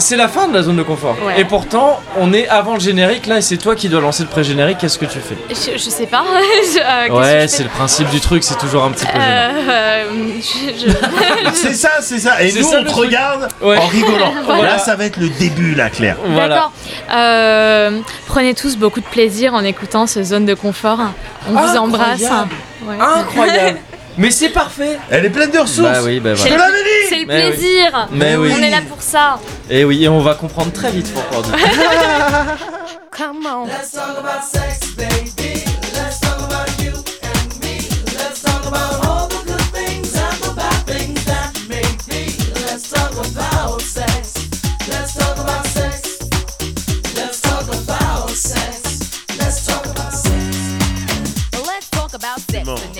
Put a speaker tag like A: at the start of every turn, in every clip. A: C'est la fin de la zone de confort.
B: Ouais.
A: Et pourtant, on est avant le générique là et c'est toi qui dois lancer le pré-générique. Qu'est-ce que tu fais
B: Je, je sais pas. Je- euh, qu'est-ce que je
A: Ouais,
B: fais
A: c'est le principe du truc, c'est toujours un petit peu gênant.
B: Euh, euh, je- je-
C: C'est ça, c'est ça. Et
A: C'est
C: nous,
A: ça,
C: on
A: le
C: te
A: truc.
C: regarde
A: Ouais.
C: en rigolant.
A: Voilà.
C: Là, ça va être le début, là, Claire.
A: Voilà.
B: D'accord. Euh, prenez tous beaucoup de plaisir en écoutant ce zone de confort. On vous embrasse.
A: Incroyable.
B: Ouais.
A: Incroyable. Mais c'est parfait.
C: Elle est pleine de ressources.
A: Bah oui, bah
C: Je te
A: voilà.
B: C'est-
C: l'avais dit
B: C'est le
A: Mais oui.
B: plaisir.
A: Mais oui.
B: On est là pour ça.
A: Et oui, et on va comprendre très vite pourquoi. on dit.
B: Comment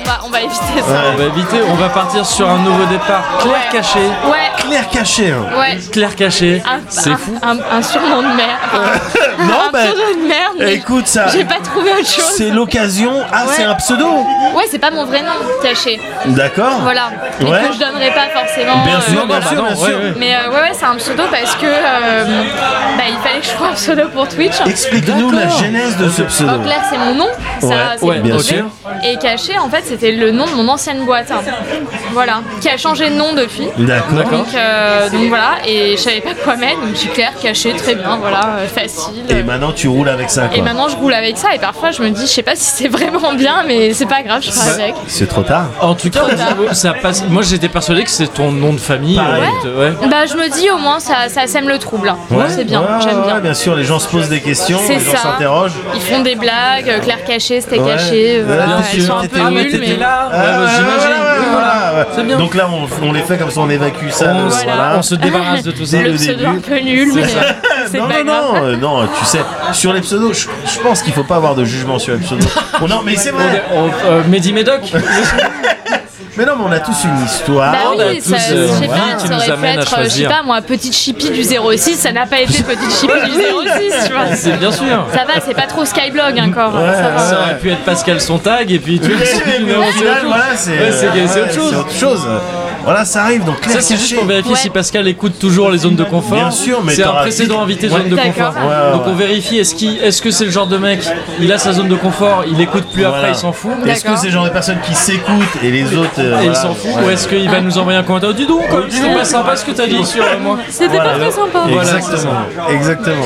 B: on va, on va éviter ça.
A: On va éviter, on va partir sur un nouveau départ. Claire
B: Ouais.
A: cachée.
B: Ouais,
C: Claire cachée. hein.
B: ouais.
A: Claire cachée.
B: Un-
A: C'est
B: un-
A: fou.
B: Un, un surnom de merde.
C: Non,
B: un
C: bah,
B: surnom de merde. mais
C: écoute, ça.
B: J'ai pas trouvé autre chose.
C: C'est l'occasion. Ah,
B: Ouais.
C: c'est un pseudo.
B: Ouais, c'est pas mon vrai nom caché.
C: D'accord.
B: Voilà. Et
C: Ouais.
B: que je donnerai pas forcément.
C: Bien
B: euh,
C: sûr, bien
B: voilà.
C: sûr, bien
A: Ouais,
C: sûr.
A: ouais.
B: Mais euh, ouais, ouais, c'est un pseudo parce que euh, bah, il fallait que je trouve un pseudo pour Twitch.
C: Explique-nous la
A: D'accord.
C: genèse de ce pseudo.
B: Donc là, c'est mon nom. Ça,
C: Ouais,
B: c'est
A: ouais,
B: mon
A: bien
B: vrai.
A: sûr.
B: Et caché, en fait, c'était le nom de mon ancienne boîte. Voilà. Qui a changé de nom depuis.
C: D'accord.
B: Donc, euh, donc voilà, et je savais pas quoi mettre, donc j'ai clair, caché, très bien, voilà, euh, facile.
C: Et maintenant, tu roules avec ça,
B: Et
C: quoi.
B: maintenant je roule avec ça et parfois je me dis je sais pas si c'est vraiment bien mais c'est pas grave je ferai avec.
C: C'est trop tard.
A: En tout cas, bravo, ça passe. Moi, j'étais persuadé que c'est ton nom de famille.
C: Pareil.
A: euh, te- ouais.
B: Bah je me dis au moins ça, ça sème le trouble.
C: Ouais.
B: Oh, C'est bien,
C: Ouais,
B: j'aime
C: ouais,
B: bien.
C: Bien sûr, les gens se posent des questions,
B: C'est
C: les gens
B: ça.
C: s'interrogent.
B: Ils font des blagues, euh, clair caché, c'était
C: Ouais.
B: caché,
C: Ouais,
B: voilà,
C: bien
B: ils
C: sûr.
B: sont un
C: T'étais-
B: peu
C: ah, mais
B: nuls
A: t'étais
B: mais...
A: là.
C: Ah,
A: ouais,
C: ouais,
A: j'imagine.
C: ouais, ouais,
A: Oui, voilà.
C: ouais.
A: C'est bien.
C: Donc là, on, on les fait comme ça, on évacue ça.
A: on,
C: le-
A: voilà, on se débarrasse de tout ça.
C: Dès
B: Le
C: le
B: pseudo
C: début.
B: un peu nul mais c'est hein.
C: Non,
B: pas grave.
C: non, non, euh, non, tu sais, sur les pseudos, je je pense qu'il faut pas avoir de jugement sur les pseudos. Oh, non, mais c'est vrai.
A: On- euh, Mehdi Médoc.
C: Mais non, mais on a tous une histoire.
B: Bah
A: on a
B: oui,
A: tous,
B: ça,
A: euh,
B: je sais
A: voilà,
B: pas,
A: qui
B: ça
A: nous
B: aurait
A: amène
B: fait
A: à
B: être, euh, je sais
A: choisir.
B: pas moi, petite chipie du 06, ça n'a pas été petite chipie du 06, tu vois.
A: c'est bien sûr.
B: Ça va, c'est pas trop Skyblog encore. hein,
C: Ouais,
B: ça va.
C: ouais.
A: Ça aurait pu être Pascal Sontag et puis tu
C: Mais
A: finalement,
C: au
A: c'est autre
C: final,
A: chose.
C: voilà, c'est
A: Ouais, c'est-
C: euh,
A: c'est autre
C: ouais,
A: chose.
C: c'est chose. Voilà, ça arrive. Donc, Claire
A: Ça, c'est juste
C: Cachet.
A: pour vérifier
B: Ouais.
A: si Pascal écoute toujours les zones de confort.
C: Bien sûr, mais
A: c'est un
C: t'auras
A: précédent
C: dit-
A: invité
C: Ouais.
A: zone de confort.
B: D'accord.
C: Ouais, ouais,
A: Donc on
C: ouais.
A: vérifie est-ce qu'il- est-ce que c'est le genre de mec, il a sa zone de confort, il écoute plus après, il
C: Voilà.
A: s'en fout.
C: Est-ce que
B: D'accord.
C: c'est le genre de personnes qui s'écoutent et les autres. euh,
A: Et
C: voilà,
A: il s'en fout,
C: ouais.
A: ou est-ce qu'il va nous envoyer un commentaire Dis donc, euh, c'était pas sympa ce que t'as dit sur euh, moi.
B: C'était pas très sympa.
A: Voilà,
C: Exactement. Exactement.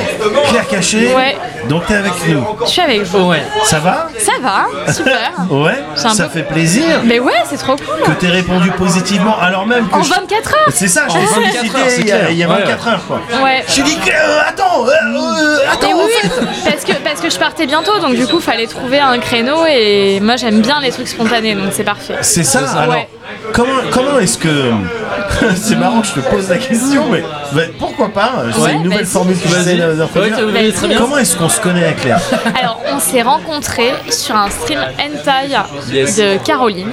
C: Claire Cachet.
B: Ouais.
C: Donc, t'es avec nous.
B: Je suis avec vous.
A: Oh, ouais.
C: Ça va
B: Ça va, super.
C: Ouais.
B: C'est un
C: Ça
B: peu-
C: fait plaisir
B: Mais ouais, c'est trop cool.
C: que t'aies répondu positivement alors même que.
B: En
C: je-
B: 24 heures
C: C'est ça, je t'ai
A: 24
C: sollicité
A: heures, c'est
C: il y a- il y a
A: clair.
C: 24 heures quoi.
B: Ouais.
C: Je dit que euh, attends, euh, euh,
B: Et
C: attends, en
B: oui,
C: fait.
B: parce que, parce que je partais bientôt, donc du coup, fallait trouver un créneau et moi j'aime bien les trucs spontanés, donc c'est parfait.
C: C'est ça, alors
B: Ouais.
C: comment, comment est-ce que. c'est marrant, je te pose la question, mais bah, pourquoi pas euh, C'est
B: Ouais,
C: une nouvelle
B: vas-y.
C: formule que
A: Vas-y.
C: j'essaie de- de reproduire.
A: Ouais, t'as-
B: Vas-y.
A: très bien.
C: Comment est-ce qu'on se connaît, Claire
B: Alors, on s'est rencontrés sur un stream hentai
A: Yes.
B: de Caroline,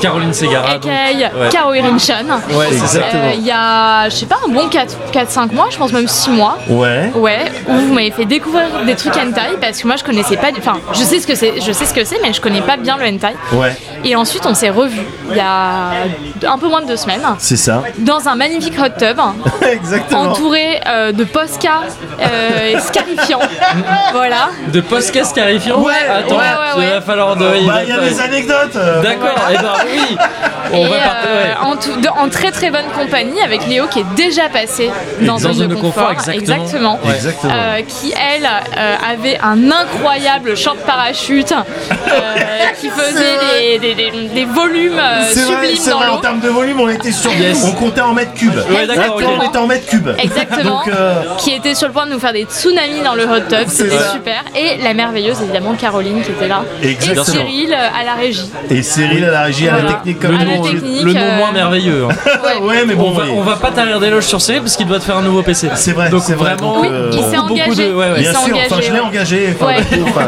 A: Caroline Segara. donc.
B: aka
A: Ouais.
B: Caroline Chan.
A: Ouais, c'est ça.
B: Euh, Il y a, je sais pas, un bon 4-5 mois, je pense même 6 mois.
C: Ouais.
B: Ouais, où vous m'avez fait découvrir des trucs hentai parce que moi je connaissais pas du. Enfin, je sais ce que c'est, je sais ce que c'est, mais je connais pas bien le hentai.
C: Ouais,
B: Et ensuite, on s'est revus il y a un peu moins de deux semaines
C: c'est ça.
B: dans un magnifique hot tub
C: Exactement.
B: entouré euh, de posca euh, scarifiants. voilà.
A: De podcast scarifiant
C: Ouais,
A: Attends,
B: ouais, ouais,
A: il va
B: ouais.
A: falloir de. il
C: Bah,
A: va
C: il y a
A: falloir-
C: des anecdotes euh,
A: D'accord, et ben oui On
B: et
A: va partir.
B: euh,
A: ouais.
B: en, tout- de- en très très bonne compagnie avec Léo qui est déjà passé dans
A: Dans
B: zone
A: Zone
B: de
A: de confort,
B: confort,
A: exactement.
C: Ouais. Exactement.
B: Euh, qui elle euh, avait un incroyable champ de parachute euh, qui faisait des, des- des- des volumes euh,
C: C'est vrai,
B: sublimes
C: c'est
B: dans
C: vrai, en
B: l'eau.
C: termes de volume, on était sur.
A: Yes.
C: On comptait en mètres cubes.
A: Ouais, d'accord,
C: Actuellement,
A: ok.
C: on était en mètres cubes.
B: Exactement.
C: Donc, euh,
B: Qui était sur le point de nous faire des tsunamis dans le hot tub. C'était
C: ça.
B: super. Et la merveilleuse, évidemment, Caroline qui était là.
C: Exactement.
B: Et Cyril euh, à la régie.
C: Et Cyril à la régie, à la
B: Voilà.
C: technique comme
B: à
C: nous.
B: la
C: on-
B: technique.
A: Le nom
B: euh,
A: moins merveilleux. hein.
B: ouais.
C: Ouais, mais bon,
A: on, va,
C: ouais.
A: on va pas tarir des loges sur Cyril parce qu'il doit te faire un nouveau PC.
C: C'est vrai,
A: Donc
C: c'est vrai,
A: vraiment,
C: donc,
B: Oui,
C: euh,
B: il s'est
A: beaucoup, beaucoup
B: engagé.
A: de- ouais, ouais.
B: Il
C: Bien
B: s'est
C: sûr,
B: engagé.
C: enfin je l'ai
B: ouais.
C: engagé. enfin,
B: Ouais.
C: bon, enfin,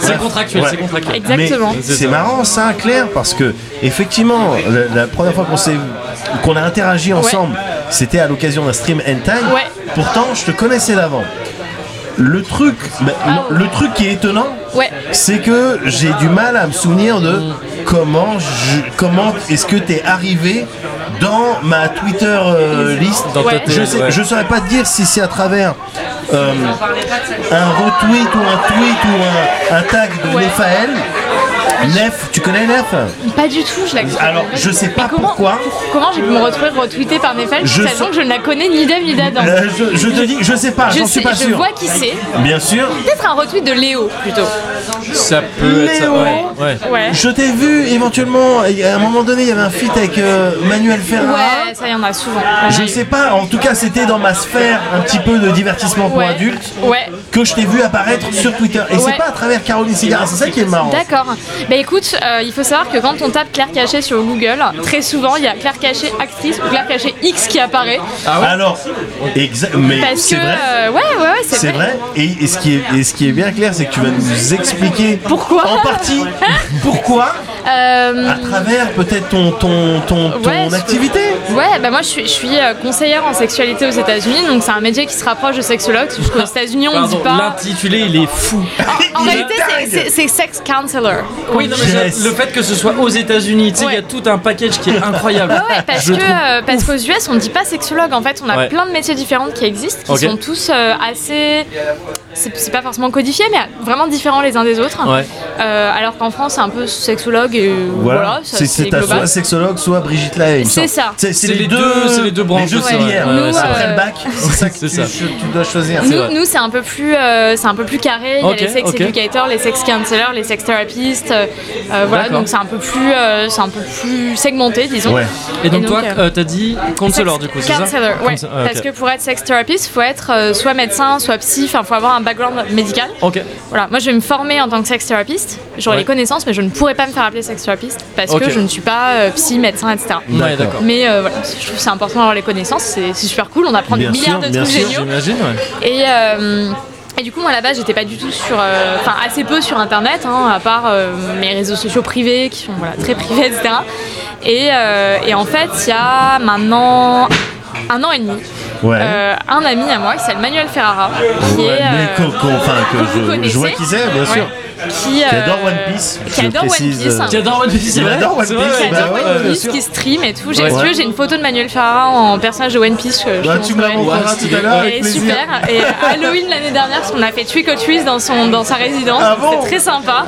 A: c'est contractuel,
C: Ouais.
A: c'est contractuel.
B: Exactement.
C: Mais
A: C'est
C: c'est
A: ça.
C: marrant ça, Claire, parce que effectivement, la, la première fois qu'on s'est qu'on a interagi ensemble, c'était à l'occasion d'un stream hentai.
B: Ouais.
C: Pourtant, je te connaissais d'avant. Le truc, bah, non, le truc qui est étonnant,
B: Ah Ouais.
C: c'est que j'ai du mal à me souvenir de comment je, comment est-ce que t'es arrivé dans ma Twitter euh, liste.
A: Dans
B: Ouais.
A: ta
C: Je sais,
A: ouais.
C: je saurais pas te dire si c'est à travers euh, un retweet ou un tweet ou un, un tag de
B: Ouais. Ah.
C: Nephaël. Nef, tu connais Nef
B: Pas du tout, je la connais
C: Alors,
B: pas
C: je
B: du
C: sais
B: tout.
C: pas
B: Mais comment,
C: pourquoi.
B: Comment j'ai pu me retrouver retweetée par mes fans
C: Je
B: sachant
C: sais-
B: que je ne la connais ni d'Eve ni d'Adam
C: Euh, je, je te dis, je sais pas,
B: Je,
C: j'en suis
B: sais-
C: pas
B: je
C: sûr.
B: vois qui c'est.
C: Bien sûr,
B: Peut-être un retweet de Léo plutôt.
A: Ça peut être ça,
C: Léo.
A: ouais. ouais.
B: Ouais.
C: je t'ai vu éventuellement, à un moment donné, il y avait un feat avec euh, Manuel Ferrara.
B: Ouais, ça y en a souvent.
C: Je sais pas, en tout cas c'était dans ma sphère un petit peu de divertissement pour
B: Ouais.
C: adultes
B: Ouais.
C: que je t'ai vu apparaître sur Twitter. Et
B: Ouais.
C: c'est pas à travers Caroline Cigarin, c'est ça qui est marrant.
B: D'accord. Bah écoute, euh, il faut savoir que quand on tape Claire Cachet sur Google, très souvent il y a Claire Cachet actrice ou Claire Cachet X qui apparaît.
A: Ah ouais
C: Alors, exa- mais
B: Parce que.
C: c'est vrai.
B: euh, ouais, ouais, ouais, c'est
C: C'est
B: vrai.
C: vrai, et, et ce qui est, et ce qui est bien clair, c'est que tu vas nous expliquer
B: Pourquoi
C: en partie pourquoi,
B: Euh,
C: à travers peut-être ton, ton, ton, Ah, ton
B: Ouais, je-
C: activité.
B: Ouais, bah moi je suis, je suis euh, conseillère en sexualité aux États-Unis, donc c'est un métier qui se rapproche de sexologue, parce qu'aux États-Unis on ne dit
A: Pardon,
B: pas.
A: l'intitulé il est fou.
B: En
C: Il est
B: réalité, c'est-
C: dingue.
B: c'est- c'est sex counselor.
A: Oui, non, mais ça-
C: Oh, Yes.
A: le fait que ce soit aux États-Unis, tu sais, il y a
B: Ouais.
A: tout un package qui est incroyable.
B: Ouais, parce
A: Je
B: que
A: trouve.
B: euh, parce qu'aux US on ne dit pas sexologue. En fait, on a
A: Ouais.
B: plein de métiers différents qui existent, qui
A: Ok.
B: sont tous euh, assez. C'est c'est pas forcément codifié, mais vraiment différents les uns des autres.
A: Ouais.
B: Euh, alors qu'en France, c'est un peu sexologue et euh, voilà, ça,
C: c'est c'est
B: c'est
C: ta
B: global.
C: soit sexologue, soit Brigitte Lahaye. il me
B: C'est
C: semble.
B: ça.
C: C'est c'est
A: C'est
C: les
A: les
C: deux,
A: deux- c'est les deux branches,
C: deux
A: ouais.
C: filières.
A: Ouais, ouais,
B: ouais,
C: Après
B: ouais.
C: le bac, c'est ça que
A: C'est
C: tu,
A: ça.
C: tu dois choisir.
A: C'est vrai.
B: Nous, nous, c'est un peu plus, euh, c'est un peu plus carré. Il
A: Ok,
B: y a les sex
A: ok.
B: educators, les sex counselors, les sex therapists. euh, euh, voilà,
A: D'accord.
B: donc c'est un peu plus, euh, c'est un peu plus segmenté, disons.
C: Ouais.
A: Et donc, toi,
B: euh,
A: euh, t'as dit counselor du coup, c'est ça
B: Counselor, ouais.
A: Counselor, ah, ok.
B: Parce que pour être sex therapist, faut être euh, soit médecin, soit psy. Enfin, faut avoir un background médical.
A: Ok.
B: Voilà, moi je vais me former en tant que sex therapist. J'aurai
A: Ouais.
B: les connaissances, mais je ne pourrai pas me faire appeler sex therapist parce
A: Ok.
B: que je ne suis pas euh, psy, médecin, etc.
A: Ouais, d'accord.
B: Mais euh, voilà, je trouve que c'est important d'avoir les connaissances, c'est c'est super cool, on apprend des
C: Bien
B: milliards
C: sûr,
B: de
C: bien
B: trucs
C: sûr,
B: géniaux.
A: J'imagine, ouais.
B: Et, euh, et du coup, moi là-bas, j'étais pas du tout sur. euh, Enfin, assez peu sur internet, hein, à part euh, mes réseaux sociaux privés qui sont voilà, très privés, etc. Et, euh, et en fait, il y a maintenant un an et demi,
C: Ouais.
B: euh, un ami à moi qui s'appelle Manuel Ferrara, qui
C: Ouais,
B: est.
C: mais
B: euh,
C: qu'on- qu'on- enfin, que
B: que vous
C: je, je vois
B: connaissez.
C: qui c'est, bien
B: Ouais.
C: sûr.
B: Qui, euh,
C: adore One Piece,
B: Qui
C: je
B: adore One
C: précise,
B: Piece.
C: euh,
A: Qui adore One Piece, c'est
C: Il
A: vrai
C: adore One
A: c'est
C: Piece,
A: vrai,
B: Qui
A: ouais.
B: adore
C: bah ouais,
B: One
C: bien
B: Piece,
C: sûr.
B: qui stream et tout. J'ai,
A: Ouais.
B: si tu veux, j'ai une photo de Manuel Ferrara en personnage de One Piece que je
C: Bah,
B: te
C: tu me la
B: montrerai.
C: montreras tout à l'heure
B: Elle
C: avec
B: est
C: plaisir.
B: super. Et à Halloween l'année dernière, parce qu'on a fait Trick or Treat dans, son, dans sa résidence.
C: Ah bon
B: C'était très sympa.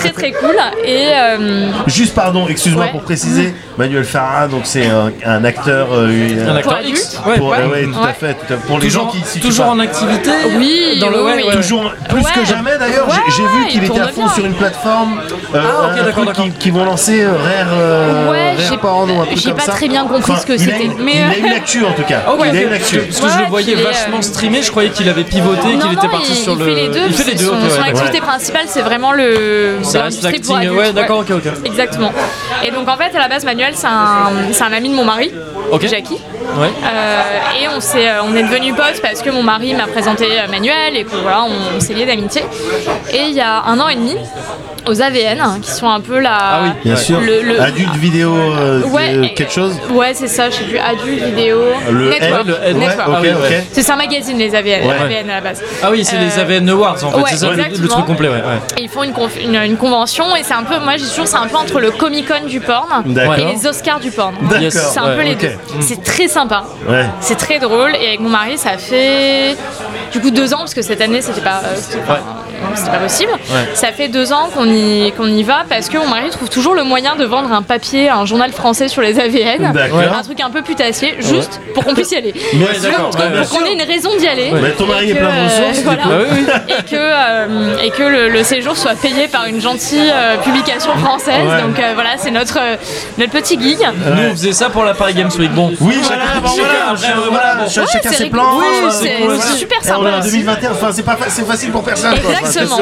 B: très très cool. Et euh,
C: Juste pardon, excuse-moi
B: Ouais.
C: pour préciser, Manuel Farah, donc c'est un, un acteur, euh, euh,
A: Un
B: Pour
A: acteur
B: adulte.
A: X. Ouais,
C: pour,
A: ouais.
C: euh, ouais, tout à
B: Ouais.
C: fait, tout à- pour les gens
A: Toujours,
C: qui se situent
A: toujours
C: pas.
A: en activité
B: Ah Oui,
A: dans le
B: oui,
A: ouais,
B: oui.
A: ouais, ouais.
C: Toujours- plus
B: Ouais.
C: que jamais d'ailleurs, j'ai-
B: Ouais,
C: j'ai vu qu'il
B: il
C: était à
B: tourne
C: fond
B: bien.
C: sur une plateforme, euh,
A: Ah, ok,
C: un
A: d'accord,
C: truc qui-
A: d'accord.
C: qui vont lancer euh, Rare, euh,
B: Ouais,
C: Rare
B: j'ai-
C: Porn ou un truc
B: j'ai
C: comme
B: pas
C: ça.
B: très bien compris ce que
C: il a
B: c'était,
C: une-
B: mais,
C: Il
B: euh,
C: a une actu en tout cas,
A: Ok,
C: il a une
A: ok.
C: actu.
A: Ah Parce que je
B: Ouais,
A: le voyais
B: qu'il est,
A: vachement
B: euh,
A: streamé, je croyais qu'il avait pivoté, qu'il
B: non, non,
A: était parti
B: il,
A: sur
B: il
A: le.
B: fait les deux.
A: il fait les
B: parce
A: deux,
B: que
A: ok,
B: son, son
A: ouais, d'accord.
B: activité principale, c'est vraiment le.
A: Ça
B: c'est
A: reste
B: l'industrie pour
A: l'acting,
B: adultes,
A: ouais, d'accord, ok, ok.
B: Exactement. Et donc en fait, à la base, Manuel, c'est un, c'est un ami de mon mari,
A: Ok.
B: Jackie.
A: Ouais.
B: Euh, et on est, on est devenus potes parce que mon mari m'a présenté euh, Manuel et que voilà, on, on s'est liés d'amitié. Et il y a un an et demi, aux AVN, hein, qui sont un peu la.
A: Ah oui,
C: Bien sûr,
B: Le- le-
C: adulte vidéo, euh,
B: Ouais,
C: euh,
B: et-
C: quelque chose
B: Ouais, c'est ça, je sais plus, adulte, vidéo.
C: Le
B: Network.
C: L,
A: le L,
B: Network.
A: Ah oui,
C: ouais, ok,
A: ouais.
C: ok.
B: C'est un magazine, les AVN,
C: Ouais.
B: AVN à la base.
A: Ah oui, c'est les
B: Euh,
A: AVN Awards en fait,
B: ouais,
A: c'est ça le- le,
B: exactement.
A: truc complet, ouais. ouais.
B: Et ils font une, conf- une- une convention et c'est un peu, moi j'ai toujours, c'est un peu entre le Comic Con du porn
C: D'accord.
B: et les Oscars du porn.
C: D'accord.
A: Yes.
B: C'est un peu
A: Ouais,
B: les
C: ok. Mm.
B: deux. C'est très sympa.
C: Ouais.
B: C'est très drôle et avec mon mari ça fait du coup deux ans parce que cette année c'était pas euh, c'était pas, c'était pas possible.
A: Ouais.
B: Ça fait deux ans qu'on y qu'on y va parce que mon mari trouve toujours le moyen de vendre un papier, un journal français sur les AVN,
C: D'accord.
B: un truc un peu putassier juste pour qu'on puisse y aller.
C: Bien
A: Ouais,
C: sûr,
A: d'accord,
C: bah,
A: ouais,
C: bien
A: ouais.
B: Pour qu'on
C: sûr.
B: ait une raison d'y aller.
C: Mais ton mari
B: Et
C: est
B: que,
C: plein de ressources,
B: euh,
C: du
B: voilà.
C: coup.
A: Ah oui, oui.
B: Et que, euh, et que le, le séjour soit payé par une gentille euh, publication française.
C: Ouais.
B: Donc euh, voilà, c'est notre, euh, notre petit gig.
A: Nous on faisait ça pour la Paris Games Week. Bon,
C: Oui,
A: Voilà,
C: chacun,
A: bon, voilà,
C: chacun-
A: après,
C: chacun-
A: voilà, bon.
C: chacun
B: Ouais,
C: ses
B: c'est
C: plans.
B: rigolo,
C: euh,
B: c'est-
C: voilà.
B: c'est super
C: Et on est en
B: sympa.
C: 2021, enfin, c'est pas fa- c'est facile pour personne. quoi.
B: Exactement.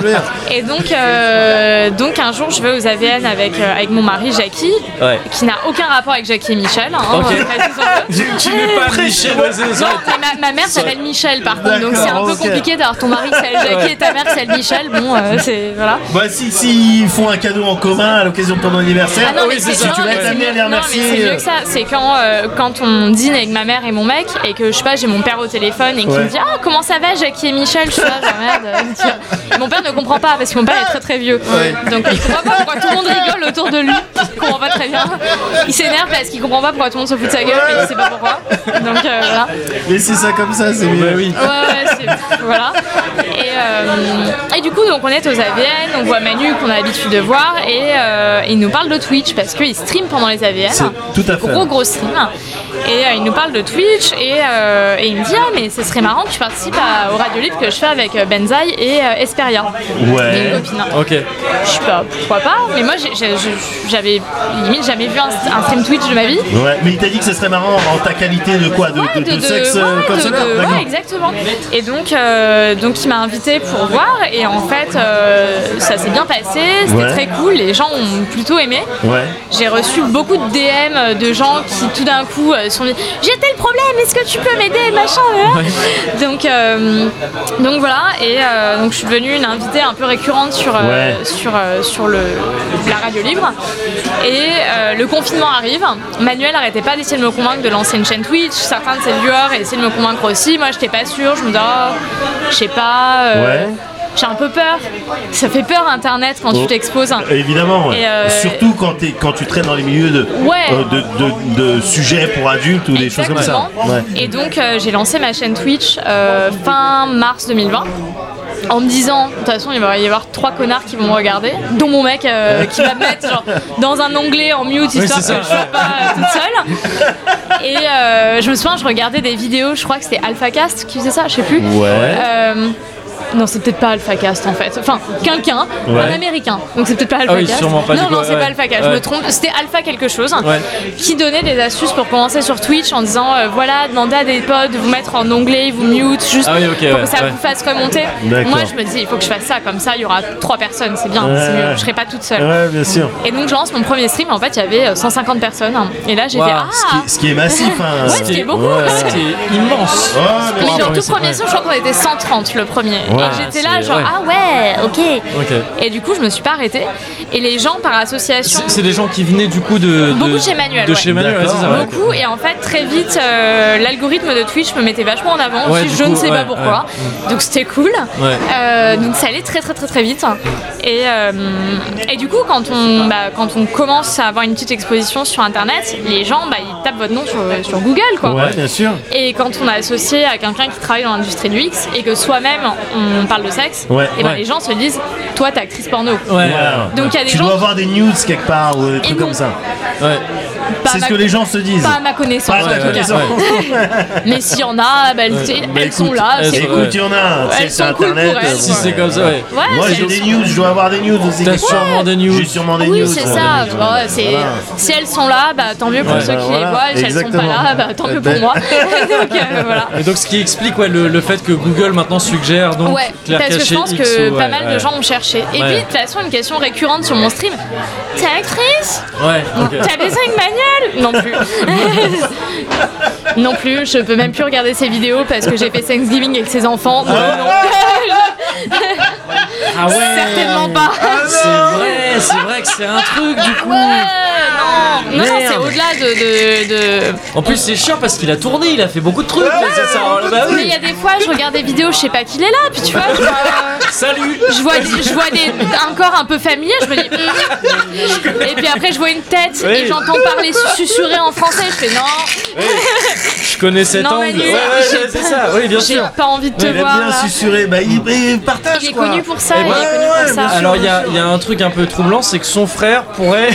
B: Et donc, euh, donc un jour, je vais aux AVN avec, euh, avec mon mari Jackie,
A: Ouais.
B: qui n'a aucun rapport avec Jackie et Michel. hein,
A: Ok.
B: euh, précisons-le.
A: Tu, tu n'es pas Michel
B: Non,
A: Ozezan.
B: mais ma, ma mère s'appelle Michel par contre, donc c'est un
C: D'accord,
B: peu
C: ok.
B: compliqué d'avoir ton mari qui s'appelle Jackie et ta mère qui s'appelle Michel. Bon, euh, c'est. Voilà.
C: Bah si, si ils font un cadeau en commun à l'occasion de ton anniversaire,
B: Ah non, mais
A: oui, c'est
B: c'est
A: ça.
B: non,
A: Tu vas
B: mais
C: t'amener
B: c'est
C: à les
B: mieux- non, mais
C: remercier,
B: c'est
C: euh.
B: mieux que ça. C'est quand, euh, quand on dîne avec ma mère et mon mec et que je sais pas, j'ai mon père au téléphone et qui
C: Ouais.
B: me dit Ah, comment ça va, Jackie et Michel Je suis là, genre, merde. euh, tu vois. Mon père ne comprend pas parce que mon père est très très vieux. Donc il comprend pas pourquoi tout le monde rigole autour de lui. Il comprend pas très bien. Il s'énerve parce qu'il comprend pas pourquoi tout le monde se fout de sa gueule, mais il sait pas pourquoi. Donc euh, voilà.
C: mais c'est ça comme ça, c'est
A: Bah
C: mieux.
A: oui.
B: Ouais, ouais, c'est- voilà. Et, euh, et du coup, donc on est aux AVN, on voit Manu qu'on a l'habitude de voir et euh, il nous parle de Twitch parce qu'il stream pendant les AVN.
C: C'est tout à fait.
B: Gros gros stream. Et euh, il nous parle de Twitch et, euh, et il me dit Ah, mais ce serait marrant que tu participes à- au Radio Libre que je fais avec euh, Benzaï et euh, Esperia.
C: Ouais.
B: Une copine.
A: Ok.
B: Je sais pas, pourquoi pas, mais moi j'ai- j'ai- j'ai- j'avais limite jamais vu un, un stream Twitch de ma vie.
C: Ouais, mais il t'a dit que ce serait marrant en ta qualité de quoi De,
B: Ouais,
C: de- de sexe
B: ouais,
C: euh,
B: de-
C: consoleur,
B: de-
C: d'accord.
B: ouais, exactement. Et donc, euh, donc il m'a invité pour voir et en fait euh, ça s'est bien passé, c'était
C: Ouais.
B: très cool, les gens ont plutôt aimé.
C: Ouais.
B: J'ai reçu beaucoup de DM de gens qui tout d'un coup euh, sont dit j'ai tel problème, est-ce que tu peux m'aider machin. euh. Donc euh, donc voilà et euh, donc je suis devenue une invitée un peu récurrente sur euh,
C: Ouais.
B: sur euh, sur le la radio libre et euh, le confinement arrive. Manuel arrêtait pas d'essayer de me convaincre de lancer une chaîne Twitch. Certains de ses viewers essayaient de me convaincre aussi. Moi j'étais pas sûre, je me disais oh, je sais pas. euh,
C: Ouais.
B: J'ai un peu peur. Ça fait peur Internet quand
C: Oh.
B: tu t'exposes.
C: Évidemment, ouais.
B: Et, euh,
C: surtout quand, t'es- quand tu traînes dans les milieux de,
B: Ouais.
C: euh, de, de- de sujets pour adultes ou des choses comme ça.
B: Exactement.
C: Ouais.
B: Et donc euh, j'ai lancé ma chaîne Twitch euh, fin mars 2020. En me disant, de toute façon, il va y avoir trois connards qui vont me regarder, dont mon mec euh, qui va me mettre genre, dans un onglet en mute histoire
A: c'est ça.
B: que je sois pas euh, toute seule. Et euh, je me souviens, je regardais des vidéos, je crois que c'était AlphaCast qui faisait ça, je sais plus.
C: Ouais.
B: Euh, non, c'est peut-être pas AlphaCast en fait. Enfin, quelqu'un, un
C: Ouais.
B: américain. Donc c'est peut-être pas
A: Ah oui,
B: AlphaCast.
A: sûrement pas, du
B: non,
A: coup,
B: non, c'est
A: ouais.
B: pas AlphaCast. Je
A: Ouais.
B: me trompe. C'était Alpha quelque chose
A: Ouais.
B: qui donnait des astuces pour commencer sur Twitch en disant euh, voilà, demandez à des potes de vous mettre en onglet, ils vous mute, juste
A: Ah oui, ok,
B: pour
A: ouais,
B: que ça
A: ouais.
B: vous fasse remonter.
C: D'accord.
B: Moi, je me dis, il faut que je fasse ça. Comme ça, il y aura trois personnes. C'est bien. c'est
C: Ouais.
B: mieux. Je serai pas toute seule.
C: Ouais, bien sûr.
B: Et donc, je lance mon premier stream. En fait, il y avait euh, 150 personnes. Et là, j'ai
A: Wow.
B: fait ah.
C: Ce qui, ce qui est massif. Hein.
B: Ouais, ce qui est beaucoup.
A: C'était immense.
C: Oh, mais
B: Mais
C: c'est-
B: genre,
A: ouais,
B: tout
A: c'est
B: premier
A: vrai.
B: stream, je crois qu'on était 130 le premier.
C: Ouais,
B: et j'étais là,
A: c'est-
B: genre,
A: ouais.
B: ah ouais, ok.
A: Ok.
B: Et du coup, je me suis pas arrêtée. Et les gens par association.
A: C'est c'est des gens qui venaient du coup de. de-
B: Beaucoup chez Manuel,
A: De
B: ouais.
A: chez Manuel, ouais, c'est ça. ouais.
B: beaucoup et en fait très vite euh, l'algorithme de Twitch me mettait vachement en avant
A: Ouais,
B: aussi,
A: du
B: je ne
A: coup,
B: sais pas
A: ouais,
B: pourquoi donc c'était cool
A: Ouais.
B: Euh, donc ça allait très très très très vite et, euh, et du coup quand on, bah, quand on commence à avoir une petite exposition sur internet les gens bah, ils tapent votre nom sur, sur Google quoi
C: Ouais, bien sûr.
B: et quand on a associé à quelqu'un qui travaille dans l'industrie du X et que soi-même on parle de sexe
C: Ouais.
B: et ben,
A: Ouais.
B: les gens se disent toi t'es actrice porno
A: Ouais.
C: Ouais.
B: Donc, il y a des
C: tu
B: gens
C: dois
B: qui-
C: avoir des news quelque part ou des trucs
B: non.
C: comme ça.
A: Ouais.
B: Pas
C: C'est
B: ma-
C: ce que les gens se disent.
B: pas à ma connaissance,
C: Pas à
B: en
C: ta
B: tout cas.
C: connaissance.
B: mais s'il y en a, bah, elles, elles
A: bah,
B: sont
A: écoute,
B: là,
A: elles
B: c'est
A: sont-
B: cool.
A: ouais.
C: Écoute, il y en a un.
B: Ouais,
C: c'est
B: elles sont
C: sur
B: cool pour
C: internet.
B: elles,
C: euh,
A: Si
B: Ouais.
A: c'est comme ça, ouais.
B: Ouais,
C: Moi
B: c'est-
C: j'ai des news, je dois avoir des news aussi.
A: T'as sûrement des news.
C: J'ai sûrement des
B: Oui,
C: news.
B: c'est
C: euh,
B: ça.
C: des-
B: Bon,
C: voilà.
B: c'est- Si elles sont là, bah, tant mieux pour
A: Ouais,
B: ceux
C: bah,
B: qui
C: voilà,
B: les voient. Et si elles sont pas
C: exactement.
B: là, bah, tant mieux pour
C: Ben-
B: moi. donc euh, voilà.
A: Et donc ce qui explique ouais, le, le fait que Google maintenant suggère donc
B: Ouais,
A: Claire
B: parce que je
A: Caché
B: pense
A: X
B: que
A: ou-
B: pas
A: ouais,
B: mal
A: ouais.
B: de gens ont cherché. Et
A: Ouais.
B: puis, de toute façon, une question récurrente sur mon stream T'es actrice
A: Ouais, ok.
B: T'as baisé avec Manuel Non plus. non plus, je peux même plus regarder ses vidéos parce que j'ai fait Thanksgiving avec ses enfants. Donc, non.
A: Ah ouais
B: Certainement pas.
A: C'est vrai, c'est vrai que c'est un truc du coup.
B: Ouais, non, non, non, c'est au-delà de- de- de,
A: En plus c'est chiant parce qu'il a tourné, il a fait beaucoup de trucs.
B: Ah
A: là, c'est ça. Bah
B: Mais il
A: oui.
B: y a des fois, je regarde des vidéos, je sais pas qu'il est là, puis tu vois, je vois, euh,
A: Salut.
B: je vois, des- je vois des, un corps un peu familier, je me dis. hmm. Et puis après, je vois une tête et
A: Oui.
B: j'entends parler susurrer en français, je fais non,
A: Je connais cet
B: Non,
A: angle.
B: Manu,
A: ouais, ouais,
B: j'ai
A: c'est ça. Oui, bien
B: j'ai
A: sûr.
B: pas envie de te
C: Il a
B: voir.
C: bien
B: là.
C: susurré. Bah, il, il partage
B: Il est
C: quoi. Eh ben,
B: connu pour ça,
A: Et
B: il est
A: ouais,
B: connu pour ça.
A: Alors il y, a- il y a un truc un peu troublant, c'est que son frère pourrait.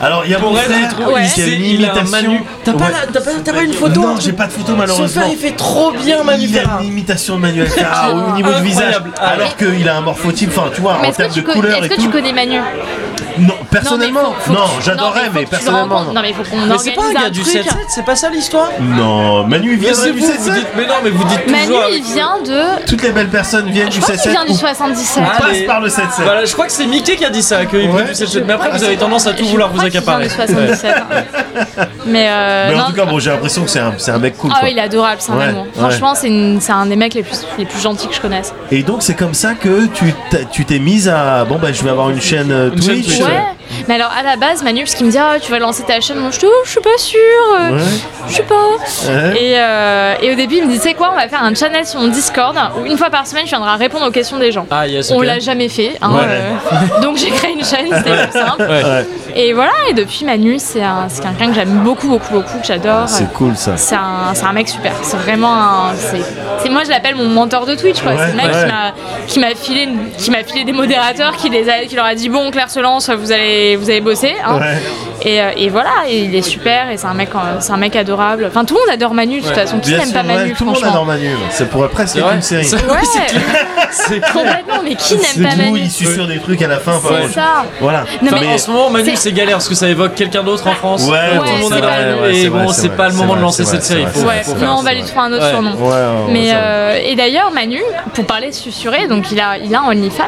C: Alors, il y a mon
A: pourrait
C: frère
A: être-
B: Ouais.
C: qui a une
A: Il a un
C: imitation.
A: Manu. T'as pas,
C: Ouais.
A: la- t'as pas, t'as pas une photo
C: Non, j'ai pas de photo
A: Son
C: malheureusement.
A: frère il fait trop bien Manu
C: Il a
A: Ferrara.
C: une imitation de Manuel
B: Ah,
C: Ferrara au niveau du visage,
A: Incroyable.
C: alors qu'il a un morphotype, enfin tu vois,
B: Mais est-ce
C: en
B: que,
C: termes de
B: tu, co-
C: couleur
B: est-ce
C: et
B: que tu
C: tout.
B: connais Manu
C: Non, personnellement,
B: mais faut- faut
C: non,
B: que tu-
C: j'adorerais,
B: faut
C: mais
B: que tu le
C: personnellement.
B: rencontres. Non, mais faut qu'on
A: Mais c'est pas un
B: organise
A: gars du hein.
B: truc.
A: 7-7, c'est pas ça l'histoire
C: Non, Manu, il vient
A: Mais c'est
C: du
A: vous, vous
C: 7-7.
A: dites. Mais non, mais vous dites
B: Manu,
A: toujours. euh,
B: il
A: avec-
B: vient de.
C: Toutes les belles personnes viennent
B: Je
C: du
B: crois qu'il
C: 7-7
B: vient du
C: ou
B: 77.
A: Ah,
C: passent
A: Allez.
C: par le 7-7.
A: Voilà, je crois que c'est Mickey qui a dit ça, que il
C: Ouais.
A: venait du 7-7. Mais après, vous avez tendance à tout
B: Ah, Je
A: vouloir vous
B: crois qu'il vient
A: accaparer.
B: de 77. hein. Mais, euh,
C: Mais en
B: non,
C: tout cas, bon, j'ai l'impression que c'est un, c'est un mec cool.
B: Ah
C: quoi.
B: oui, il est adorable, c'est un
C: Ouais,
B: amour.
C: ouais.
B: Franchement, c'est une- c'est un des mecs les plus, les plus gentils que je connaisse.
C: Et donc, c'est comme ça que tu t'as- tu t'es mise à. Bon, bah, je vais avoir une chaîne euh,
A: Une chaîne
C: Twitch.
A: Twitch,
B: Ouais, mais alors à la base, Manu, parce qu'il me dit Ah, tu vas lancer ta chaîne, moi je te- je suis pas sûre, euh,
C: Ouais.
B: je sais pas.
C: Ouais.
B: Et, euh, et au début, il me dit Tu sais quoi, on va faire un channel sur mon Discord où une fois par semaine, je viendrai répondre aux questions des gens.
A: Ah, yes,
B: On
A: ok.
B: l'a jamais fait, hein,
C: Ouais.
B: euh, donc j'ai créé une chaîne, c'était plus simple.
A: Ouais.
C: Ouais.
B: Et voilà, et depuis Manu, c'est un- c'est quelqu'un que j'aime beaucoup, beaucoup, beaucoup, que j'adore.
C: C'est cool ça.
B: C'est un, c'est un mec super. C'est vraiment un. c'est- c'est- moi, je l'appelle mon mentor de Twitch. quoi.
C: Ouais,
B: c'est le mec
C: ouais.
B: qui m'a- qui m'a filé, une- qui m'a filé des modérateurs, qui, les a- qui leur a dit Bon, Claire se lance, vous allez, vous allez bosser. hein.
C: Ouais.
B: Et, euh, et voilà, et il est super et c'est un, mec, euh, c'est un mec adorable. Enfin, tout le monde adore Manu de toute façon. Qui
C: Bien
B: n'aime
C: sûr,
B: pas Manu,
C: ouais, tout le monde adore
B: franchement
C: Manu. Ça pourrait presque
A: C'est
C: être
A: vrai
C: une série.
A: C'est-
B: Ouais.
A: c'est clair. C'est clair.
B: Complètement, mais qui
C: C'est
B: n'aime pas
C: où
B: Manu
C: il susurre des trucs à la fin. enfin,
B: C'est
C: bon, je-
B: ça.
C: Voilà.
B: Non,
A: Enfin,
B: mais-
A: en ce moment, Manu,
B: c'est-
A: c'est galère parce que ça évoque quelqu'un d'autre en France.
C: Ouais,
A: Tout
B: ouais,
A: le monde
B: c'est
A: adore
B: pas
A: Manu,
B: le-
C: ouais, c'est
A: Et
C: vrai,
A: bon,
C: c'est
A: c'est
C: vrai,
A: pas le
C: c'est
A: moment
C: vrai,
A: de lancer
C: c'est
A: cette
C: vrai,
A: série.
C: c'est
A: Faut-
C: vrai,
B: Ouais,
A: faut
C: c'est
A: faire
B: non, on
A: ça.
B: va lui trouver un autre
A: Ouais.
B: surnom.
C: Ouais, ouais,
B: Mais
C: ouais, ça va.
B: euh, et d'ailleurs, Manu, pour parler de susurrer, donc il a, il a un OnlyFans.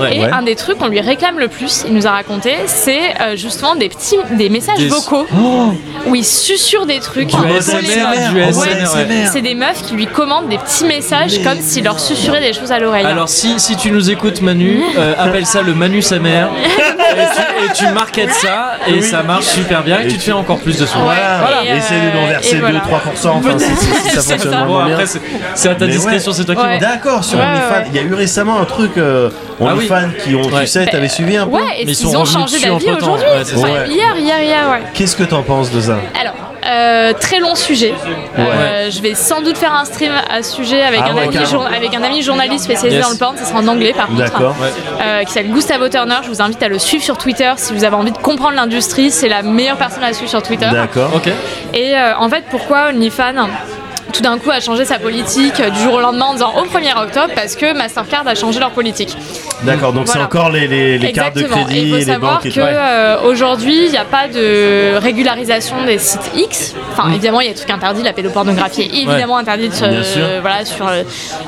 A: Ouais.
B: et
C: Ouais.
B: un des trucs qu'on lui réclame le plus, il nous a raconté, c'est euh, justement des petits, des messages
A: Des-
B: vocaux
A: Oh,
B: où il susurre des trucs.
A: Du
B: Pour les
A: ASMR,
B: meufs.
A: du
B: Ouais,
A: ASMR, ouais.
B: C'est des meufs qui lui commandent des petits messages comme s'il leur susurrait des choses à l'oreille.
A: Alors si, si tu nous écoutes Manu, euh, appelle ça le Manu sa mère et tu, et tu marketes ça et ça marche super bien et, tu te fais encore plus de sous.
C: Voilà,
B: Voilà. Et,
C: essayer de
B: euh,
C: nous
B: et
C: verser 2-3%,
B: voilà.
C: enfin, si, si- si ça
B: C'est
C: fonctionne
B: ça.
A: Bon,
C: vraiment bien.
A: après c'est c'est à ta
C: Mais
A: discrétion,
C: ouais.
A: c'est toi qui
B: Ouais.
A: vois.
C: D'accord, sur
B: Ouais,
C: OnlyFans,
B: ouais.
C: il y a eu récemment un truc euh,
A: Ah oui.
C: OnlyFans qui ont,
A: Ouais.
C: tu sais, t'avais suivi un peu
B: Bah, ouais, et
A: Mais ils
B: ils,
A: sont
B: ont
A: revenus
B: changé
A: dessus
B: d'avis
A: entre-temps.
B: aujourd'hui.
A: Ouais, c'est ça.
B: Enfin,
C: Ouais.
B: Hier, hier, hier, ouais.
C: Qu'est-ce que t'en penses de ça
B: Alors, euh, très long sujet. Euh, je vais sans doute faire un stream à ce sujet avec,
C: Ah
B: un,
C: ouais,
B: ami
C: carrément.
B: jour- avec un ami journaliste spécialisé
A: Yes.
B: dans le porn. Ça sera en anglais par contre.
C: D'accord.
A: Ouais.
B: Euh, qui s'appelle Gustavo Turner. Je vous invite à le suivre sur Twitter si vous avez envie de comprendre l'industrie. C'est la meilleure personne à suivre sur Twitter.
C: D'accord.
A: Ok.
B: Et euh, en fait, pourquoi OnlyFans tout d'un coup a changé sa politique euh, du jour au lendemain en disant au 1er octobre parce que Mastercard a changé leur politique.
C: D'accord, donc c'est
B: Voilà.
C: encore les, les, les cartes de
B: Exactement. Et
C: crédit,
B: il faut
C: les
B: savoir euh,
C: banques et
B: qu'aujourd'hui,
C: tout. Ouais.
B: il n'y a pas de régularisation des sites X. Enfin, évidemment, il y a des trucs interdits. La pédopornographie est évidemment interdite sur,
C: Mm. Bien sûr.
B: voilà, sur, euh,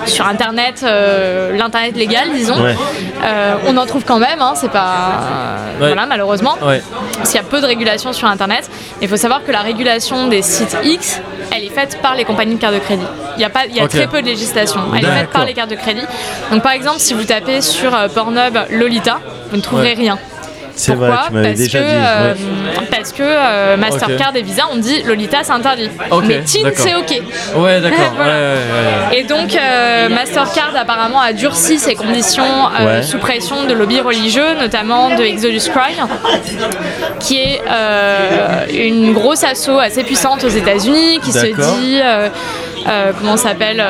B: sur Internet, euh, l'Internet légal, disons.
C: Ouais.
B: Euh, on en trouve quand même, hein, c'est pas.
A: Ouais.
B: Voilà, malheureusement.
A: Ouais.
B: Parce qu'il y a peu de régulation sur Internet. Il faut savoir que la régulation des sites X, elle est faite par les compagnies de cartes de crédit. Il y a, pas, il y a
A: Ok.
B: très peu de législation. Elle est faite
C: D'accord.
B: par les cartes de crédit. Donc par exemple, si vous tapez sur euh, Pornhub Lolita, vous ne trouverez
A: Ouais.
B: rien.
C: C'est vrai,
B: Pourquoi
C: tu m'avais
B: parce,
C: déjà
B: que,
C: dit.
B: euh,
C: ouais.
B: parce que euh, Mastercard et Visa ont dit Lolita c'est interdit.
A: Ok,
B: Mais Teen
A: d'accord.
B: c'est ok.
A: Ouais, d'accord.
B: Voilà.
A: Ouais, ouais, ouais, ouais.
B: Et donc euh, Mastercard apparemment a durci ses conditions euh,
C: Ouais.
B: sous pression de lobbies religieux, notamment de Exodus Cry, qui est euh, une grosse asso assez puissante aux États-Unis, qui se
C: D'accord.
B: dit euh, euh, comment ça s'appelle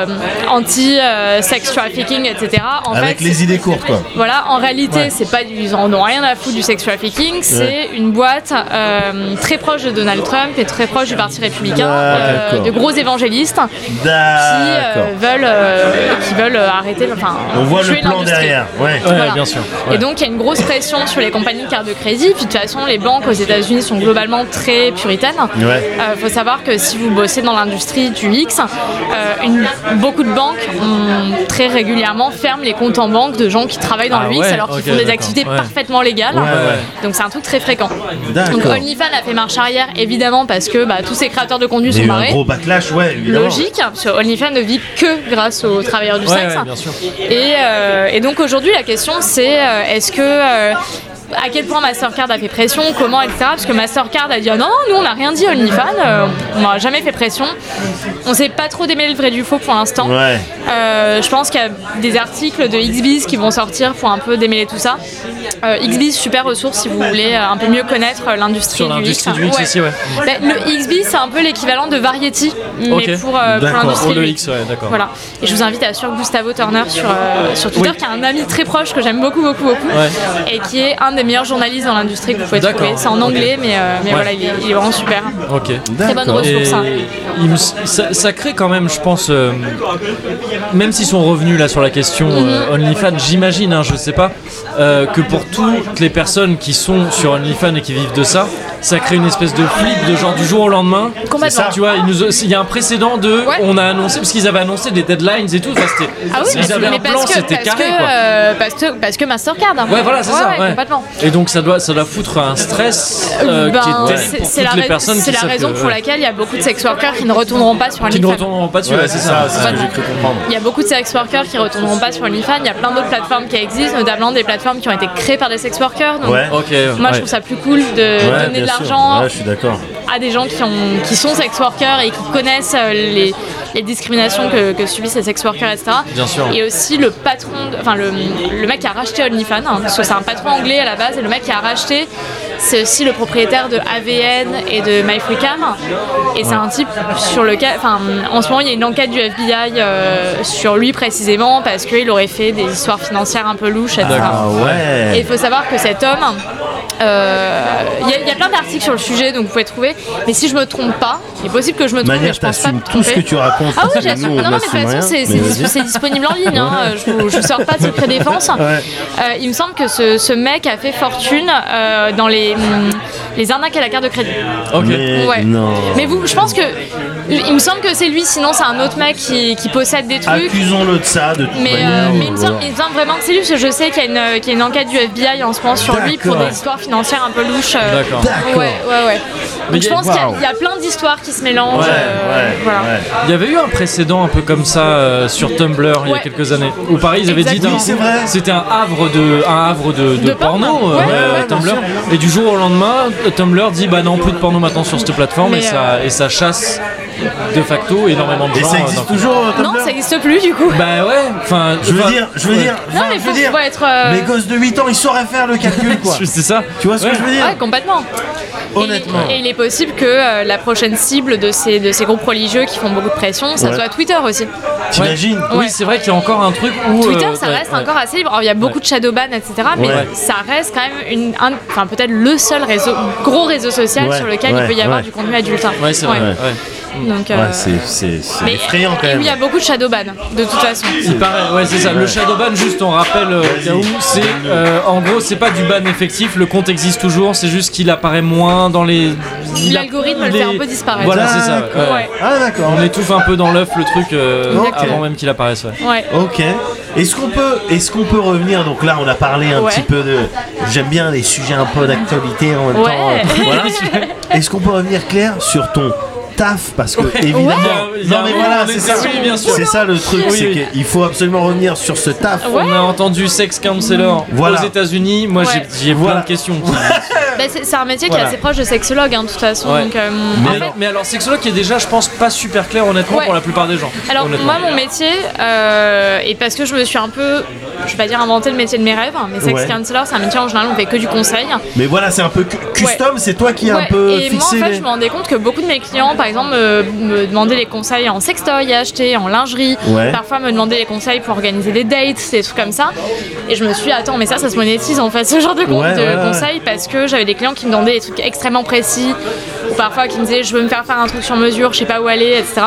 B: anti-sex trafficking, etc. En
C: Avec
B: fait,
C: les idées courtes, quoi.
B: voilà, en réalité,
C: Ouais.
B: c'est pas, du- ils en ont rien à foutre du sex trafficking. C'est
C: Ouais.
B: une boîte euh, très proche de Donald Trump et très proche du Parti républicain, euh,
C: D'accord.
B: de gros évangélistes qui euh,
C: D'accord.
B: veulent, euh, qui veulent euh, arrêter, enfin,
C: On voit
B: tuer
C: le plan
B: l'industrie.
C: derrière. Ouais.
A: Ouais,
B: Voilà.
A: bien sûr.
B: Et
A: Ouais.
B: donc il y a une grosse pression sur les compagnies de cartes de crédit. Puis de toute façon, les banques aux États-Unis sont globalement très puritaines. Il
C: Ouais.
B: faut savoir que si vous bossez dans l'industrie du X, euh, une- beaucoup de banques ont- très régulièrement ferment les comptes en banque de gens qui travaillent dans
A: Ah
B: le X
A: ouais,
B: alors qu'ils
A: ok,
B: font des
A: d'accord.
B: activités
A: Ouais.
B: parfaitement légales.
C: Ouais, ouais.
B: Donc c'est un truc très fréquent. Donc
C: D'accord.
B: OnlyFans a fait marche arrière évidemment parce que bah, tous ces créateurs de contenu
C: Il y a
B: sont
C: eu un
B: barrés
C: gros backlash, ouais, évidemment.
B: logique, parce que OnlyFans ne vit que grâce aux travailleurs du
A: Ouais,
B: sexe.
A: ouais, bien sûr.
B: Et, euh, et donc aujourd'hui, la question c'est euh, est-ce que. euh, à quel point Mastercard a fait pression, comment, etc. Parce que Mastercard a dit Ah non, non, nous on n'a rien dit, OnlyFans, euh, on n'a jamais fait pression. On sait pas trop démêler le vrai du faux pour l'instant.
C: Ouais.
B: Euh, je pense qu'il y a des articles de XBiz qui vont sortir pour un peu démêler tout ça. Euh, XBiz, super ressource si vous voulez euh, un peu mieux connaître euh, l'industrie
A: Sur
B: du
A: l'industrie
B: X.
A: du X ici, ouais.
B: Bah, le XBiz, c'est un peu l'équivalent de Variety, mais
A: Ok.
B: pour, euh, pour
C: D'accord.
B: l'industrie
A: Pour le
B: du
A: X, ouais, d'accord.
B: voilà. Et je vous invite à suivre Gustavo Turner sur, euh, sur Twitter,
A: Oui.
B: qui est un ami très proche que j'aime beaucoup, beaucoup, beaucoup.
A: Ouais.
B: Et qui est un des meilleurs journalistes dans l'industrie que vous pouvez
A: D'accord.
B: trouver. C'est en anglais, mais, euh, mais voilà, il est, il est vraiment super.
A: Ok.
B: Très bonne
C: D'accord.
B: ressource.
A: Et
B: hein.
A: il me s- ça, ça crée quand même, je pense, euh, même s'ils sont revenus là sur la question
B: Mhm.
A: euh, OnlyFans, j'imagine, hein, je sais pas, euh, que pour toutes les personnes qui sont sur OnlyFans et qui vivent de ça, ça crée une espèce de flip de genre du jour au lendemain.
B: Complètement.
A: Tu vois, il nous a- il y a un précédent de,
B: Ouais.
A: on a annoncé parce qu'ils avaient annoncé des deadlines et tout. enfin, c'était-
B: Ah oui, mais,
A: ils avaient
B: mais
A: un plan,
B: parce, que,
A: c'était
B: parce,
A: carré.
B: que,
A: quoi.
B: euh, parce que parce que Mastercard. hein.
A: Ouais, voilà, c'est ça. ouais.
B: complètement.
A: Et donc ça doit, ça doit foutre un stress euh,
B: Ben,
A: qui est terrible
B: c'est-
A: pour
B: c'est
A: toutes
B: la,
A: les
B: rais-
A: personnes qui
B: c'est la
A: savent
B: raison
A: que-
B: pour
A: ouais.
B: laquelle il y a beaucoup de sex workers qui ne retourneront pas sur
A: qui ne
B: OnlyFans.
A: retourneront pas dessus.
C: Ouais,
A: ouais, c'est ça.
C: c'est ce que j'ai cru comprendre.
B: Il y a beaucoup euh, de sex workers qui retourneront pas sur OnlyFans. Il y a plein d'autres plateformes qui existent, notamment des plateformes qui ont été créées par des sex workers. Donc,
C: Ouais.
A: Ok.
B: Moi,
A: ouais.
B: je trouve ça plus cool de
C: Ouais,
B: donner
C: bien
B: de
C: sûr.
B: l'argent
C: Ouais, je suis d'accord.
B: à des gens qui, ont, qui sont sex workers et qui connaissent euh, les, les discriminations que, que subissent les sex workers, etc.
A: Bien sûr.
B: Et aussi le patron, de- enfin le, le mec qui a racheté OnlyFans, hein, parce que c'est un patron anglais à la base, et le mec qui a racheté, c'est aussi le propriétaire de AVN et de MyFreeCam. Et c'est un type sur lequel, enfin en ce moment il y a une enquête du FBI euh, sur lui précisément parce qu'il aurait fait des histoires financières un peu louches, etc.
C: Ah
B: Et
C: ouais.
B: il faut savoir que cet homme, euh, il y, a- il y a plein d'articles sur le sujet, donc vous pouvez trouver. Mais si je me trompe pas, il est possible que je me trompe, mais
C: Manière,
B: je pense pas
C: t'assumes
B: me
C: tout ce que
B: tromper.
C: tu racontes.
B: Ah oui,
C: parce que
B: j'assume.
C: nous,
B: Non, non,
C: on
B: mais de toute
C: n'assume rien,
B: façon, c'est-
C: mais
B: c'est
C: vas-y.
B: c'est disponible en ligne. hein, Je vous- je vous sors pas de secret défense. Euh, il me semble que ce, ce mec a fait fortune euh, dans les, hum, les arnaques à la carte de crédit.
A: Ok.
C: Mais
B: Ouais.
C: Eh non.
B: Mais vous, je pense que. Il me semble que c'est lui, sinon c'est un autre mec qui, qui possède des
C: Ah,
B: trucs.
C: Accusons-le de ça, de toute
B: Mais, euh,
C: manière.
B: mais il, me semble, il me semble vraiment que c'est lui, parce que je sais qu'il y, a une, euh, qu'il y a une enquête du FBI en ce moment sur lui pour
C: D'accord.
B: des histoires financières un peu louches. euh,
A: D'accord.
C: D'accord.
B: Ouais, ouais, ouais.
A: Mais
B: Donc je
A: y a-
B: pense qu'il y a-
C: waouh.
B: il y, a plein d'histoires qui se mélangent.
C: Ouais,
B: euh,
C: ouais,
B: voilà.
C: ouais.
A: Il y avait eu un précédent un peu comme ça euh, sur Tumblr il y a
B: Ouais.
A: quelques années. Au Paris, ils avaient dit
B: Exactement.
A: d'un-
B: Oui,
C: c'est vrai.
A: c'était un havre de un havre de, de
B: De porno.
A: porno euh,
B: Ouais, ouais,
C: ouais,
A: Tumblr.
C: bien sûr.
A: Et du jour au lendemain, Tumblr dit bah non plus de porno maintenant sur cette plateforme et
B: Mais, euh,
A: ça et ça chasse de facto énormément de gens.
C: Et ça
A: euh,
C: existe
A: d'un coup.
C: toujours, euh,
B: Non,
C: Tumblr
B: ça n'existe plus du coup.
A: Bah ouais. Enfin,
C: Je veux
A: enfin,
C: dire, je veux
A: ouais.
C: dire,
B: non,
C: enfin,
B: mais
C: je veux
B: faut,
C: dire,
B: faut être. euh,
C: les gosses de 8 ans, ils sauraient faire le calcul, quoi.
A: C'est ça.
C: Tu vois ce que
A: Ouais.
C: je veux dire
B: Ouais, complètement.
C: Honnêtement.
B: Et, et il est possible que euh, la prochaine cible de ces, de ces groupes religieux qui font beaucoup de pression, ça
C: Ouais.
B: soit Twitter aussi.
C: T'imagines
A: Ouais. Oui, c'est vrai qu'il y a encore un truc où
B: Twitter,
A: euh,
B: ça
A: ouais,
B: reste
A: ouais.
B: encore assez libre. Alors, il y a beaucoup de shadowban, etc. Mais
C: Ouais.
B: ça reste quand même une, un- enfin peut-être le seul réseau, gros réseau social
C: Ouais,
B: sur lequel
C: ouais,
B: il peut y avoir
C: ouais.
B: du contenu adulte. hein.
A: Ouais, c'est vrai.
B: Ouais.
A: ouais.
B: Donc, euh,
C: Ouais, c'est- c'est c'est
B: mais-
C: effrayant quand
B: et oui, il y
C: même.
B: a beaucoup de shadowban, de toute façon.
A: Il paraît, ouais, c'est ça. Le Shadowban, juste on rappelle euh, au cas où, c'est euh, en gros, c'est pas du ban effectif, le compte existe toujours, c'est juste qu'il apparaît moins dans les. il a-
B: L'algorithme le fait un peu disparaître.
A: Voilà, c'est ça. ouais.
B: Ouais.
C: Ah d'accord.
A: On étouffe un peu dans l'œuf le truc euh,
C: Ok.
A: avant même qu'il apparaisse. ouais.
B: Ouais.
C: Ok. Est-ce qu'on peut, est-ce qu'on peut revenir Donc là, on a parlé un
B: Ouais.
C: petit peu de. J'aime bien les sujets un peu d'actualité en même
B: Ouais.
C: temps. euh, voilà. Est-ce qu'on peut revenir Claire sur ton taf Parce que évidemment.
A: Ouais.
C: Non mais
A: Oui,
C: voilà,
A: on
C: c'est
A: est-
C: ça.
A: oui, bien sûr.
C: C'est ça le truc,
A: Oui,
C: c'est
A: oui.
C: qu'il faut absolument revenir sur ce taf.
B: Ouais.
A: On a entendu sex counselor
C: Voilà.
A: aux États-Unis. Moi, j'ai-
B: Ouais.
A: j'ai plein
C: Voilà.
A: de questions.
B: Bah, c'est c'est un métier qui
C: Voilà.
B: est assez proche de sexologue, hein, de toute façon.
A: Ouais.
B: donc, euh,
A: Mais,
B: en fait,
A: alors, mais alors, sexologue est déjà, je pense, pas super clair honnêtement
B: Ouais.
A: pour la plupart des gens.
B: Alors
A: honnêtement.
B: moi mon métier, euh, et parce que je me suis un peu, je vais pas dire inventé le métier de mes rêves, hein, mais sex
C: Ouais.
B: counselor c'est un métier en général on fait que du conseil.
C: Mais voilà, c'est un peu cu- custom. C'est toi qui as
B: Ouais,
C: un peu
B: et moi en
C: fixé.
B: fait
C: les-
B: je me rendais compte que beaucoup de mes clients par exemple me, me demandaient les conseils en sextoy à acheter, en lingerie,
C: Ouais.
B: parfois me demandaient les conseils pour organiser des dates, des trucs comme ça. Et je me suis dit attends mais ça ça se monétise en fait ce genre de, con-
C: Ouais,
B: de
C: ouais, ouais.
B: conseils parce que j'avais des clients qui me demandaient des trucs extrêmement précis ou parfois qui me disaient je veux me faire faire un truc sur mesure, je sais pas où aller, etc.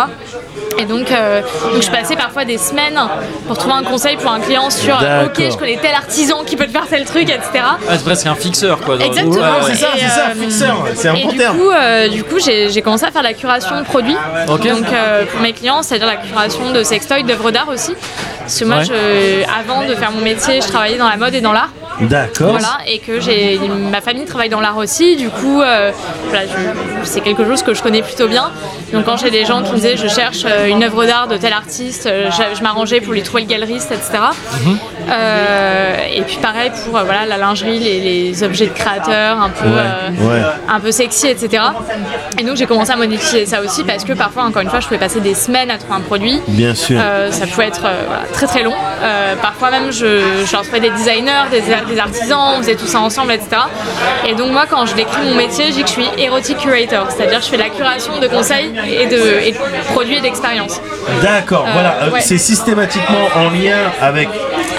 B: Et donc, euh, donc je passais parfois des semaines pour trouver un conseil pour un client sur euh, ok
C: D'accord.
B: je connais tel artisan qui peut te faire tel truc etc.
A: Ah, c'est presque un fixeur quoi. dans-
B: Exactement.
A: Ouais,
C: Ah,
A: ouais.
C: c'est ça,
B: Et,
C: c'est ça,
B: euh,
C: fixeur. C'est un
B: Et
C: bon
B: du
C: terme.
B: coup, euh, du coup j'ai j'ai commencé à faire la curation de produits
A: Ok.
B: donc euh, pour mes clients, c'est-à-dire la curation de sextoys, d'œuvres d'art aussi. Parce que moi,
A: Ouais.
B: je- avant de faire mon métier, je travaillais dans la mode et dans l'art.
C: D'accord.
B: Voilà, et que j'ai ma famille travaille dans l'art aussi, du coup, euh, voilà, je- c'est quelque chose que je connais plutôt bien. Donc quand j'ai des gens qui me disaient je cherche euh, une œuvre d'art de tel artiste, euh, je, je m'arrangeais pour lui trouver le galeriste, etc.
C: Mhm.
B: Euh, et puis pareil pour euh, voilà la lingerie, les, les objets de créateurs, un peu. euh,
C: Ouais.
B: un peu sexy, etc. Et donc j'ai commencé à monétiser ça aussi parce que parfois, encore une fois, je pouvais passer des semaines à trouver un produit.
C: Bien sûr.
B: Euh, ça pouvait être euh, voilà, très très long. Euh, parfois même, je, je leur trouvais des designers, des, des artisans, on faisait tout ça ensemble, etc. Et donc moi, quand je décris mon métier, je dis que je suis erotic curator, c'est-à-dire je fais de la curation de conseils et de, et de produits et d'expériences
C: D'accord, voilà, euh,
B: ouais.
C: c'est systématiquement en lien avec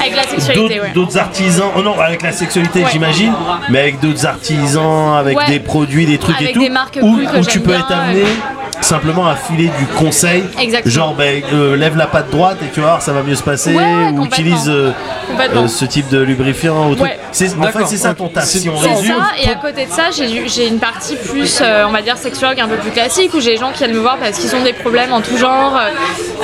B: avec la sexualité.
C: d'autres
B: Ouais.
C: d'autres artisans, oh non, avec la sexualité
B: Ouais.
C: j'imagine, mais avec d'autres artisans, avec
B: Ouais.
C: des produits, des trucs
B: Avec
C: et tout,
B: des marques
C: où,
B: cool que
C: où tu
B: j'aime
C: peux
B: bien,
C: être amené
B: euh.
C: simplement à filer du conseil.
B: Exactement.
C: Genre, ben, euh, lève la patte droite et tu vas voir, ça va mieux se passer.
B: Ouais, ouais,
C: ou
B: complètement.
C: utilise euh,
B: Complètement.
C: euh, ce type de lubrifiant. Ou truc.
B: Ouais.
C: C'est- En fait,
A: D'accord.
C: c'est ça ton taf.
A: C'est-
C: Si on
A: c'est
B: C'est
C: résume,
B: ça, et à côté de ça, j'ai j'ai une partie plus, euh, on va dire, sexologue un peu plus classique, où j'ai des gens qui viennent me voir parce qu'ils ont des problèmes en tout genre.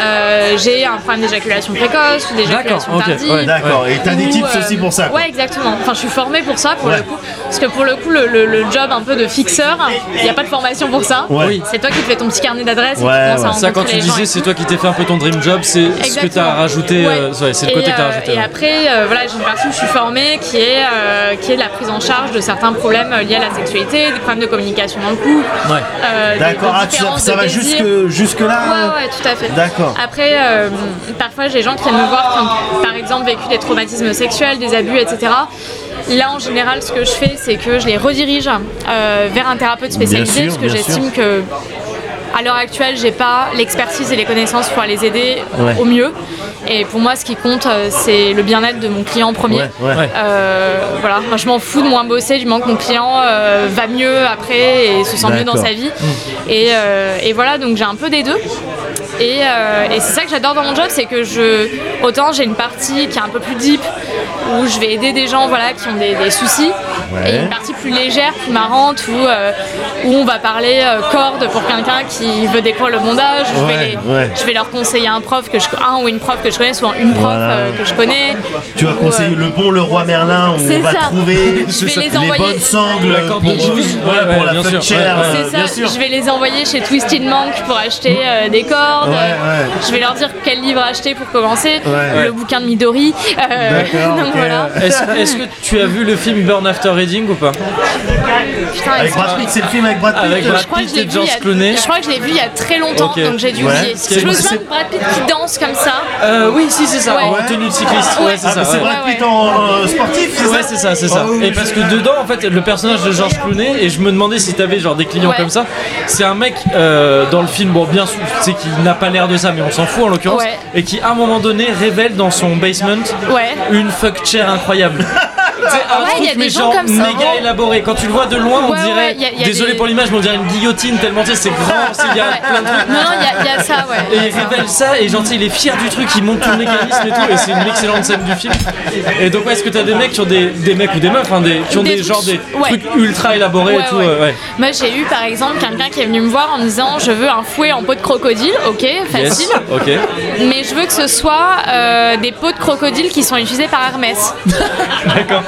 B: Euh, j'ai un problème d'éjaculation précoce ou d'éjaculation
A: D'accord, ok,
B: tardive.
A: ouais,
C: D'accord, et t'as des
B: ou,
C: tips
B: euh,
C: aussi pour ça. quoi.
B: Ouais, exactement. Enfin, je suis formée pour ça, pour
C: Ouais.
B: le coup. Parce que pour le coup, le, le- le job un peu de fixeur, il n'y a pas de formation pour ça.
C: Ouais.
A: Oui.
B: C'est toi qui te fais ton petit carnet d'adresse et
C: Ouais,
B: tu
C: ouais.
B: commences à
A: Ça, quand
B: rencontrer
A: tu
B: les gens
A: disais,
B: et
A: c'est
B: tout.
A: toi qui t'es fait un peu ton dream job, c'est ce que t'as
B: Exactement.
A: rajouté.
B: Ouais.
A: euh, ouais, c'est le
B: Et,
A: côté que t'as
B: euh,
A: rajouté.
B: Et
A: ouais.
B: après, euh, voilà, j'ai une partie où je suis formée qui est, euh, qui est la prise en charge de certains problèmes euh, liés à la sexualité, des problèmes de communication dans le couple.
A: Ouais.
B: euh, des-
C: D'accord,
B: des
C: ah, ça,
B: différences
C: ça
B: de
C: va
B: désir.
C: jusque, jusque là. euh,
B: Ouais, ouais, tout à fait.
C: D'accord.
B: Après, euh, parfois, j'ai des gens qui viennent me voir qui ont, par exemple, vécu des traumatismes sexuels, des abus, etc. Là, en général, ce que je fais, c'est que je les redirige euh, vers un thérapeute spécialisé,
C: sûr,
B: parce que
C: bien
B: j'estime que. À l'heure actuelle, j'ai pas l'expertise et les connaissances pour les aider
C: Ouais.
B: au mieux. Et pour moi, ce qui compte, euh, c'est le bien-être de mon client en premier.
C: Ouais, ouais.
A: Ouais.
B: Euh, voilà, moi je m'en fous de moins bosser, du moment que mon client euh, va mieux après et se sent mieux dans
C: D'accord.
B: sa vie. Et, euh, et voilà, donc j'ai un peu des deux. Et, euh, et c'est ça que j'adore dans mon job, c'est que je, autant j'ai une partie qui est un peu plus deep, où je vais aider des gens voilà, qui ont des, des soucis,
C: Ouais.
B: et une partie plus légère, plus marrante, où, euh, où on va parler euh, corde pour quelqu'un qui veut découvrir le bondage, je, vais
C: Ouais,
B: les-
C: ouais.
B: je vais leur conseiller un prof, que je, un ou une prof que je connais, souvent une prof
C: Voilà.
B: euh, que je connais.
C: Tu vas
B: Ou,
C: conseiller
B: euh,
C: le bon le roi Merlin, où
B: C'est
C: on va
B: ça.
C: trouver
B: Je vais les
C: les
B: envoyer-
C: bonnes sangles
A: La corde
C: pour,
A: de Zeus.
C: euh, voilà,
A: Ouais,
C: pour
A: ouais,
C: la
A: bien
C: fuck
A: sûr.
C: chair,
A: Ouais, ouais.
C: euh,
B: C'est
C: bien
B: ça,
C: sûr.
B: je vais les envoyer chez Twisted Mank pour acheter euh, des cordes.
C: Ouais, ouais.
B: Je vais leur dire quel livre acheter pour commencer.
C: Ouais.
B: Le bouquin de Midori. Euh,
C: D'accord,
B: donc
C: ok.
B: voilà.
A: Est-ce est-ce que tu as vu le film Burn After Reading ou pas
B: Putain,
C: Avec
B: est-ce que-
C: Brad Pitt, c'est le film avec Brad Pitt.
A: Avec
B: je crois
A: Brad
B: que je
A: Pitt
B: l'ai
A: et
B: vu,
A: George
B: il y a-
A: Clooney
B: je crois que je l'ai vu il y a très longtemps,
A: Ok.
B: donc j'ai dû
C: Ouais.
B: oublier.
A: Ce qui
B: Je me
A: est-
B: souviens de Brad Pitt qui danse comme ça.
A: Euh, Oui, si, c'est ça.
B: Ouais.
A: En tenue de cycliste.
B: Ouais.
A: Ouais, c'est
C: Ah,
A: ça.
C: mais c'est
A: ouais.
C: Brad
B: Ouais,
C: Pitt en euh, sportif, c'est
A: Ouais,
C: ça
A: c'est ça, c'est ça.
C: Ah oui,
A: et parce que
C: je-
A: dedans, en fait, le personnage de George Clooney, et je me demandais si t'avais genre des clients
B: Ouais.
A: comme ça, c'est un mec euh, dans le film, bon, bien sûr, c'est qu'il n'a pas l'air de ça, mais on s'en fout en l'occurrence,
B: Ouais.
A: et qui à un moment donné révèle dans son basement
B: Ouais.
A: une fuck chair incroyable. C'est un
B: Ouais,
A: truc,
B: il y a des
A: mais
B: gens
A: genre
B: comme ça.
A: méga élaboré. Quand tu le vois de loin, on
B: Ouais,
A: dirait,
B: ouais, il y a- il y a
A: désolé
B: des-
A: pour l'image, mais on dirait une guillotine tellement tu sais, c'est grand, c'est- il y a
B: Ouais.
A: plein de trucs.
B: Non, non, il y a- il y, a ça, ouais.
A: Et il révèle ça et genre tu sais, il est fier du truc, il monte tout le mécanisme et tout et c'est une excellente scène du film. Et donc ouais, est-ce que t'as des mecs qui ont des, des mecs ou des meufs hein, des, qui ont
B: Des
A: des,
B: trucs-
A: genre des
B: ouais.
A: trucs ultra élaborés
B: Ouais,
A: et tout
B: ouais.
A: euh, ouais.
B: Moi j'ai eu par exemple quelqu'un qui est venu me voir en me disant je veux un fouet en peau de crocodile, ok, facile.
A: Yes. OK.
B: Mais je veux que ce soit euh, des peaux de crocodile qui sont utilisées par Hermès.
A: D'accord.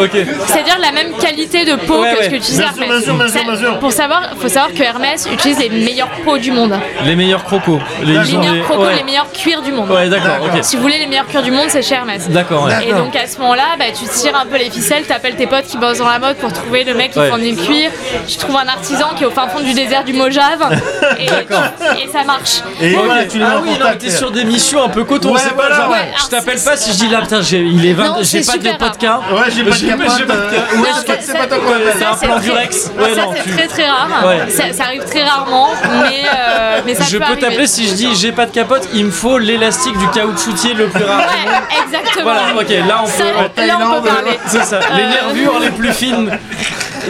A: OK.
B: C'est-à-dire la même qualité de peau
A: Ouais,
B: que ce
A: ouais.
B: que utilise
C: Bien sûr,
B: Hermès.
C: bien sûr, bien sûr,
B: Ça-
C: bien sûr.
B: Pour savoir, faut savoir que Hermès utilise les meilleures peaux du monde.
A: Les meilleurs crocos. Les,
B: Les
A: les-
B: meilleurs crocos,
A: ouais.
B: les meilleurs cuirs du monde.
A: Ouais, d'accord.
C: D'accord.
A: OK.
B: Si vous voulez les meilleurs cuirs du monde, c'est chez Hermès.
A: D'accord. ouais.
B: Et donc à ce moment-là, bah, tu tires un peu les ficelles, t'appelles tes potes qui bossent dans la mode pour trouver le mec qui
A: Ouais.
B: prend du cuir. Tu trouves un artisan qui est au fin fond du désert du Mojave. et, et ça marche.
C: Et
A: Ok.
C: voilà, tu les mets
A: ah
C: en
A: oui, non, mais
C: contact.
A: t'es sur des missions un peu coton,
C: Ouais,
A: c'est
C: voilà,
A: pas genre,
C: ouais.
A: je t'appelle pas si je dis là, putain, j'ai- il est 20,
B: Non,
A: j'ai
B: c'est
A: pas de
B: super rare.
A: podcast.
C: Ouais, j'ai pas de capote.
A: j'ai pas de
C: euh,
A: capote.
C: ouais,
B: Non,
C: je crois que
B: ça-
C: c'est pas
B: ça-
C: ton problème.
A: c'est un
B: c'est
A: plan
B: très-
A: Durex.
B: ça,
A: Ouais, non,
B: c'est
A: tu-
B: très très rare.
A: Ouais.
B: Ça, ça arrive très rarement, mais, euh, mais ça
A: Je
B: peut
A: peux
B: arriver.
A: t'appeler si je dis j'ai pas de capote, il me faut l'élastique du caoutchoutier le plus rare.
B: Ouais, exactement.
A: Voilà, ok, là on
B: Ça,
A: peut. ouais.
B: là, on
C: Thaïlande,
B: peut parler. Euh,
A: C'est ça, les nervures les plus fines.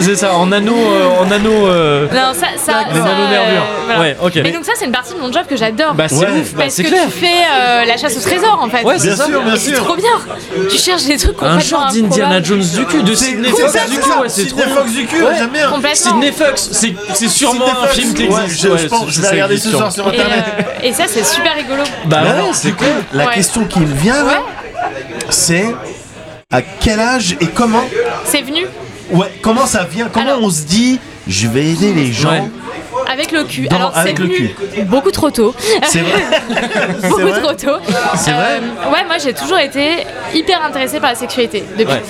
A: C'est ça, en anneau. euh, en anneau euh,
B: Non, ça, ça,
A: Les
B: ça, euh,
A: nanonervures.
B: voilà.
A: Ouais, ok.
B: Mais donc ça, c'est une partie de mon job que j'adore.
A: Bah c'est
C: Ouais.
A: ouf, bah,
B: parce
A: c'est
B: que
A: clair.
B: tu fais euh, la chasse au trésor en fait.
A: Ouais, c'est
C: Bien
A: ça.
C: sûr, bien
B: Et c'est trop
C: sûr.
B: bien. Tu cherches des trucs
A: Un
B: complètement
A: genre d'Indiana
B: improbables.
A: Jones du cul, de Sidney Fox
C: ça,
A: du
C: c'est
A: cul,
C: ça.
A: ouais, c'est trop.
C: Sidney Fox du cul, j'aime bien.
B: Complètement.
A: Sidney Fox, c'est c'est sûrement
C: Sidney
A: un
C: Fox,
A: film qui
C: ouais,
A: existe.
C: je-
A: Ouais,
C: Je
A: c'est-
C: pense, je
A: c'est-
C: vais
A: ça
C: regarder ce
A: existe
C: soir
A: sûrement.
C: sur
B: Et,
C: internet.
B: euh, et ça, c'est super rigolo.
A: Bah
C: Ah
A: ouais,
C: non, c'est cool. La
B: Ouais.
C: question qui me vient, là,
B: Ouais.
C: c'est à quel âge et comment
B: C'est venu
C: Ouais, comment ça vient Comment
B: Alors-
C: on se dit je vais aider les gens
A: Ouais.
B: avec le cul.
C: Dans-
B: Alors,
C: avec
B: c'est
C: le
B: venu beaucoup trop tôt.
C: C'est vrai C'est
B: beaucoup
C: vrai
B: trop tôt. Euh,
C: C'est vrai
B: Ouais, moi j'ai toujours été hyper intéressée par la sexualité depuis
A: Ouais.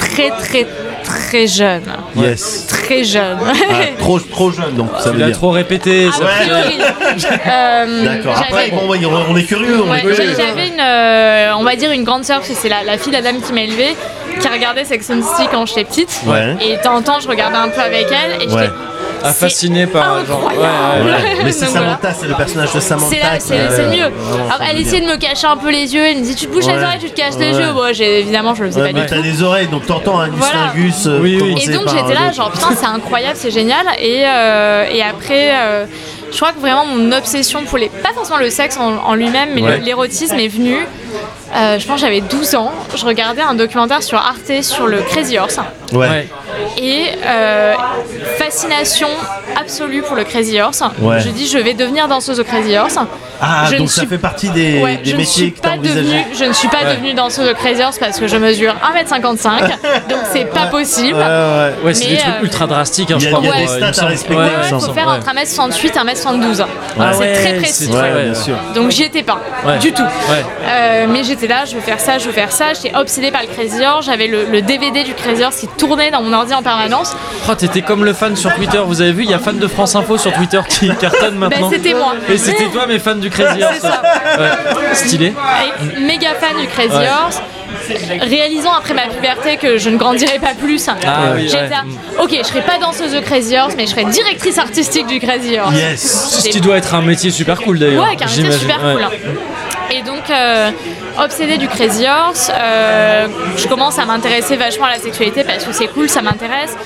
B: très très très jeune.
C: Yes.
B: Très jeune.
C: Ah, trop, trop jeune, donc ça
A: Tu
C: veut
A: l'as
C: dire.
A: trop répété, ça
B: A priori. Euh,
C: D'accord. Après,
B: j'avais-
C: bon, ouais, on est curieux. On
B: Ouais,
C: est curieux.
B: j'a- J'avais une, euh, on va dire une grande sœur, parce que c'est la, la fille de la dame qui m'a élevée, qui regardait Sex and the City quand j'étais petite.
C: Ouais.
B: Et de temps en temps, je regardais un peu avec elle et j'étais
C: Ouais.
A: Ah, fasciné par. genre, ouais, ouais, ouais.
C: Voilà. Mais c'est
B: Donc
C: Samantha, c'est le personnage de Samantha.
B: C'est là,
C: qui- euh,
B: c'est c'est le mieux. Alors, elle essayait de me cacher un peu les yeux, elle me dit tu te bouches
C: Ouais.
B: les oreilles, tu te caches les
C: Ouais.
B: yeux. Moi, j'ai- évidemment, je le faisais
C: Ouais,
B: pas
C: mais
B: du
C: bah, t'as
B: tout.
C: des oreilles, donc t'entends un
B: Voilà.
C: distingus euh,
A: Oui, oui.
B: Et
C: commencer
B: donc
C: par un
B: j'étais là,
C: autre.
B: genre putain, c'est incroyable, c'est génial. Et, euh, et après, euh, je crois que vraiment mon obsession pour les. Pas forcément le sexe en, en lui-même, mais
A: Ouais.
B: le- l'érotisme est venu. euh, je pense que j'avais 12 ans. Je regardais un documentaire sur Arte sur le Crazy Horse.
C: Ouais.
B: Et euh, fascination absolue pour le Crazy Horse.
C: Ouais.
B: Je dis, je vais devenir danseuse au Crazy Horse.
C: Ah,
B: Je ne
C: donc ça
B: suis-
C: fait partie des,
B: Ouais,
C: des
B: je ne suis
C: métiers que t'as
B: pas
C: envisagé.
B: devenue, je ne suis pas
A: Ouais.
B: devenue danseuse au Crazy Horse parce que je mesure 1m55, donc c'est pas possible.
C: Ouais, ouais.
A: Ouais, c'est
B: Mais,
A: des trucs
B: euh,
A: ultra drastiques, hein,
C: il y
A: je
C: a-
A: crois.
C: il y a
A: pour,
C: des
A: euh,
C: stats
A: me
C: à
A: semble.
C: respecter,
A: Ouais,
C: il me
A: ouais,
B: Ouais,
C: semble.
B: faut faire entre 1m68 1m72.
A: Ah
B: c'est
A: ouais,
B: très précis.
A: c'est
C: Ouais,
A: très,
C: bien sûr.
B: Donc j'y étais pas,
A: Ouais.
B: du tout.
A: Ouais.
B: Euh, mais j'étais là, je veux faire ça, je veux faire ça. J'étais obsédée par le Crazy Horse. J'avais le, le DVD du Crazy Horse qui tournait dans mon ordi en permanence.
A: Oh, t'étais comme le fan sur Twitter, vous avez vu, il y a fan de France Info sur Twitter qui cartonne
B: Ben,
A: maintenant.
B: c'était moi.
A: Et c'était toi, mes fans du Crazy Horse.
B: C'est ça.
A: Ouais, Stylé.
B: Et méga fan du Crazy
A: Ouais.
B: Horse. Réalisant après ma puberté que je ne grandirais pas plus,
A: Ah oui,
B: j'étais
A: ouais.
B: là, ok, je serai pas danseuse de Crazy Horse, mais je serai directrice artistique du Crazy Horse.
C: Yes.
A: Ce qui doit être un métier super cool d'ailleurs.
B: Ouais, qui est un métier
A: j'imagine.
B: super
A: Ouais.
B: cool. hein. Et donc, euh, obsédée du Crazy Horse, euh, je commence à m'intéresser vachement à la sexualité parce que c'est cool, ça m'intéresse.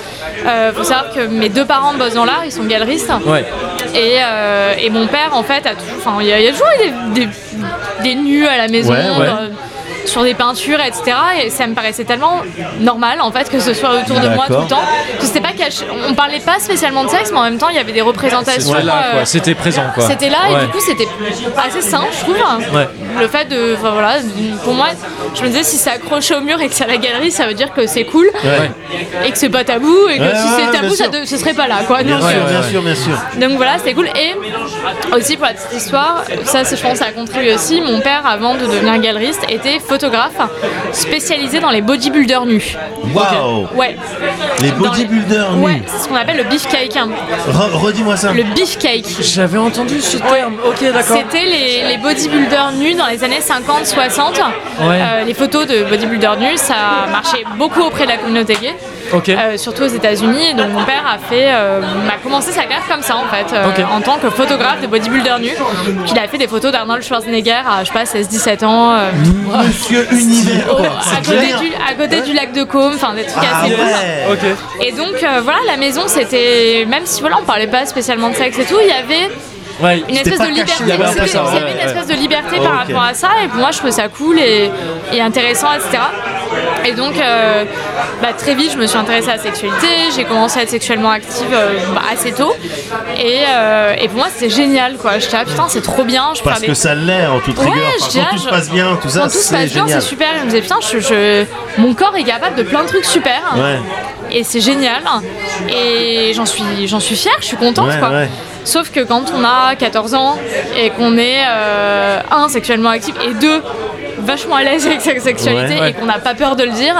B: Euh, faut savoir que mes deux parents bossent dans l'art, ils sont galeristes.
A: Ouais.
B: Et, euh, et mon père, en fait, a toujours. Enfin, il y, a il y a toujours eu des, des, des nus à la maison.
C: Ouais, ouais.
B: dans- sur des peintures, etc. Et ça me paraissait tellement normal, en fait, que ce soit autour de moi tout
C: D'accord.
B: le temps. que c'était pas caché. On parlait pas spécialement de sexe, mais en même temps, il y avait des représentations.
A: Ouais, là,
B: euh,
A: quoi, C'était présent, quoi.
B: c'était là et
A: Ouais.
B: du coup c'était assez simple je trouve.
A: Ouais.
B: Le fait de, enfin voilà, pour moi, je me disais si c'est accroché au mur et que c'est à la galerie, ça veut dire que c'est cool
A: Ouais.
B: et que c'est pas tabou et que
C: Ouais,
B: si
C: ouais,
B: c'est
C: bien
B: tabou, ça
C: sûr.
B: de- ce serait pas là quoi.
C: Bien
B: Donc,
C: sûr,
B: euh,
C: bien sûr, bien sûr.
B: donc voilà, c'était cool. Et aussi pour la petite histoire, ça c'est- je pense ça a contribué aussi, mon père avant de devenir galeriste était photographe spécialisé dans les bodybuilders nus.
C: Waouh.
B: Ouais.
C: Les
B: Dans les-
C: bodybuilders nus.
B: Ouais, c'est ce qu'on appelle le beefcake. hein.
C: Re- Redis-moi ça.
B: Le beefcake.
A: J'avais entendu ce terme. Ok, d'accord.
B: C'était les, les bodybuilders nus dans les années 50-60. les photos de bodybuilders nus, ça marchait beaucoup auprès de la communauté gay,
A: Ok.
B: euh, surtout aux États-Unis. Et Donc mon père a fait, euh, a commencé sa carrière comme ça en fait, euh,
A: Ok.
B: en tant que photographe de bodybuilders nus. Donc, Il a fait des photos d'Arnold Schwarzenegger à je sais pas 16-17 ans. euh,
C: Monsieur Univers.
B: au-
C: quoi.
B: à,
C: C'est
B: côté
C: clair.
B: du, à côté du lac de Caume, enfin des trucs
C: Ah
B: assez cool.
C: ouais.
A: Ok.
B: Et donc euh, voilà, la maison c'était, même si voilà, on parlait pas spécialement de sexe et tout, il y avait
A: Ouais.
B: une espèce
C: pas
B: de
C: caché,
B: liberté.
C: il y avait un
B: C'était-
C: peu ça,
B: il y avait
A: ouais,
B: une
A: ouais.
B: espèce de liberté
C: Ok.
B: par rapport à ça, et moi je trouvais ça cool et, et intéressant, etc. Et donc, euh, bah, très vite, je me suis intéressée à la sexualité, j'ai commencé à être sexuellement active euh, bah, assez tôt, et, euh, et pour moi c'était génial, quoi. J'étais là, putain, c'est trop bien, je
C: Parce
B: parlais-
C: que ça l'est en toute
B: Ouais,
C: rigueur.
B: je
C: Enfin,
B: dirais,
C: quand tout
B: je-
C: se passe bien, tout ça,
B: Quand tout se
C: c'est
B: passe bien, c'est
C: génial.
B: super. Je me disais, putain, je, je- mon corps est capable de plein de trucs super.
C: Ouais.
B: Et c'est génial. Et j'en suis, j'en suis fière, je suis contente.
C: Ouais,
B: quoi.
C: ouais.
B: Sauf que quand on a 14 ans et qu'on est, euh, un, sexuellement actif et deux, vachement à l'aise avec sa sexualité
C: Ouais,
A: ouais.
B: et qu'on n'a pas peur de le dire,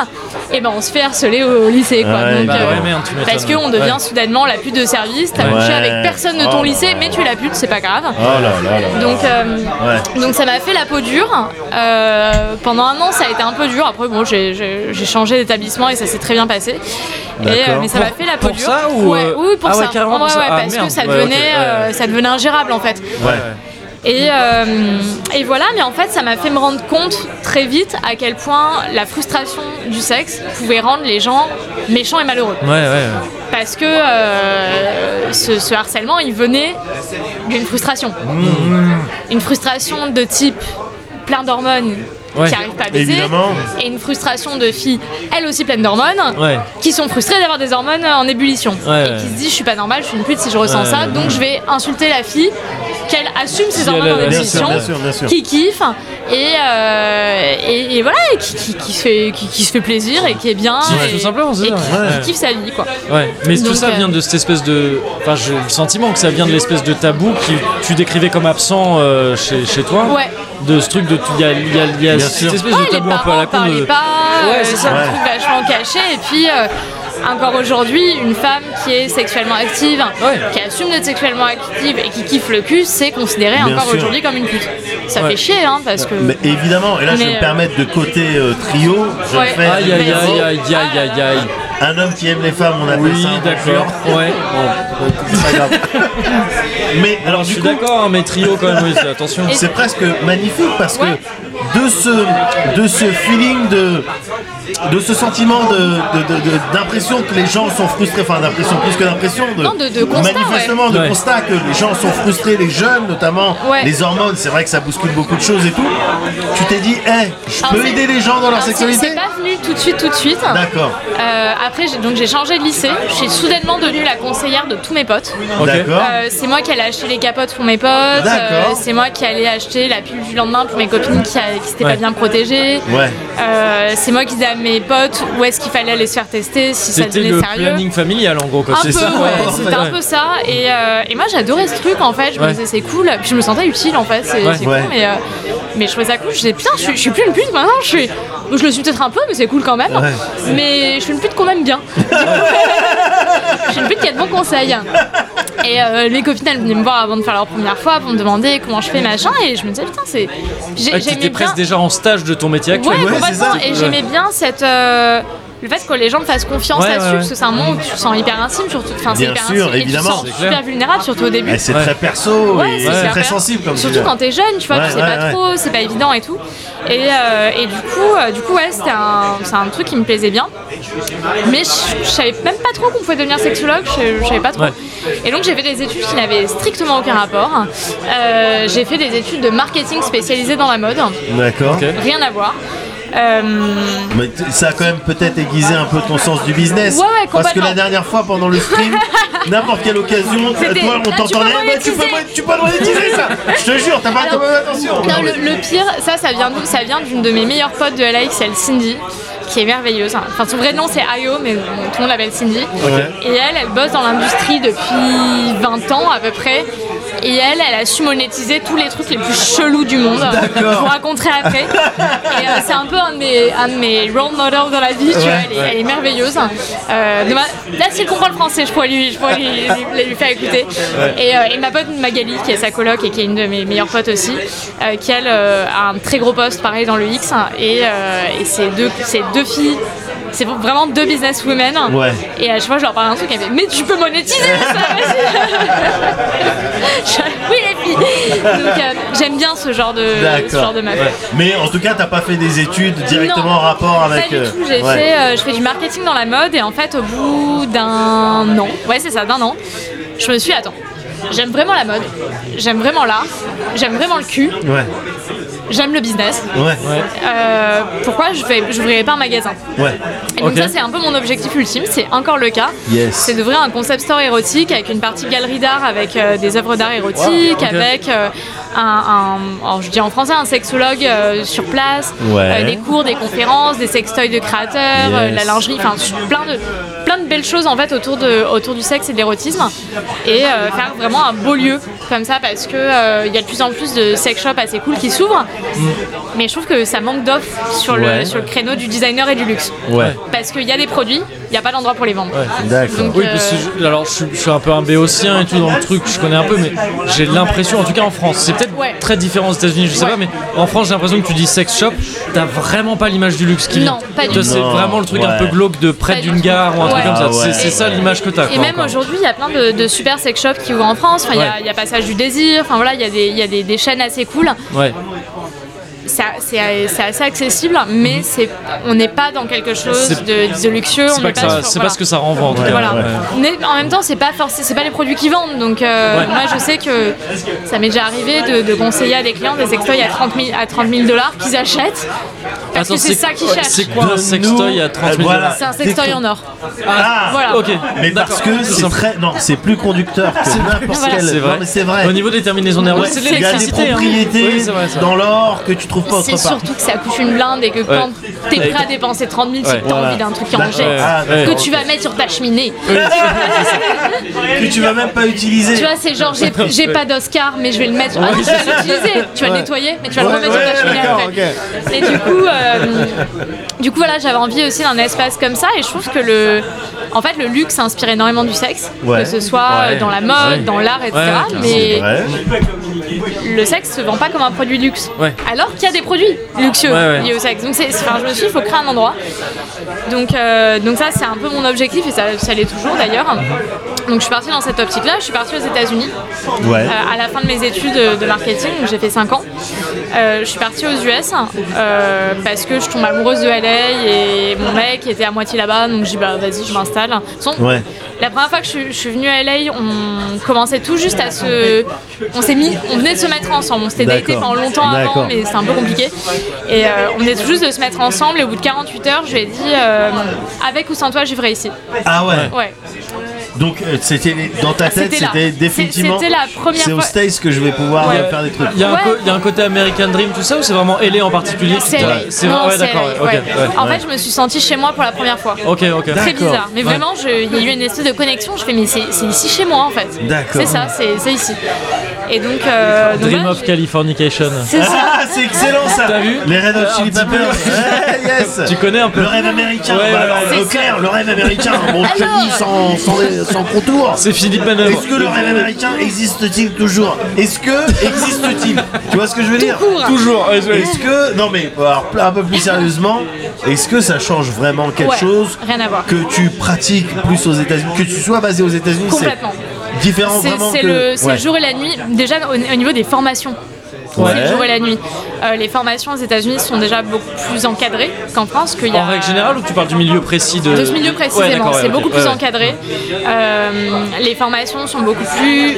B: et ben on se fait harceler au, au lycée. Quoi.
C: Ouais,
B: Donc,
C: bah
A: Ah
B: euh,
A: ouais, merde, tu m'étonnes.
B: parce qu'on devient
A: Ouais.
B: soudainement la pute de service, t'as
C: Ouais.
B: couché avec personne de ton
C: Oh.
B: lycée, mais tu es la pute, c'est pas grave.
C: Oh là là là.
B: Donc, euh,
C: Ouais.
B: donc ça m'a fait la peau dure. Euh, pendant un an, ça a été un peu dur. Après, bon, j'ai- j'ai j'ai changé d'établissement et ça s'est très bien passé. Et,
C: D'accord.
B: euh, mais ça m'a
A: Pour-
B: fait la peau
A: pour
B: dure.
A: ça ou,
B: Ouais,
A: euh,
B: Oui, pour
A: ah ouais,
B: ça.
A: carrément pour ça. Ah,
B: parce
A: merde.
B: que ça
A: Ouais,
B: devenait,
A: ok, ouais,
B: euh,
A: ouais.
B: ça devenait ingérable en fait.
C: Ouais.
B: Et, euh, et voilà, mais en fait, ça m'a fait me rendre compte très vite à quel point la frustration du sexe pouvait rendre les gens méchants et malheureux
A: Ouais, ouais.
B: parce que euh, ce, ce harcèlement, il venait d'une frustration.
A: Mmh.
B: Une frustration de type plein d'hormones
A: Ouais.
B: qui arrivent pas à baiser.
C: Évidemment.
B: Et une frustration de filles, elles aussi pleines d'hormones,
A: Ouais.
B: qui sont frustrées d'avoir des hormones en ébullition.
A: Ouais,
B: et qui
A: ouais.
B: se disent, je suis pas normale, je suis une pute si je ressens
A: Ouais,
B: ça,
A: ouais,
B: donc je vais insulter la fille, qu'elle assume ses
A: Si
B: hormones
A: elle
B: en
A: a-
C: Bien
B: ébullition
C: sûr, bien sûr, bien sûr.
B: qui kiffe et, euh, et, et voilà, et qui, qui, qui se fait, qui, qui se fait plaisir et qui est bien.
A: Qui-
B: et,
A: tout simplement, c'est
B: et
A: ça,
B: qui,
A: ouais.
B: qui kiffe sa vie, quoi.
A: Ouais, mais tout
B: Donc,
A: ça
B: euh,
A: vient de cette espèce de. Enfin, j'ai le sentiment que ça vient de l'espèce de tabou que tu décrivais comme absent euh, chez, chez toi.
B: Ouais.
A: De ce truc de. Il y a, il y a- il y a
C: Bien
A: cette
C: sûr.
A: espèce
B: Ouais,
A: de
B: les
A: tabou un peu à
B: parents
A: la con.
B: parlaient
A: de-
B: pas,
A: Ouais,
B: euh,
A: c'est
B: c'est
A: ça.
B: un truc vachement caché. Et puis, euh, encore aujourd'hui, une femme qui est sexuellement active,
A: Ouais.
B: qui assume d'être sexuellement active et qui kiffe le cul, c'est considéré
C: Bien
B: encore
C: sûr.
B: aujourd'hui comme une pute. Ça
A: Ouais.
B: fait chier, hein, parce que.
C: Mais évidemment, et là je vais
B: Mais,
C: me
B: euh,
C: permettre de côté euh, trio, je
B: Ouais.
C: fais
A: Aïe, aïe, aïe, aïe, aïe, aïe, aïe, aïe.
C: un homme qui aime les femmes, on appelle
A: Oui,
C: ça. un
A: d'accord.
C: conquérant.
A: Ouais.
C: Bon, c'est pas grave. Mais alors
A: Je
C: du
A: suis
C: coup,
A: d'accord, hein, mais trio quand même, oui, c'est- attention.
C: c'est presque magnifique parce
B: Ouais.
C: que de ce, de ce feeling de de ce sentiment de- de- de- de- d'impression que les gens sont frustrés, enfin d'impression plus que d'impression, de,
B: Non, de- de constat,
C: manifestement de
A: Ouais.
C: constat que les gens sont frustrés, les jeunes notamment,
B: Ouais.
C: les hormones, c'est vrai que ça bouscule beaucoup de choses et tout. Tu t'es dit, hey, je
B: Alors, Ah,
C: peux
B: c'est-
C: aider les gens dans
B: Alors,
C: leur
B: c'est- C'est
C: sexualité
B: pas venu tout de suite, tout de suite.
C: D'accord,
B: Euh, après, j'ai- donc j'ai changé de lycée. Je suis soudainement devenue la conseillère de tous mes potes.
A: Ok.
C: d'accord.
B: Euh, c'est moi qui allais acheter les capotes pour mes potes.
C: D'accord.
B: euh, c'est moi qui allais acheter la pull du lendemain pour mes copines qui, a- qui s'étaient
A: Ouais.
B: pas bien protégées.
C: Ouais.
B: Euh, c'est moi qui disais à mes potes où est-ce qu'il fallait aller se faire tester si ça
A: C'était
B: devenait
A: le
B: sérieux.
A: planning familial en gros, quoi.
B: Un peu,
A: c'est ça
B: ouais,
A: Ouais.
B: c'était un peu ça. Et, euh, et moi, j'adorais ce truc en fait. Je me
A: Ouais.
B: disais, c'est cool. Puis je me sentais utile en fait. C'est
A: Ouais.
B: c'est
C: Ouais.
B: con, mais, euh, mais je trouvais ça cool. Je disais, putain, je, suis- je suis plus une pute maintenant. Je, suis... bon, je le suis peut-être un peu, mais c'est cool quand même.
C: Ouais.
B: Mais je suis une pute qu'on m'aime bien. je suis une pute qui a de bons conseils. Et euh, mes copines, elles venaient me voir avant de faire leur première fois pour me demander comment je fais, machin. Et je me disais, putain, c'est. j'ai-
A: Ouais, tu
B: j'aimais
A: t'es presque
B: bien-
A: déjà en stage de ton métier actuel.
B: Ouais,
C: Ouais, c'est ça.
B: complètement. Et j'aimais bien cette. euh, Le fait que les gens te fassent confiance
A: Ouais,
B: là-dessus,
A: ouais,
B: parce que c'est un monde où tu te sens hyper intime, surtout. Enfin, c'est
C: Bien
B: hyper
C: sûr,
B: intime, et
C: évidemment.
B: Tu
A: C'est
B: te sens
A: clair.
B: super vulnérable, surtout au début.
C: Eh, c'est
A: Ouais.
C: très perso
B: Ouais,
C: et
B: c'est
C: c'est
B: super.
C: très sensible comme
B: Surtout
C: sujet.
B: quand t'es jeune, tu vois,
C: Ouais,
B: tu sais
C: ouais,
B: pas
C: ouais.
B: trop, c'est pas évident et tout. Et, euh, et du coup, euh, du coup, ouais, c'était un, c'est un truc qui me plaisait bien. Mais je, je savais même pas trop qu'on pouvait devenir sexologue, je, je savais pas trop.
A: Ouais.
B: Et donc j'ai fait des études qui n'avaient strictement aucun rapport. Euh, j'ai fait des études de marketing spécialisées dans la mode,
C: D'accord.
A: Ok.
B: rien à voir. Euh,
C: Mais t- ça a quand même peut-être aiguisé un peu ton sens du business.
B: Ouais, ouais,
C: parce que
B: complètement.
C: la dernière fois pendant le stream, n'importe quelle occasion,
B: C'était-
C: toi on
B: Ah, tu
C: t'entendait.
B: peux
C: Eh ben, Tu peux,
B: monétiser.
C: tu peux monétiser ça Je te jure, t'as pas t'as
B: Alors,
C: pas attention
B: Non, le, le pire, ça, ça vient d'où Ça vient d'une de mes meilleures potes de LAX, elle Cindy, qui est merveilleuse. Enfin, son vrai nom c'est Ayo, mais bon, tout le monde l'appelle Cindy. Et elle, elle bosse dans l'industrie depuis 20 ans à peu près. Et elle, elle a su monétiser tous les trucs les plus chelous du monde.
C: D'accord.
B: Je vous raconterai après. Et euh, c'est un peu un de mes, un de mes role models dans la vie, tu vois. Elle est, elle est merveilleuse. Euh, de ma- Là, si elle comprend le français, je pourrais lui, je pourrais lui, lui- lui faire écouter. Et, euh, et ma pote Magali, qui est sa coloc et qui est une de mes meilleures potes aussi, euh, qui elle euh, a un très gros poste pareil dans le X. Et, euh, et c'est deux, c'est deux filles. C'est vraiment deux businesswomen.
C: Ouais.
B: Et à chaque fois, je leur parlais un truc, elles me disaient, mais tu peux monétiser ça, vas-y Je- Oui, les filles Donc, euh, j'aime bien ce genre de, ce genre
C: D'accord.
B: de meuf.
C: Ouais. Mais en tout cas, t'as pas fait des études directement
B: Non,
C: en rapport avec.
B: Pas du
C: euh,
B: tout, j'ai
C: ouais.
B: fait, euh, je fais du marketing dans la mode et en fait au bout d'un an, ouais c'est ça, d'un an, je me suis dit, attends, j'aime vraiment la mode, j'aime vraiment l'art, j'aime vraiment le cul,
C: Ouais,
B: j'aime le business.
C: ouais,
A: Ouais.
B: Euh, pourquoi je vais, j'ouvrirai pas un magasin
C: ouais.
B: Et donc
A: Ok.
B: ça c'est un peu mon objectif ultime, c'est encore le cas.
C: Yes.
B: C'est d'ouvrir un concept store érotique avec une partie galerie d'art avec euh, des œuvres d'art érotiques,
A: Wow, ok.
B: avec euh, un, un- alors, je dis en français un sexologue euh, sur place,
C: Ouais.
B: euh, des cours, des conférences, des sextoys de créateurs, euh, de la
C: Yes.
B: lingerie, enfin plein de plein de belles choses en fait autour de autour du sexe et de l'érotisme et euh, faire vraiment un beau lieu comme ça parce que euh, il y a de plus en plus de sex shops assez cool qui s'ouvrent. Mais je trouve que ça manque d'offres sur le
C: Mm. Ouais.
B: sur le créneau du designer et du luxe.
C: Ouais.
B: Parce qu'il y a des produits, il n'y a pas d'endroit pour les vendre.
C: D'accord.
B: Donc, euh,
A: Oui, parce que je- alors je, suis- je suis un peu un béotien et tout dans le truc, je connais un peu, mais j'ai l'impression, en tout cas en France, c'est peut-être
B: Ouais.
A: très différent aux États-Unis, je sais
B: Ouais.
A: pas, mais en France, j'ai l'impression que tu dis sex shop, t'as vraiment pas l'image du luxe qui vient.
B: Non, pas du
A: Toi,
B: tout.
A: C'est
C: Non,
A: vraiment le truc un peu
C: ouais.
A: glauque de près
B: Pas du
A: d'une
B: tout.
A: gare ou un truc
B: Ouais.
A: comme ça.
C: Ah
A: C'est-
C: ouais.
A: C'est ça l'image que t'as.
B: Et
A: quoi,
B: même
A: encore.
B: aujourd'hui, il y a plein de, de super sex shops qui ouvrent en France. Enfin, il y a-
A: Ouais.
B: il y, a Passage du Désir. Enfin voilà, il y a, des, il y a des, des chaînes assez cool.
A: Ouais.
B: Ça- C'est c'est assez accessible, mais c'est on n'est pas dans quelque chose
A: C'est-
B: de, de luxueux. on
A: C'est pas,
B: n'est
A: que ça-
B: sur-
A: c'est pas
B: voilà.
A: ce que ça renvoie en tout cas.
B: Voilà.
A: Ouais.
B: Mais en même temps, c'est pas forcément, c'est pas les produits qui vendent. Donc euh,
A: Ouais.
B: moi, je sais que ça m'est déjà arrivé de, de conseiller à des clients des sextoys à 30 000 à 30 000 dollars qu'ils achètent parce
A: Attends,
B: que c'est ça qu'ils cherchent.
A: C'est quoi un
C: Donne-nous-
A: sextoy à 30 000
C: Voilà.
A: dollars
B: C'est un sextoy en or.
C: Ah,
B: Voilà.
A: Ok.
C: Mais parce que
A: D'accord.
C: c'est très. Non, c'est plus conducteur que n'importe
B: Voilà.
C: quel.
A: C'est vrai.
C: Non, mais c'est vrai.
A: Au niveau des terminaisons nerveuses,
B: Ouais,
A: c'est de
B: il y a des
C: Il y a des
A: l'électricité. hein.
C: propriétés
A: Oui, c'est vrai, ça.
C: dans l'or que tu trouves pas autre
B: C'est
C: part.
B: surtout que ça coûte une blinde et que quand t'es prêt à dépenser 30 000, c'est
A: Ouais.
B: que t'as envie d'un truc qui en
C: D'accord.
B: jette.
C: Ah,
A: Ouais.
B: Que
C: d'accord.
B: tu vas mettre sur ta cheminée.
C: que tu vas même pas utiliser.
B: Tu vois, c'est genre, j'ai- j'ai pas d'Oscar, mais je vais le mettre. Ah, mais je vais l'utiliser. Tu vas le nettoyer, mais tu vas le
C: Ouais,
B: remettre
C: ouais,
B: sur ta cheminée
C: d'accord,
B: après. Et du coup, euh, du coup, voilà, j'avais envie aussi d'un espace comme ça. Et je trouve que le, en fait, le luxe s'inspire énormément du sexe,
C: Ouais.
B: que ce soit
A: Ouais.
B: dans la mode,
A: Ouais.
B: dans l'art, etc.
A: Ouais,
B: mais
C: Ouais.
B: le sexe se vend pas comme un produit luxe.
A: Ouais.
B: Alors qu'il y a des produits luxueux
A: Ouais, ouais.
B: liés au sexe. Donc c'est, c'est- enfin, je me suis dit, il faut créer un endroit. Donc, euh, donc ça, c'est un peu mon objectif et ça, ça l'est toujours d'ailleurs. Donc je suis partie dans cette optique-là, je suis partie aux États-Unis
C: Ouais.
B: euh, à la fin de mes études euh, de marketing, donc j'ai fait 5 ans. Euh, je suis partie aux US euh, parce que je tombe amoureuse de LA et mon mec était à moitié là-bas, donc j'ai dit bah vas-y, je m'installe. De toute façon,
C: Ouais.
B: La première fois que je, je suis venue à LA, on commençait tout juste à se. On s'est mis, on venait de se mettre ensemble, on s'était daté
C: D'accord.
B: pendant longtemps avant,
C: D'accord.
B: mais c'est un peu compliqué. Et euh, on venait tout juste de se mettre ensemble et au bout de 48 heures, je lui ai dit euh, avec ou sans toi, je vivrai ici.
C: Ah ouais.
B: Ouais.
C: Donc euh, c'était les- dans ta tête,
B: Ah, C'était là.
C: c'était
B: C'est-
C: définitivement.
B: c'était la première
C: C'est aux
B: fois-
C: States que je vais pouvoir
B: Ouais.
C: euh, faire des trucs.
A: Il y, a un
B: Ouais.
A: co- il y a un côté American Dream, tout ça, ou c'est vraiment LA en particulier qui
B: C'est
A: t'a-
B: LA.
A: C'est
B: Non,
A: ouais,
B: c'est
A: d'accord,
B: LA,
A: ouais,
B: ouais.
A: ok, ouais.
B: En fait, je me suis sentie chez moi pour la première fois.
A: Ok, ok.
B: Très
C: D'accord.
B: bizarre, mais
A: Ouais.
B: vraiment, je- il y a eu une espèce de connexion. Je fais, mais c'est c'est ici chez moi en fait.
C: D'accord.
B: C'est ça, c'est c'est ici. Et donc, euh, donc
A: Dream
B: voilà,
A: of
B: j'ai-
A: Californication.
B: c'est ça.
C: Ah, c'est excellent ça.
A: T'as vu
C: Les Red
A: Euh,
C: Hot Chili
A: un petit peu.
C: Peppers. Ouais, yes.
A: Tu connais un peu
C: Le rêve américain.
A: Ouais,
C: bah
A: ouais,
C: alors,
A: ouais.
C: le clair, le rêve américain. Bon, je te dis sans, sans, sans contour.
A: C'est Philippe Manœuvre.
C: Est-ce que le rêve américain existe-t-il toujours Est-ce que existe-t-il Tu vois ce que je veux dire
A: Toujours. ouais, ouais.
C: Est-ce que non mais alors, un peu plus sérieusement, est-ce que ça change vraiment quelque
B: Ouais,
C: chose
B: rien à voir.
C: que tu pratiques plus aux États-Unis, que tu sois basé aux États-Unis,
B: Complètement.
C: c'est différent
B: C'est
C: vraiment
B: c'est
C: que
B: le, c'est
C: Ouais.
B: le jour et la nuit, déjà au, au niveau des formations. C'est
C: Ouais.
B: le jour et la nuit. Euh, les formations aux États-Unis sont déjà beaucoup plus encadrées qu'en France. qu'il y a...
A: En règle générale, ou tu parles du milieu précis de.
B: de ce milieu
A: Ouais,
B: précisément,
A: d'accord, ouais,
B: c'est
A: ok,
B: beaucoup
A: ouais,
B: plus
A: ouais.
B: encadré. Euh, les formations sont beaucoup plus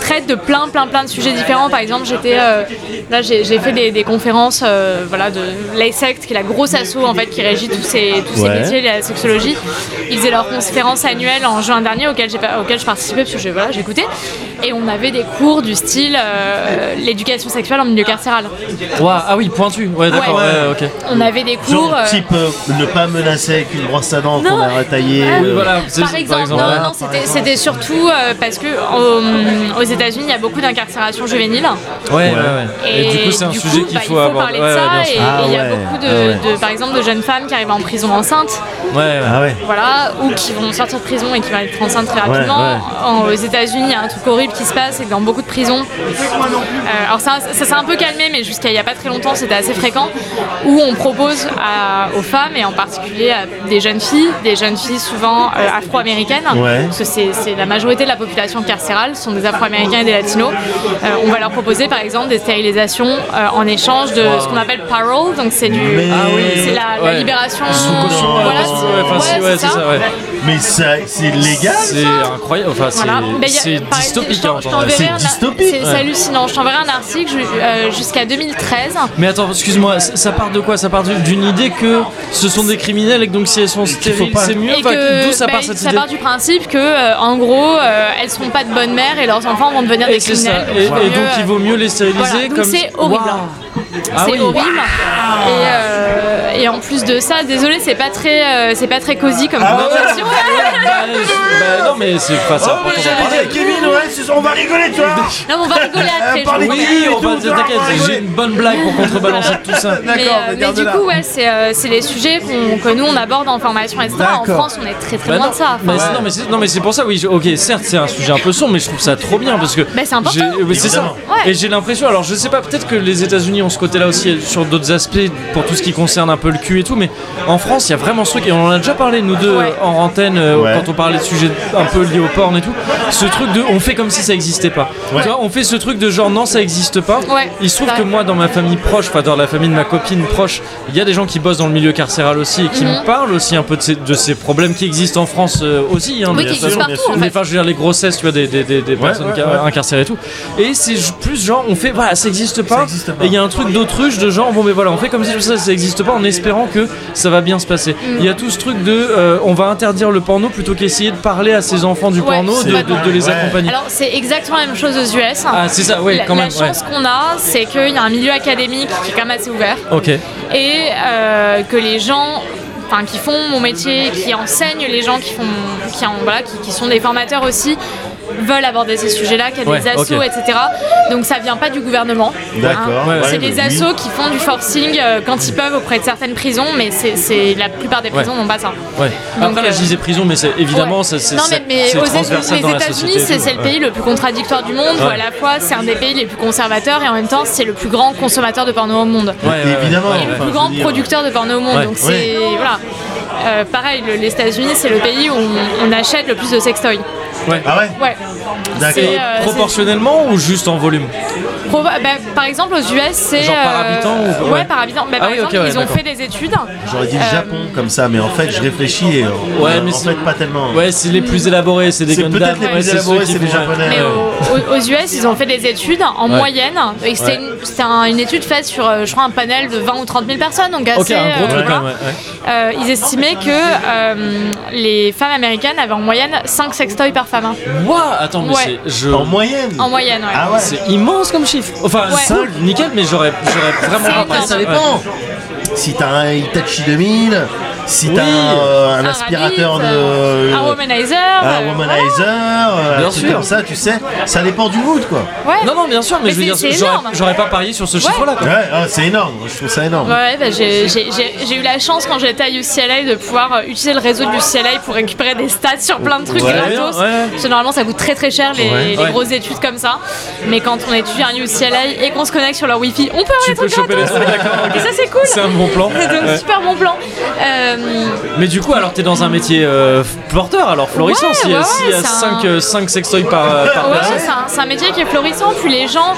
B: traitent de plein plein plein de sujets différents. Par exemple, j'étais euh, là, j'ai j'ai fait des, des conférences, euh, voilà, de l'ASECT, qui est la grosse asso en fait qui régit tous ces tous ces
C: Ouais.
B: métiers, la sexologie. Ils faisaient leur conférence annuelle en juin dernier auquel j'ai pas- auquel je participais parce que je- voilà, j'écoutais. Et on avait des cours du style euh, l'éducation sexuelle en milieu carcéral.
A: Ouah, ah oui, pointu. Ouais, d'accord, ouais,
B: Ouais.
A: ok.
B: On avait des
C: Genre,
B: cours. euh,
C: type euh, ne pas menacer avec une brosse à dents
B: Non, Ah
C: qu'on a retaillée.
B: ouais.
A: Ah Oui,
C: euh,
A: voilà, c'est-
B: Par exemple, non,
A: ouais.
B: non, non, c'était- c'était surtout euh, parce que euh, aux États-Unis, il y a beaucoup d'incarcération juvénile.
A: Ouais, ouais, ouais.
B: Et,
A: du coup, c'est un
B: du
A: sujet
B: coup,
A: qu'il
B: bah,
A: faut
B: il faut
A: aborder.
B: parler de
A: Ouais,
B: ça.
A: ouais, bien sûr.
B: et et il
C: Ah
B: y a
C: ouais,
B: beaucoup
C: ah
B: de,
C: ouais.
B: de- par exemple, de jeunes femmes qui arrivent en prison enceinte.
A: Ouais, ouais.
C: Ah ouais.
B: Voilà, ou qui vont sortir de prison et qui vont être enceintes très rapidement.
C: ouais.
B: En- aux États-Unis, il y a un truc horrible qui se passe et dans beaucoup de prisons. Euh, alors, ça, ça s'est un peu calmé, mais jusqu'à il n'y a pas très longtemps, c'était assez fréquent. Où on propose à- aux femmes, et en particulier à des jeunes filles, des jeunes filles souvent euh, afro-américaines,
C: Ouais.
B: parce que c'est c'est la majorité de la population carcérale sont des afro-américains et des latinos. Euh, on va leur proposer par exemple des stérilisations euh, en échange de ce qu'on appelle parole, donc c'est du.
C: Mais- Ah oui.
B: Euh, C'est la, la
A: euh, Ouais.
B: libération. euh,
A: Sous caution,
C: Non.
A: ouais,
B: voilà,
A: parce que- ouais, enfin, si,
B: c'est
A: ouais, c'est
B: ça.
A: ça, ouais.
C: Mais ça, c'est légal.
A: C'est incroyable, enfin, c'est
B: Voilà. Ben, y a-
A: c'est
B: par- je
A: dystopique. hein,
B: t'en- je
A: genre,
B: t'enverrai
A: c'est-
B: un-
C: dystopique,
B: C'est c'est
C: ouais.
B: hallucinant. Je t'enverrai un article ju- euh, jusqu'à 2013.
A: Mais attends, excuse-moi, ça ça part de quoi Ça part d'une- d'une idée que ce sont des criminels et que donc si elles sont stériles,
C: pas-
A: c'est mieux.
B: Et
A: Enfin,
B: que
A: D'où ça
B: bah,
A: part cette idée
B: part du principe que, euh, en gros, euh, elles seront pas de bonnes mères et leurs enfants vont devenir
A: Et
B: des
A: c'est
B: criminels.
A: ça. Et, et
B: vaut mieux,
A: donc il vaut mieux les stériliser
B: voilà. Donc
A: comme.
B: c'est horrible. hein.
A: Waouh. Ah
B: c'est
A: oui.
B: horrible. Et, euh, et en plus de ça, désolé, c'est pas très, euh, c'est pas très cosy comme
A: Ah
B: conversation.
A: Bah, bah, non mais c'est pas
C: Oh,
A: ça.
C: mais j'avais dit à Kevin, ouais, ce- on va rigoler, tu vois.
B: Non, mais on va rigoler après.
C: Euh, parlez
B: je vous
C: de-
A: Oui,
B: promets.
A: on va t'inquiète, j'ai une bonne blague pour contrebalancer tout ça.
B: Mais,
C: D'accord,
B: euh, mais
C: garde
B: du
C: là.
B: coup, ouais, c'est euh, c'est les sujets qu'on- que nous on aborde en formation, etc. En
C: D'accord.
B: France, on est très très
A: Bah
B: loin
A: non,
B: de ça.
A: mais
B: Enfin, euh,
A: c'est- non, mais c'est- non, mais c'est pour ça, oui. je- Ok, certes, c'est un sujet un peu sombre, mais je trouve ça trop bien parce que.
B: Bah, c'est important.
A: j'ai- oui, c'est ça.
C: Évidemment.
B: Ouais.
A: Et j'ai l'impression, alors je sais pas, peut-être que les États-Unis ont ce côté-là aussi sur d'autres aspects pour tout ce qui concerne un peu le cul et tout, mais en France, il y a vraiment ce truc, et on en a déjà parlé, nous deux,
B: Ouais.
A: en antenne, euh,
C: Ouais.
A: quand on parlait de sujets un peu liés au porn et tout, ce truc de on fait comme si ça existait pas. Tu vois, on fait ce truc de genre non, ça existe pas.
B: Ouais.
A: Il se trouve
B: Ouais.
A: que moi, dans ma famille proche, enfin dans la famille de ma copine proche, il y a des gens qui bossent dans le milieu carcéral aussi et qui
B: Mhm.
A: me parlent aussi un peu de ces, de ces problèmes qui existent en France euh, aussi. hein,
B: Oui,
A: de-
B: qui
C: sûr,
B: existent
C: bien
B: partout en
A: mais
B: fait.
A: enfin, je veux dire, les grossesses, tu vois, des, des, des, des personnes
C: ouais,
A: qui-
C: ouais.
A: incarcérées et tout. Et c'est ju- plus genre, on fait, voilà, ça existe pas.
C: existe pas.
A: Et il y a un truc d'autruche de genre, bon, mais voilà, on fait comme si tout ça, ça existe pas en espérant que ça va bien se passer.
B: Mhm.
A: Il y a tout ce truc de, euh, on va interdire le porno plutôt qu'essayer de parler à ces enfants du
B: Ouais,
A: porno, de, de-
B: complètement.
A: de les
C: Ouais.
A: accompagner.
B: Alors, c'est exactement la même chose aux US.
A: Ah, c'est ça, oui,
B: la,
A: quand
B: la
A: même. ouais.
B: chance qu'on a, c'est qu'il y a un milieu académique qui est quand même assez ouvert
A: Ok.
B: et euh, que les gens. Enfin, qui font mon métier, qui enseignent les gens qui font, qui, en- voilà, qui, qui sont des formateurs aussi, veulent aborder ces sujets-là, qu'il y a des
A: Ouais,
B: assos,
A: ok.
B: etc. Donc ça vient pas du gouvernement. hein.
C: D'accord.
A: Ouais,
B: C'est
C: ouais,
B: des
C: bah oui.
B: assos qui font du forcing euh, quand ils peuvent auprès de certaines prisons, mais c'est- c'est la plupart des prisons
A: Ouais.
B: n'ont pas ça.
A: Ouais.
B: Donc,
A: Après, là,
B: euh,
A: je disais prison, mais c'est évidemment,
B: Ouais.
A: ça, c'est
B: non,
A: ça-
B: mais, mais
A: c'est
B: aux
A: transversal
B: États-
A: dans
B: les
A: la
B: États-Unis,
A: société.
B: c'est
A: tout.
B: c'est le
A: Ouais.
B: pays le plus contradictoire du monde, où à la fois c'est un des pays les plus conservateurs et en même temps c'est le plus grand consommateur de porno au monde.
A: Ouais, ouais, ouais.
C: Évidemment.
A: Ouais,
C: Et
A: ouais.
B: Le
C: Enfin,
B: plus
C: je
B: grand
C: veux dire,
B: producteur de porno au monde,
A: Ouais.
B: donc c'est voilà. euh, pareil, le- les États-Unis, c'est le pays où on, on achète le plus de sextoys.
A: Ouais.
C: Ah ouais
B: Ouais.
C: D'accord.
B: euh, C'est,
A: Et
B: euh,
A: proportionnellement ou juste en volume
B: Pro- bah, par exemple, aux US, c'est. euh,
A: Genre par habitant ou-
B: Ouais,
A: ouais.
B: par habitant. Bah,
A: Ah
B: par
A: oui, ok,
B: exemple,
A: ouais,
B: ils ont
A: d'accord.
B: fait des études.
C: J'aurais dit le
B: Euh,
C: Japon comme ça, mais en fait, je réfléchis et euh,
A: Ouais, mais
C: en
A: c'est-
C: fait, pas tellement.
A: Ouais, c'est les plus élaborés, c'est des
C: C'est
A: Gundam.
C: peut-être les
A: ouais,
C: plus
A: ceux
C: élaborés,
A: qui
C: c'est les
A: font-
C: japonais.
B: Mais
A: ouais.
B: au- au- aux, US, ils ont fait des études en
A: Ouais.
B: moyenne. Et c'était une, c'était un- une étude faite sur, euh, je crois, un panel de 20 ou 30 000 personnes. Donc
A: Ok,
B: assez,
A: un gros
B: euh,
A: truc
B: voilà.
A: quand même. ouais, ouais.
B: Euh, ils estimaient que euh, les femmes américaines avaient en moyenne 5 sextoys par femme. hein.
A: Ouah, attends, mais
B: Ouais.
A: c'est. je-
C: En moyenne
B: En moyenne, ouais.
C: Ah ouais
A: C'est immense comme chiffre. Enfin,
B: Ouais.
A: c'est cool, nickel, mais j'aurais j'aurais vraiment
B: C'est
A: pas
B: énorme.
A: pensé.
B: Ça
A: Ouais.
C: Si t'as un Hitachi 2000, si
A: Oui.
C: t'as un, euh,
B: Un
C: un aspirateur
B: Rabbit,
C: de.
B: euh, Un womanizer.
C: un
B: euh,
C: womanizer, euh,
A: Bien
C: un truc
A: sûr.
C: comme ça, tu sais, ça dépend du mood quoi.
B: Ouais.
A: Non, non, bien sûr, mais,
B: Mais
A: je veux
B: c'est-
A: dire,
B: c'est
A: j'aurais-
B: énorme.
A: j'aurais pas parié sur ce chiffre-là. quoi.
C: Ouais, ah, c'est énorme, je trouve ça énorme.
B: Ouais, bah, j'ai j'ai- j'ai- j'ai eu la chance quand j'étais à UCLA de pouvoir euh, utiliser le réseau de UCLA pour récupérer des stats sur plein de trucs
A: Ouais,
B: gratos.
A: ouais.
B: Parce que normalement, ça coûte très très cher les,
C: Ouais.
B: les
A: Ouais.
B: grosses études comme ça. Mais quand on étudie à UCLA et qu'on se connecte sur leur Wi-Fi, on peut avoir
A: Tu
B: des
A: peux
B: trucs
A: choper les
B: gratos.
A: trucs, d'accord.
B: Et
A: ok.
B: ça, c'est cool.
A: C'est un bon plan.
B: C'est un
A: Ouais.
B: super bon plan. Euh,
A: Mais du coup, alors t'es dans un métier euh, porteur, alors florissant,
B: Ouais,
A: si
B: ouais,
A: s'il y
B: ouais,
A: a
B: c'est
A: 5
B: un-
A: sextoys par, euh, par
B: Ouais,
A: personne.
B: c'est un, c'est un métier qui est florissant. Puis les gens,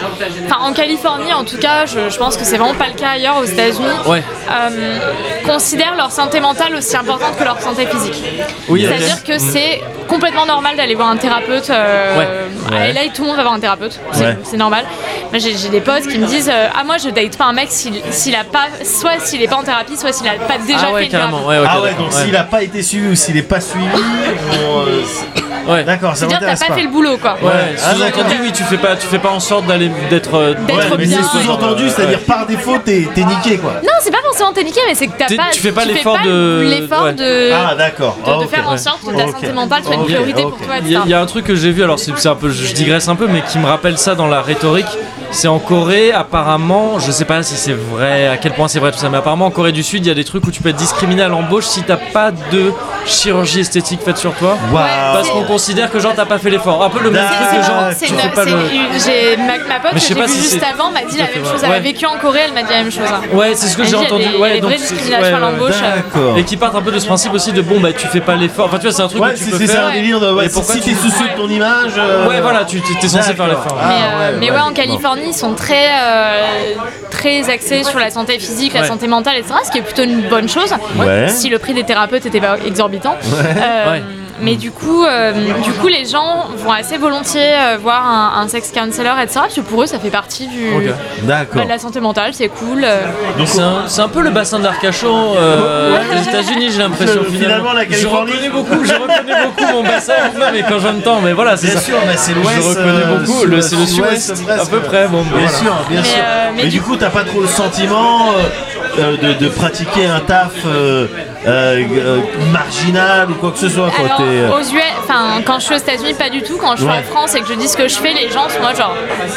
B: enfin en Californie en tout cas, je, je pense que c'est vraiment pas le cas ailleurs aux États-Unis,
A: Ouais.
B: euh, considèrent leur santé mentale aussi importante que leur santé physique.
A: Oui, ok. Mm.
B: C'est-à-dire que c'est complètement normal d'aller voir un thérapeute. euh,
A: Ouais.
B: À
C: Ouais.
B: LA, tout le monde va voir un thérapeute. C'est
C: Ouais.
B: c'est normal. Moi, j'ai j'ai des potes qui me disent euh, Ah, moi, je date pas un mec s'il s'il a pas, soit s'il est pas en thérapie, soit s'il a pas déjà
A: Ah
B: fait
A: ouais,
B: une
A: carrément.
B: thérapie.
A: Ouais, ok,
C: ah ouais,
A: d'accord,
C: donc s'il a pas été suivi ou s'il est pas suivi, bon, euh, c'est-
A: Ouais.
C: d'accord, ça
B: C'est-à-dire que
C: m'intéresse
B: t'as
C: pas.
B: pas fait le boulot, quoi.
A: Ouais,
C: Ah,
A: sous-entendu,
C: d'accord.
A: oui, tu fais pas, tu fais pas en sorte d'aller d'être. euh,
B: D'être
A: ouais,
C: mais
B: bien,
C: c'est
A: c'est
B: ouais.
C: sous-entendu, c'est-à-dire par défaut, t'es t'es niqué quoi.
B: Non, c'est pas forcément t'es niqué, mais c'est que t'as
A: T'es-
B: pas.
A: tu fais pas l'effort de-
B: l'effort
A: ouais.
B: de.
C: Ah d'accord.
B: de, de faire en sorte que ta santé mentale soit une priorité pour toi,
A: Il y,
B: etc.
A: a- il y a un truc que j'ai vu, alors c'est c'est un peu, je je digresse un peu, mais qui me rappelle ça dans la rhétorique. C'est en Corée, apparemment, je sais pas si c'est vrai, à quel point c'est vrai tout ça, mais apparemment en Corée du Sud, il y a des trucs où tu peux être discriminé à l'embauche si t'as pas de chirurgie esthétique faite sur toi. Parce qu'on considère que genre t'as pas fait l'effort. Un peu le même
C: C'est-
A: truc que genre
C: Ah,
B: C'est
A: tu
B: une-
A: fais pas
B: c'est
A: le.
B: une- j'ai- ma, ma pote
A: Mais
B: que
A: je sais
B: j'ai
A: pas
B: vue
A: si
B: juste
A: c'est-
B: avant m'a dit la
A: fait
B: même
A: vrai.
B: chose. Elle a
A: Ouais.
B: vécu en Corée, elle m'a dit la même chose. hein.
A: Ouais, c'est ce que
B: Elle
A: j'ai
B: dit, il y a
A: entendu.
B: des- il y a
A: ouais,
B: des
A: donc
B: vraies
A: c'est-
B: discriminations
A: ouais,
B: à l'embauche.
C: D'accord.
A: Et qui partent un peu de ce principe aussi de bon bah tu fais pas l'effort. Enfin tu vois, c'est un truc
C: Ouais,
A: que tu
C: c'est
A: peux
C: c'est
A: faire.
C: ça un délire de.
A: Et
C: Ouais, si
A: pourquoi
C: si
A: tu-
C: t'es soucieux de ton image. euh,
A: Ouais, voilà, tu t'es censé faire
C: d'accord.
A: l'effort.
C: Ah,
B: Mais, euh, mais ouais, en Californie, ils sont très, euh, très axés sur la santé physique, la
A: Ouais.
B: santé mentale, etc. Ce qui est plutôt une bonne chose.
C: Ouais.
B: Si le prix des thérapeutes était pas exorbitant. Euh,
A: Ouais.
B: Mais du coup, euh, du coup, les gens vont assez volontiers euh, voir un, un sex counselor, etc. Parce que pour eux, ça fait partie du,
A: Ok.
B: bah,
C: D'accord.
B: de la santé mentale, c'est cool. euh.
A: Donc c'est un, c'est un peu le bassin de l'Arcachon euh, des États-Unis, j'ai l'impression.
C: Euh, finalement, la
A: je
C: Californie.
A: reconnais beaucoup, je reconnais beaucoup mon bassin. Non, mais quand j'entends, mais voilà, c'est
C: Bien
A: ça.
C: sûr, mais c'est l'ouest.
A: je reconnais
C: euh,
A: beaucoup,
C: sud-
A: le- c'est le sud-ouest,
C: sud-ouest,
A: à peu
C: euh,
A: près. Bon,
C: Bien
A: voilà.
C: sûr, bien
B: Mais,
C: sûr.
B: euh, mais
C: mais, du
B: du
C: coup, t'as pas trop le sentiment euh, euh, de, de pratiquer un taf euh, euh, euh, marginal ou quoi que ce soit. Quoi.
B: Alors,
C: T'es, euh,
B: aux US, enfin, quand je suis aux États-Unis, pas du tout. Quand je suis
C: Ouais.
B: en France et que je dis ce que je fais, les gens sont moi genre.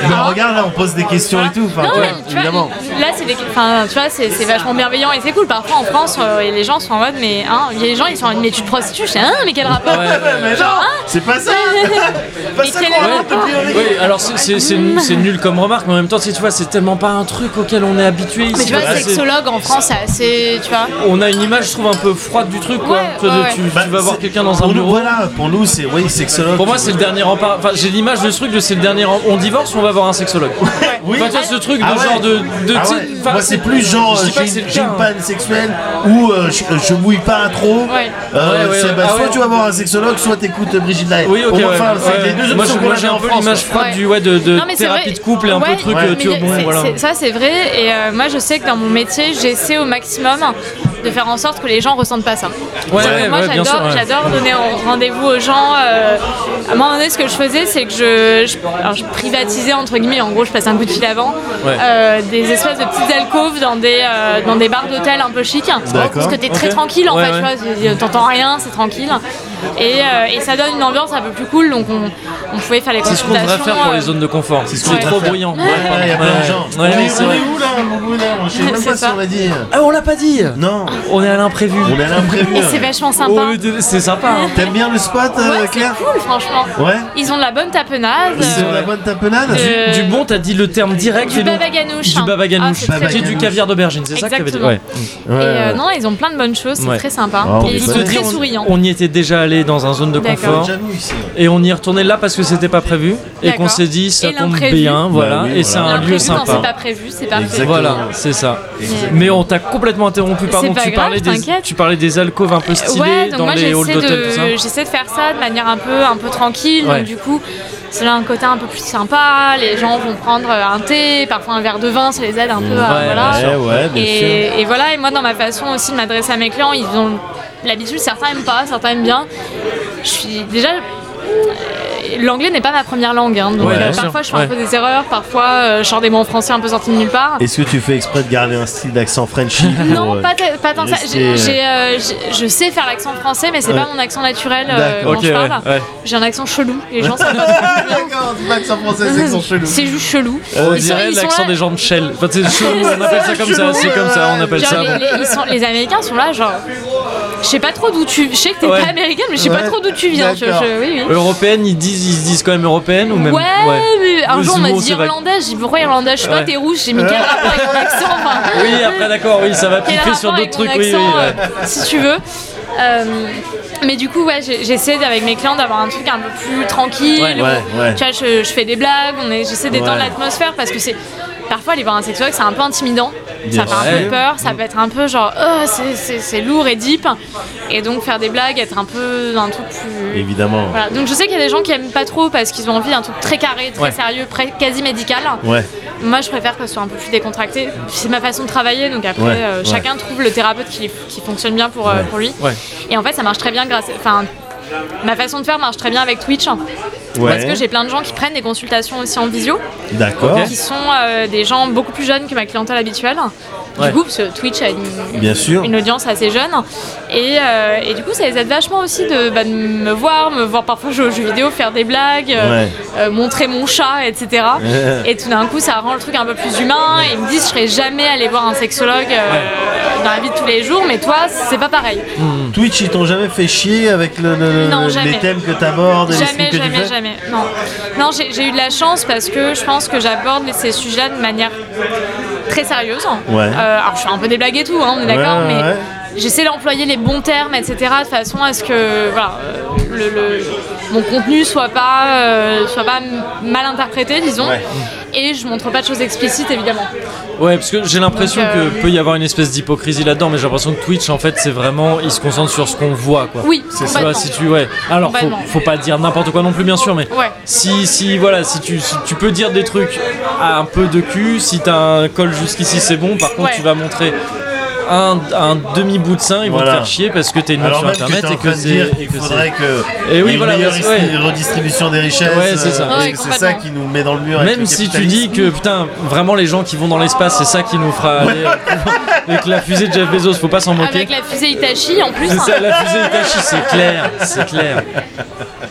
C: Non,
B: Ah.
C: regarde, là, on pose des questions et tout. Enfin,
B: Non,
C: tu vois,
B: mais tu vois,
C: évidemment.
B: là c'est des- enfin, tu vois, c'est c'est vachement bienveillant et c'est cool. Parfois en France, euh, et les gens sont en mode, mais hein, il y a des gens ils sont en mode, mais tu te prostitues, je dis, hein, mais quel rapport
C: mais non, c'est pas ça. C'est pas
B: Hein Mais
C: ça
B: quel
C: qu'on
B: rapport
C: raconte depuis le début.
A: Oui, alors c'est- c'est c'est nul- c'est nul comme remarque, mais en même temps, si tu vois, c'est tellement pas un truc auquel on est habitué ici.
B: Mais tu vois,
A: Voilà, c'est-
B: sexologue en France, c'est assez, tu vois.
A: on a une image, je trouve, un peu froide du truc. Quoi.
B: Ouais,
A: Toi,
B: ouais,
A: tu,
B: ouais.
A: tu
C: Bah,
A: vas voir
C: c'est-
A: quelqu'un dans un
C: pour nous,
A: bureau.
C: Voilà, pour nous, c'est oui, sexologue.
A: Pour moi, c'est le dernier rempart. Enfin, j'ai l'image de ce truc de c'est le dernier. rem- On divorce ou on va voir un sexologue
C: Oui.
A: Enfin, tu vois, ce truc de
C: Ah ouais.
A: genre de. de
C: Ah
A: tu sais,
C: ouais.
A: enfin,
C: Moi, c'est plus genre
A: je
C: euh,
A: dis pas que
C: j'ai
A: c'est
C: une,
A: le
C: j'ai
A: cas,
C: une
A: hein.
C: panne sexuelle ou euh, je, euh, je mouille pas un trop.
B: Ouais.
C: Euh,
A: Ouais, ouais,
C: c'est-
A: ouais.
C: bah,
A: Ah
C: soit
A: ouais.
C: tu vas voir un sexologue, soit t'écoutes euh, Brigitte Lahaie.
A: Oui, ok.
C: Au moins,
A: ouais.
C: enfin, c'est
A: Ouais.
C: les deux
A: moi,
C: options
A: je-
C: qu'on
A: moi,
C: avait
A: j'ai un
C: en
A: peu
C: France.
A: l'image
C: quoi.
A: froide
B: Ouais.
A: du ouais de, de
B: Non, mais c'est
A: thérapie
B: vrai.
A: de couple et un
B: Ouais,
A: peu truc.
B: mais
A: euh, tu vois,
B: c'est-
A: bon, voilà.
B: c'est- ça c'est vrai et euh, moi je sais que dans mon métier j'essaie au maximum de faire en sorte que les gens ressentent pas ça.
A: Ouais,
B: C'est-à-dire que
A: ouais,
B: moi
A: ouais, bien
B: j'adore,
A: sûr, ouais.
B: j'adore donner en- rendez-vous aux gens. euh, à un moment donné ce que je faisais c'est que je, je- alors, je privatisais entre guillemets, en gros je passe un coup de fil avant,
A: Ouais.
B: euh, des espèces de petites alcôves dans des, euh, dans des bars d'hôtel un peu chic. Parce que t'es très
A: Ok.
B: tranquille en
A: Ouais,
B: fait, tu
A: ouais.
B: vois, c'est- T'entends rien, c'est tranquille. Et, euh, et ça donne une ambiance un peu plus cool, donc on, on pouvait faire les
A: C'est ce qu'on devrait
B: consultations,
A: faire pour
B: euh,
A: les zones de confort. C'est
C: ce qu'on
A: trop
C: devrait faire.
A: bruyant.
C: Ouais, il y a plein de gens.
A: Ouais,
C: On est-
A: c'est
C: on
A: vrai.
C: est où là je sais même
B: C'est
C: pas si
B: ça.
C: on l'a dit.
A: Ah, on l'a pas dit
C: Non,
A: On est à l'imprévu.
C: on est à l'imprévu.
B: Et c'est vachement sympa.
A: Oh, mais c'est sympa. hein.
C: T'aimes bien le spot, euh,
B: Ouais, c'est
C: Claire
B: cool, franchement.
C: Ouais
B: Ils ont de la bonne tapenade.
C: Ils ont
B: euh,
C: la bonne tapenade
B: Euh,
A: Du bon, t'as dit le terme direct.
B: du
A: et donc-
B: baba ganoush.
A: Du
B: hein.
A: baba ganoush.
B: Ah, c'est
C: Baba
B: très
A: J'ai
B: bon.
A: du
C: ganoush.
A: caviar d'aubergine, c'est ça que t'avais dit
B: Exactement.
A: Ouais.
C: Ouais,
B: Et euh,
C: ouais.
B: non, ils ont plein de bonnes choses, c'est
A: Ouais.
B: très sympa.
C: Ah, on
B: et
C: est
B: ils
C: pas
B: sont
C: mal.
B: très
A: on-
B: souriants.
A: On y était déjà allé dans un zone de
B: D'accord.
A: confort.
C: Déjà nous ici. ouais.
A: Et on y est retourné là parce que c'était pas prévu et
B: D'accord.
A: qu'on s'est dit ça
B: Et
A: tombe
B: l'imprévu.
A: bien, voilà,
C: Bah oui,
A: et c'est
C: voilà.
A: un
B: L'imprévu,
A: lieu
B: Quand c'est
A: sympa.
B: pas prévu, c'est pas
C: Exactement.
B: prévu.
A: Voilà, c'est ça.
C: Exactement.
A: Mais on t'a complètement interrompu, pardon.
B: pas
A: Tu
B: grave,
A: parlais, des,
B: t'inquiète.
A: tu parlais des alcôves un peu stylées
B: Ouais, donc
A: dans
B: moi
A: les halls
B: j'essaie
A: d'hôtel, tout ça.
B: de, j'essaie de faire ça de manière un peu, un peu tranquille.
A: Ouais.
B: Donc du coup, c'est un côté un peu plus sympa. Les gens vont prendre un thé, parfois un verre de vin, ça les aide un peu. à,
A: Ouais,
B: voilà.
C: Ouais, ouais, bien sûr.
B: Et, et voilà, et moi dans ma façon aussi de m'adresser à mes clients, ils ont l'habitude, certains aiment pas, certains aiment bien. Je suis déjà. euh, L'anglais n'est pas ma première langue, hein, donc
A: Ouais,
B: euh,
A: bien sûr.
B: parfois je fais
A: Ouais.
B: un peu des erreurs, parfois euh, je sors des mots en français un peu sortis de nulle part.
C: Est-ce que tu fais exprès de garder un style d'accent Frenchy pour,
B: Non,
C: euh,
B: pas, t- pas tant que ça.
C: rester,
B: J'ai- j'ai, euh, j'ai- je sais faire l'accent français, mais c'est
C: Ouais.
B: pas mon accent naturel euh,
C: D'accord.
B: quand
A: Ok,
B: je
A: ouais,
B: parle.
A: ouais.
B: J'ai un accent chelou. Les gens savent pas
C: Ah,
B: ce que je
C: D'accord, c'est pas accent français, c'est
B: veux dire.
C: accent chelou.
B: C'est juste chelou.
A: On
B: Ils sont-
A: dirait
B: ils sont
A: l'accent
B: là-
A: des gens de Shell. Enfin, c'est chelou, on appelle ça comme ça, c'est comme ça, on appelle
B: genre,
A: ça.
B: les, les- ils sont- les Américains sont là, genre. Je sais pas trop d'où tu. Je sais que t'es
A: Ouais.
B: pas américaine, mais je sais
C: Ouais.
B: pas trop d'où tu viens. Je-
C: D'accord.
B: je- oui, oui.
A: Européenne, ils disent, ils se disent quand même européenne ou même.
B: Ouais, mais un
A: Le
B: jour on m'a
A: mot,
B: dit
A: c'est vague.
B: irlandais, j'ai dit pourquoi irlandais Je sais pas,
A: Ouais.
B: t'es rouge, j'ai mis quel rapport avec mon accent enfin.
A: Oui, après d'accord, oui, ça va
B: Quel
A: piquer sur d'autres
B: rapport avec
A: trucs,
B: mon
A: oui, oui.
B: accent,
A: ouais.
B: euh, si tu veux. Euh, mais du coup, ouais, j'ai- j'essaie avec mes clients d'avoir un truc un peu plus tranquille.
A: Ouais,
C: ouais, ouais.
B: Tu vois, je, je fais des blagues, on est- j'essaie d'étendre
C: Ouais.
B: l'atmosphère parce que c'est. Parfois, aller voir un sexologue, c'est un peu intimidant.
C: Bien
B: ça fait un
A: sûr.
B: peu peur, ça peut être un peu genre, oh, c'est- c'est c'est lourd et deep. Et donc, faire des blagues, être un peu dans un truc plus.
C: Évidemment.
B: Voilà. Donc, je sais qu'il y a des gens qui aiment pas trop parce qu'ils ont envie d'un truc très carré, très
A: Ouais.
B: sérieux, pré- quasi médical.
C: Ouais,
B: Moi, je préfère que ce soit un peu plus décontracté. C'est ma façon de travailler, donc après,
C: Ouais,
B: euh,
C: ouais.
B: chacun trouve le thérapeute qui, qui fonctionne bien pour, euh,
C: Ouais.
B: pour lui.
A: Ouais.
B: Et en fait, ça marche très bien grâce. Enfin, ma façon de faire marche très bien avec Twitch. hein. Parce que j'ai plein de gens qui prennent des consultations aussi en visio,
C: d'accord.
A: Ok.
B: qui sont euh, des gens beaucoup plus jeunes que ma clientèle habituelle.
A: Ouais.
B: Du coup, parce que Twitch a une,
C: Bien sûr.
B: une audience assez jeune. Et, euh, et du coup, ça les aide vachement aussi de, bah, de me voir, me voir parfois jouer aux jeux vidéo, faire des blagues, euh,
C: Ouais.
B: euh, montrer mon chat, etc. et tout d'un coup, ça rend le truc un peu plus humain. Et ils me disent, je serais jamais allé voir un sexologue euh, dans la vie de tous les jours, mais toi, c'est pas pareil.
C: Twitch, ils t'ont jamais fait chier avec le, le-
B: Non,
C: le- les
B: jamais.
C: thèmes que t'abordes et les streams
B: Jamais,
C: que tu
B: jamais,
C: fais
B: jamais. Non, non j'ai j'ai eu de la chance parce que je pense que j'aborde ces sujets-là de manière très sérieuse.
C: Ouais.
B: Euh, alors, je fais un peu des blagues et tout, hein, on est d'accord,
C: Ouais,
B: mais
C: ouais, ouais.
B: j'essaie d'employer les bons termes, etc., de façon à ce que voilà, euh, le, le- mon contenu soit pas, euh, soit pas m- mal interprété, disons.
C: Ouais.
B: Et je montre pas de choses explicites, évidemment.
A: Ouais, parce que j'ai l'impression
B: Donc, euh,
A: que peut y avoir une espèce d'hypocrisie là-dedans, mais j'ai l'impression que Twitch, en fait, c'est vraiment, ils se concentrent sur ce qu'on voit, quoi.
B: Oui,
A: c'est
B: complètement.
A: Si tu, ouais. Alors, faut,
B: Complètement.
A: faut pas dire n'importe quoi non plus, bien sûr, mais
B: Ouais.
A: si, si, voilà, si tu, si tu peux dire des trucs à un peu de cul, si t'as un col jusqu'ici, c'est bon. Par contre,
B: Ouais.
A: tu vas montrer un, un demi bout de sein, ils vont
C: Voilà.
A: te faire chier parce que t'es une meuf
C: Alors
A: sur
C: même que
A: internet
C: t'es en
A: et
C: train
A: que
C: de
A: c'est.
C: dire
A: et
C: qu'il
A: que c'est-
C: faudrait que
A: Et oui,
C: une
A: voilà,
C: meilleure
A: parce- ouais.
C: redisti- redistribution des richesses.
A: Ouais, c'est ça.
C: euh,
B: Ouais,
C: et que c'est ça
B: complètement.
C: qui nous met dans le mur. avec
A: Même
C: le
A: si tu
C: capitalisme.
A: dis que putain, vraiment les gens qui vont dans l'espace, c'est ça qui nous fera aller euh, avec la fusée de Jeff Bezos, faut pas s'en moquer.
B: Avec la fusée Itachi, en plus.
A: C'est
B: hein.
A: ça, la fusée Itachi, c'est clair, c'est clair.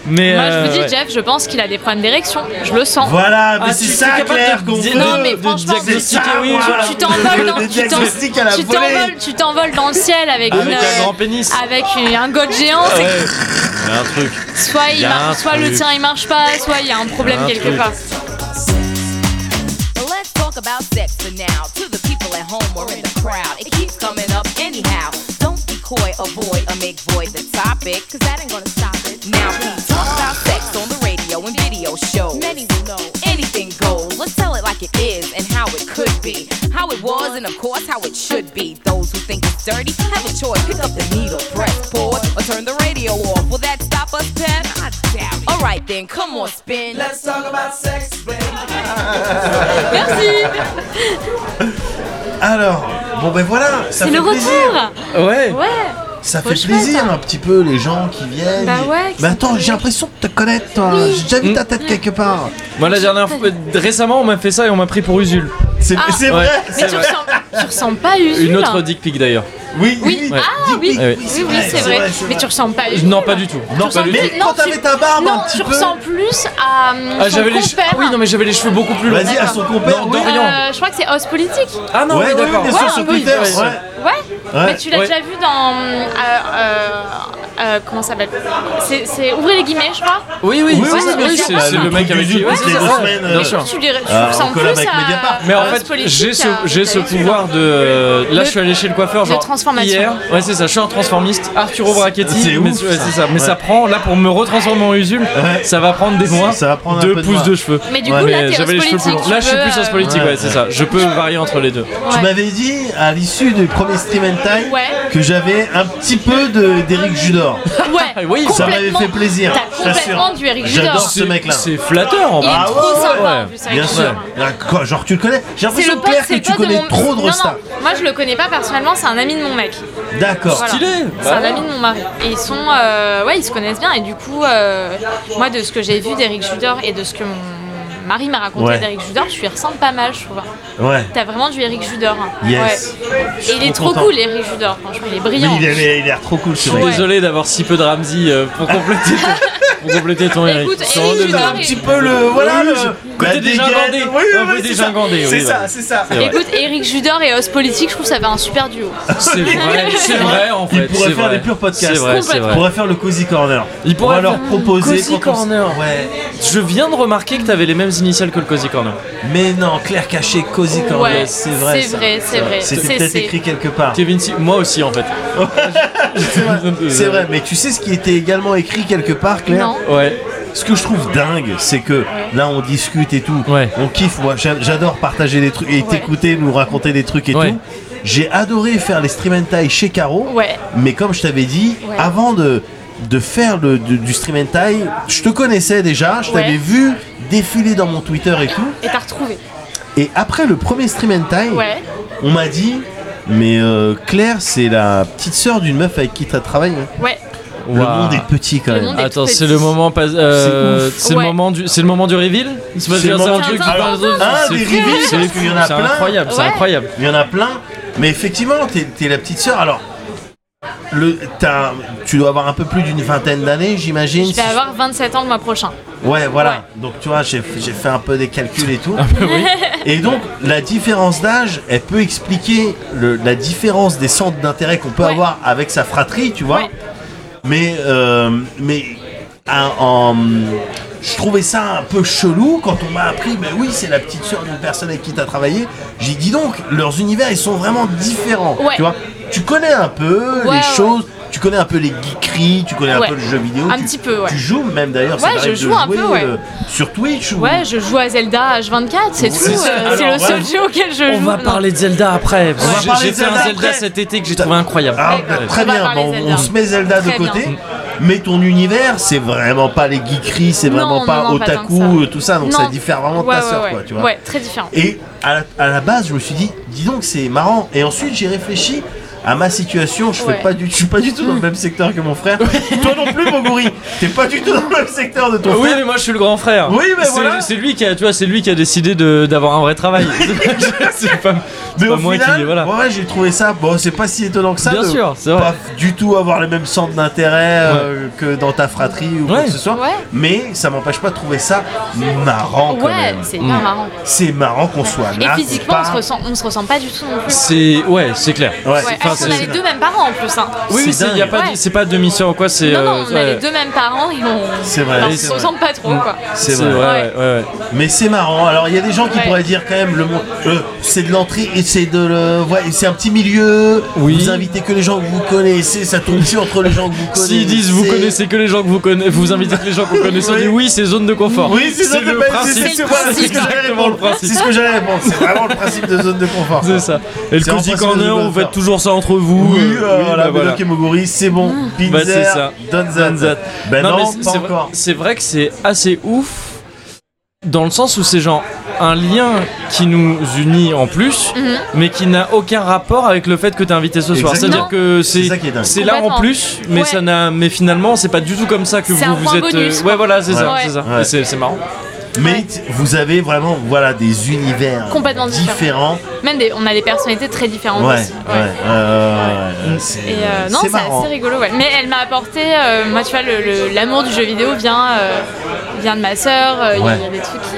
A: Mais
B: Moi, je vous
A: euh,
B: dis,
A: ouais.
B: Jeff, je pense qu'il a des problèmes d'érection. Je le sens.
C: Voilà, mais
A: Ah,
C: c'est
A: tu-
C: ça
A: t'es capable
C: Claire
A: de
C: qu'on
A: dire-
C: veut.
B: Non, mais
A: de
B: franchement,
A: diagnostiquer,
C: c'est ça,
A: oui,
C: voilà.
A: je-
B: Tu t'envoles dans, tu
C: Des
B: t'en-
C: diagnostics à la
B: tu
C: volée.
B: t'envoles, tu t'envoles dans le ciel avec, une,
A: Avec un
B: euh,
A: grand pénis.
B: avec une- un god géant. c'est que
A: un truc.
B: Soit, il
A: y a
B: marche-
A: un
B: soit le
A: truc.
B: tien il marche pas, soit il y a un problème
A: un
B: quelque
A: truc.
B: part.
D: But let's talk about sex for now. To the people at home or in the crowd, it keeps coming up anyhow. Don't be coy, avoid, or make void the topic. Cause that ain't gonna stop it. Now we talk about sex on the radio and video shows. Many will know anything goes. Let's tell it like it is and how it could be. How it was and of course how it should be. Those who think it's dirty have a choice. Pick up the needle, press pause, or turn the radio off. Will that stop us, Pep? I doubt it. Alright then, come on, spin.
B: Merci
C: Alors, bon ben voilà,
B: C'est
C: ça fait
B: le
C: plaisir.
B: retour
A: Ouais.
B: Ouais
C: Ça
B: Trop
C: fait
B: chouette,
C: plaisir
B: hein.
C: un petit peu les gens qui viennent.
B: Bah
C: et-
B: ouais, que
C: Mais
B: ça
C: attends,
B: fait-
C: j'ai l'impression de te connaître toi. J'ai déjà vu
B: Mm.
C: ta tête quelque part.
B: Ah.
A: Moi la dernière fois, récemment on m'a fait ça et on m'a pris pour Usul.
C: C'est
B: Ah.
C: c'est
A: Ouais.
C: vrai.
B: Mais tu ressembles, tu ressembles pas à Usul
A: Une autre dick pic d'ailleurs.
C: Oui,
B: Oui,
C: oui,
B: ah
C: dis-
B: oui,
A: Ouais.
B: oui, oui, c'est vrai. Mais tu ressembles pas du tout.
A: Non, pas du tout.
C: Non,
A: pas du tout.
C: mais
B: tout.
C: quand
B: Non, tu-
C: t'avais ta barbe un
B: Non,
C: petit
B: tu
C: peu.
B: ressembles plus à hum,
A: Ah,
B: son
A: j'avais les cheveux.
B: compère.
A: Oui, non, mais j'avais les cheveux beaucoup plus longs.
C: Vas-y, à son compère,
A: Non,
C: oui.
A: Dorian.
B: Euh, je crois que c'est Os Politique.
A: Ah non,
C: Ouais,
A: oui,
C: ouais,
A: d'accord.
C: bien sûr,
B: Ouais,
C: sur
B: un peu,
C: Twitter.
A: ouais.
C: ouais.
B: Ouais,
C: Ouais.
B: mais tu l'as
A: Ouais.
B: déjà vu dans. euh, euh, euh, comment ça s'appelle C'est- C'est Ouvrez les guillemets, je crois.
A: Oui, oui,
C: Oui,
A: c'est
C: oui,
A: ça,
C: bien
A: oui,
C: sûr.
A: c'est c'est le
C: Le
A: mec
C: truc
A: avec
C: du
A: qui.
C: jeu,
A: ouais,
C: toutes les
A: c'est
C: deux
A: ça.
C: semaines, euh,
A: Bien sûr.
B: Tu, les, tu
C: Ah, on
B: ressembles
C: collab
B: plus
C: avec
B: à.
C: Mediapart.
A: Mais en
B: Os
A: fait,
B: Ah, Politique
A: j'ai ce,
B: à-
A: j'ai ce
B: à-
A: pouvoir de. Là,
B: Le-
A: je suis allé chez le coiffeur,
B: de
A: genre.
B: transformation.
A: Hier. Ouais, c'est ça, je suis un transformiste. Arturo Brachetti.
C: C'est
A: mais,
C: ouf,
A: ouais,
C: ça.
A: c'est ça. Mais
C: Ouais.
A: ça prend, là, pour me retransformer en Usul, ça va prendre des mois.
C: Ça va prendre un
A: deux
C: peu de
A: pouces
C: mois.
A: de cheveux.
B: Mais du
C: Ouais,
B: coup, là,
A: Mais
B: t'es os
A: j'avais les cheveux plus
B: politique.
A: longs.
B: tu
A: Là, je suis
B: peux,
A: plus
B: euh,
A: os politique, ouais,
C: ouais.
A: c'est ça. Je peux varier entre les deux.
C: Tu
B: ouais.
C: m'avais dit à l'issue du premier stream and time
B: Ouais.
C: que j'avais un petit peu de d'Eric Judor.
B: Ouais,
A: Oui,
C: ça m'avait
B: complètement-
C: fait plaisir,
B: T'as
C: je t'assure.
B: complètement du Eric
C: J'adore
B: Judor.
C: ce mec-là.
A: C'est flatteur en
B: Il est
A: vrai.
B: trop
C: Ah ouais,
B: sympa
A: ouais.
B: en plus, Eric
C: Bien sûr.
B: Judor.
C: Ah, quoi, Genre tu le connais J'ai
B: C'est
C: l'impression
B: le pote,
C: Claire
B: c'est
C: que
B: le
C: tu
B: pote de
C: connais
B: mon.
C: trop de
B: non,
C: Resta.
B: non, moi je le connais pas personnellement, c'est un ami de mon mec.
C: D'accord.
B: Voilà.
A: Stylé.
B: C'est
A: Bah
B: un
A: ouais.
B: ami de mon mari. Et ils sont, euh, ouais, ils se connaissent bien. Et du coup, euh, moi, de ce que j'ai vu d'Eric Judor et de ce que mon mari m'a raconté
C: Ouais.
B: d'Eric Judor, je lui ressemble pas mal, je trouve.
C: Ouais.
B: T'as vraiment du Eric Judor. hein.
C: Yes. Je suis
B: Et il est trop
C: content.
B: cool, Eric Judor. Franchement, il est
C: Mais
B: brillant.
C: il a il a- il a l'air trop cool ce
A: Je suis
C: mec.
A: Désolé d'avoir si peu de Ramsey euh, pour compléter ton, pour compléter ton Eric.
B: Écoute,
A: Sans
B: Eric
A: doute.
B: Judor,
C: Un petit peu le. Voilà
A: Oui,
C: le.
A: je- côté
C: la
A: dégingandé.
C: dégaine.
A: Un
C: Oui, oui,
A: peu
C: oui, c'est
A: dégingandé,
C: ça.
A: oui,
C: C'est
A: voilà.
C: ça, c'est ça.
B: Écoute, Eric Judor et Os Politique, je trouve que ça fait un super duo.
C: Ah,
A: C'est vrai, c'est vrai en
C: Il
A: fait.
C: pourrait
A: c'est
C: faire
A: vrai.
C: des purs podcasts.
A: C'est vrai, c'est
C: Il
A: vrai.
C: pourrait faire le Cozy Corner.
A: Il pourrait
C: On va leur
A: faire-
C: proposer.
A: Cozy
C: quand on-
A: Corner.
C: Ouais.
A: Je viens de remarquer que t'avais les mêmes initiales que le Cozy Corner.
C: Mais non, Claire Caché, Cozy Corner.
B: Ouais,
C: c'est vrai.
B: c'est
C: ça.
B: vrai, c'est vrai.
C: C'était
B: C'est-
C: peut-être
B: c'est-
C: écrit quelque part.
A: Kevin, si- moi aussi en fait.
C: C'est vrai. C'est vrai, mais tu sais ce qui était également écrit quelque part, Claire
B: Non.
A: Ouais.
C: Ce que je trouve dingue, c'est que là on discute et tout,
A: Ouais.
C: on kiffe, moi j'a- j'adore partager des trucs et t'écouter, nous raconter des trucs et
A: Ouais.
C: tout. J'ai adoré faire les stream and tie chez Caro,
B: Ouais.
C: mais comme je t'avais dit,
B: Ouais.
C: avant de, de faire le, du, du stream and tie, je te connaissais déjà, je
B: Ouais.
C: t'avais vu défiler dans mon Twitter et tout.
B: Et t'as retrouvé.
C: Et après le premier stream and tie,
B: Ouais.
C: on m'a dit, mais euh, Claire c'est la petite sœur d'une meuf avec qui tu travailles. hein.
B: Ouais.
C: Le
A: Waouh.
C: monde est petit quand
B: Le
C: même.
B: monde est
A: Attends,
B: tout
A: c'est
B: petit.
A: le moment pas. euh,
C: C'est ouf.
A: c'est le
B: Ouais.
A: moment du. C'est le moment du reveal. Il se passe
C: C'est
A: bien
C: le
A: ça, un
C: moment
A: truc.
B: du-
A: qui
B: Alors,
A: passe-
C: un
A: c'est
C: des
A: fou,
C: reveals,
A: c'est
C: parce qu'il y en a
A: fou, c'est
C: plein.
A: incroyable, c'est
B: Ouais.
A: incroyable.
C: Il y en a plein, mais effectivement, t'es es la petite sœur. Alors, le, t'as- tu dois avoir un peu plus d'une vingtaine d'années, j'imagine.
B: Je vais avoir 27 ans le mois prochain.
C: Ouais, voilà. Donc, tu vois, j'ai j'ai fait un peu des calculs et tout.
A: Oui.
C: et donc, la différence d'âge, elle peut expliquer le- la différence des centres d'intérêt qu'on peut
B: Ouais.
C: avoir avec sa fratrie, tu vois.
B: Ouais.
C: Mais, euh, mais à- en- je trouvais ça un peu chelou quand on m'a appris, mais oui, c'est la petite sœur d'une personne avec qui tu as travaillé. J'ai dit donc, leurs univers, ils sont vraiment différents.
B: Ouais.
C: Tu vois, tu connais un peu
B: Ouais,
C: les
B: ouais.
C: choses, tu connais un peu les geekeries, tu connais
B: Ouais.
C: un peu le jeu vidéo.
B: Un
C: tu,
B: petit peu, ouais.
C: Tu joues même d'ailleurs, ça
B: Ouais, je
C: t'arrive de
B: joue un
C: jouer,
B: peu, ouais.
C: euh, sur Twitch ou...
B: Ouais, je joue à Zelda H24, c'est tout.
C: C'est ça.
B: euh, C'est
C: Alors,
B: le seul
C: ouais.
B: jeu auquel je joue.
A: On va
B: Non.
A: parler de Zelda après. parce
C: On
A: que
C: va
A: j'ai-
C: parler
A: J'ai
C: de
A: fait un
C: Zelda
A: Zelda
C: après.
A: cet été que j'ai trouvé incroyable.
C: Ah, bah,
A: Ouais.
C: très
B: On va
C: bien,
B: parler
C: bon,
B: Zelda.
C: on se met Zelda de
B: Très
C: côté,
B: bien.
C: mais ton univers, c'est vraiment pas les geekeries, c'est
B: Non,
C: vraiment
B: non,
C: pas
B: non, pas tant
C: otaku,
B: que ça.
C: euh, tout ça, donc
B: Non.
C: ça diffère vraiment de
B: Ouais,
C: ta
B: ouais,
C: sœur,
B: ouais.
C: quoi, tu vois.
B: Ouais, très différent.
C: Et à la, à la base, je me suis dit, dis donc, c'est marrant. Et ensuite, j'ai réfléchi à ma situation. Je
B: Ouais. Hmm.
C: fais pas du, je suis pas du tout dans le même secteur que mon frère. Toi non plus, Moguri. T'es pas du tout dans le même secteur de ton
B: Ah.
A: Oui,
C: frère.
A: mais moi je suis le grand frère.
C: Oui, mais
A: C'est-
C: voilà.
A: C'est lui qui a, tu vois, c'est lui qui a décidé de- d'avoir un vrai travail. c'est pas, c'est
C: Mais
A: pas
C: au
A: moi
C: final,
A: qui, voilà.
C: ouais, j'ai trouvé ça. Bon, c'est pas si étonnant que ça.
A: Bien
C: de
A: sûr, c'est
C: Pas
A: vrai.
C: du tout avoir les mêmes centres d'intérêt euh, que dans ta fratrie ou quoi
A: Ouais.
C: que ce soit.
B: Ouais.
C: Mais ça m'empêche pas de trouver ça marrant quand
B: Ouais,
C: même.
B: c'est hyper marrant.
C: C'est marrant qu'on soit
B: Et
C: là. qu'on
B: physiquement, on se,
C: parle.
B: ressent, on se ressemble pas du tout non plus.
A: C'est ouais, c'est clair.
C: Ouais.
B: Ouais,
A: enfin,
B: alors qu'on a
A: c'est-
B: les deux mêmes parents en plus. Hein.
A: Oui,
C: C'est
A: oui, c'est
C: dingue.
A: y a pas, de-
B: Ouais.
A: c'est pas demi sœur ou quoi. C'est
B: Non, non,
A: euh,
B: on a
A: ouais.
B: les deux mêmes parents et on,
C: C'est vrai,
B: on
C: c'est
B: se
C: vrai. Mmh.
B: ressemble pas trop. quoi.
C: C'est
A: C'est
C: vrai.
A: vrai, ouais, ouais, ouais.
C: Mais c'est marrant. Alors il y a des gens qui
B: Ouais.
C: pourraient dire quand même le mot, euh, c'est de l'entrée et c'est de le, ouais, c'est un petit milieu.
A: Oui.
C: Vous invitez que les gens que vous connaissez, ça tourne plus entre les gens que vous connaissez.
A: S'ils disent vous connaissez que les gens que vous connaissez, vous invitez que les gens que vous connaissez, on dit Ah oui, c'est zone de confort.
C: Oui, c'est ça.
A: le
C: bah,
A: principe.
C: c'est- c'est-
B: le
C: voilà,
B: principe.
C: c'est ce que j'allais
A: Exactement
C: répondre.
A: le principe.
C: C'est ce que j'allais répondre. C'est vraiment le principe de zone de confort.
A: C'est ça. Et le
C: C'est en
A: cozy
C: principe la
A: corner,
C: zone de
A: vous faites
C: confort.
A: toujours ça entre vous.
C: Oui,
A: euh,
C: euh,
A: oui,
C: voilà,
A: bah, voilà.
C: Belloc et Moguri, c'est bon.
B: Ah.
C: Binzer,
A: Bah, c'est ça.
C: Donzat.
A: Donzat.
C: Ben
A: Non,
C: non,
A: mais c'est-
C: pas
A: c'est vrai-
C: encore.
A: C'est vrai que c'est assez ouf dans le sens où c'est genre un lien qui nous unit en plus,
B: Mhm.
A: mais qui n'a aucun rapport avec le fait que t'es invité ce soir.
C: Exactement.
A: C'est-à-dire que c'est
C: C'est ça qui est dingue.
A: c'est là en
B: Complètement.
A: plus, mais
B: Ouais.
A: ça n'a mais finalement c'est pas du tout comme ça que
B: C'est
A: vous
B: un
A: vous
B: point
A: êtes. euh,
B: bonus,
A: ouais
B: quoi.
A: voilà c'est ça
B: Ouais.
A: c'est ça.
C: Ouais.
A: Et c'est c'est marrant.
C: Mais t- vous avez vraiment voilà, des univers
B: Complètement différents.
C: différents.
B: Même des- on a des personnalités très différentes
C: Ouais, ouais,
B: aussi. ouais.
C: euh, c'est
B: Et euh, non,
C: c'est
B: c'est
C: marrant.
B: assez rigolo. ouais. Mais elle m'a apporté, euh, moi, tu vois, le- le- l'amour du jeu vidéo vient, euh, vient de ma sœur. euh, Il y a- il y a
C: Ouais.
B: des trucs qui.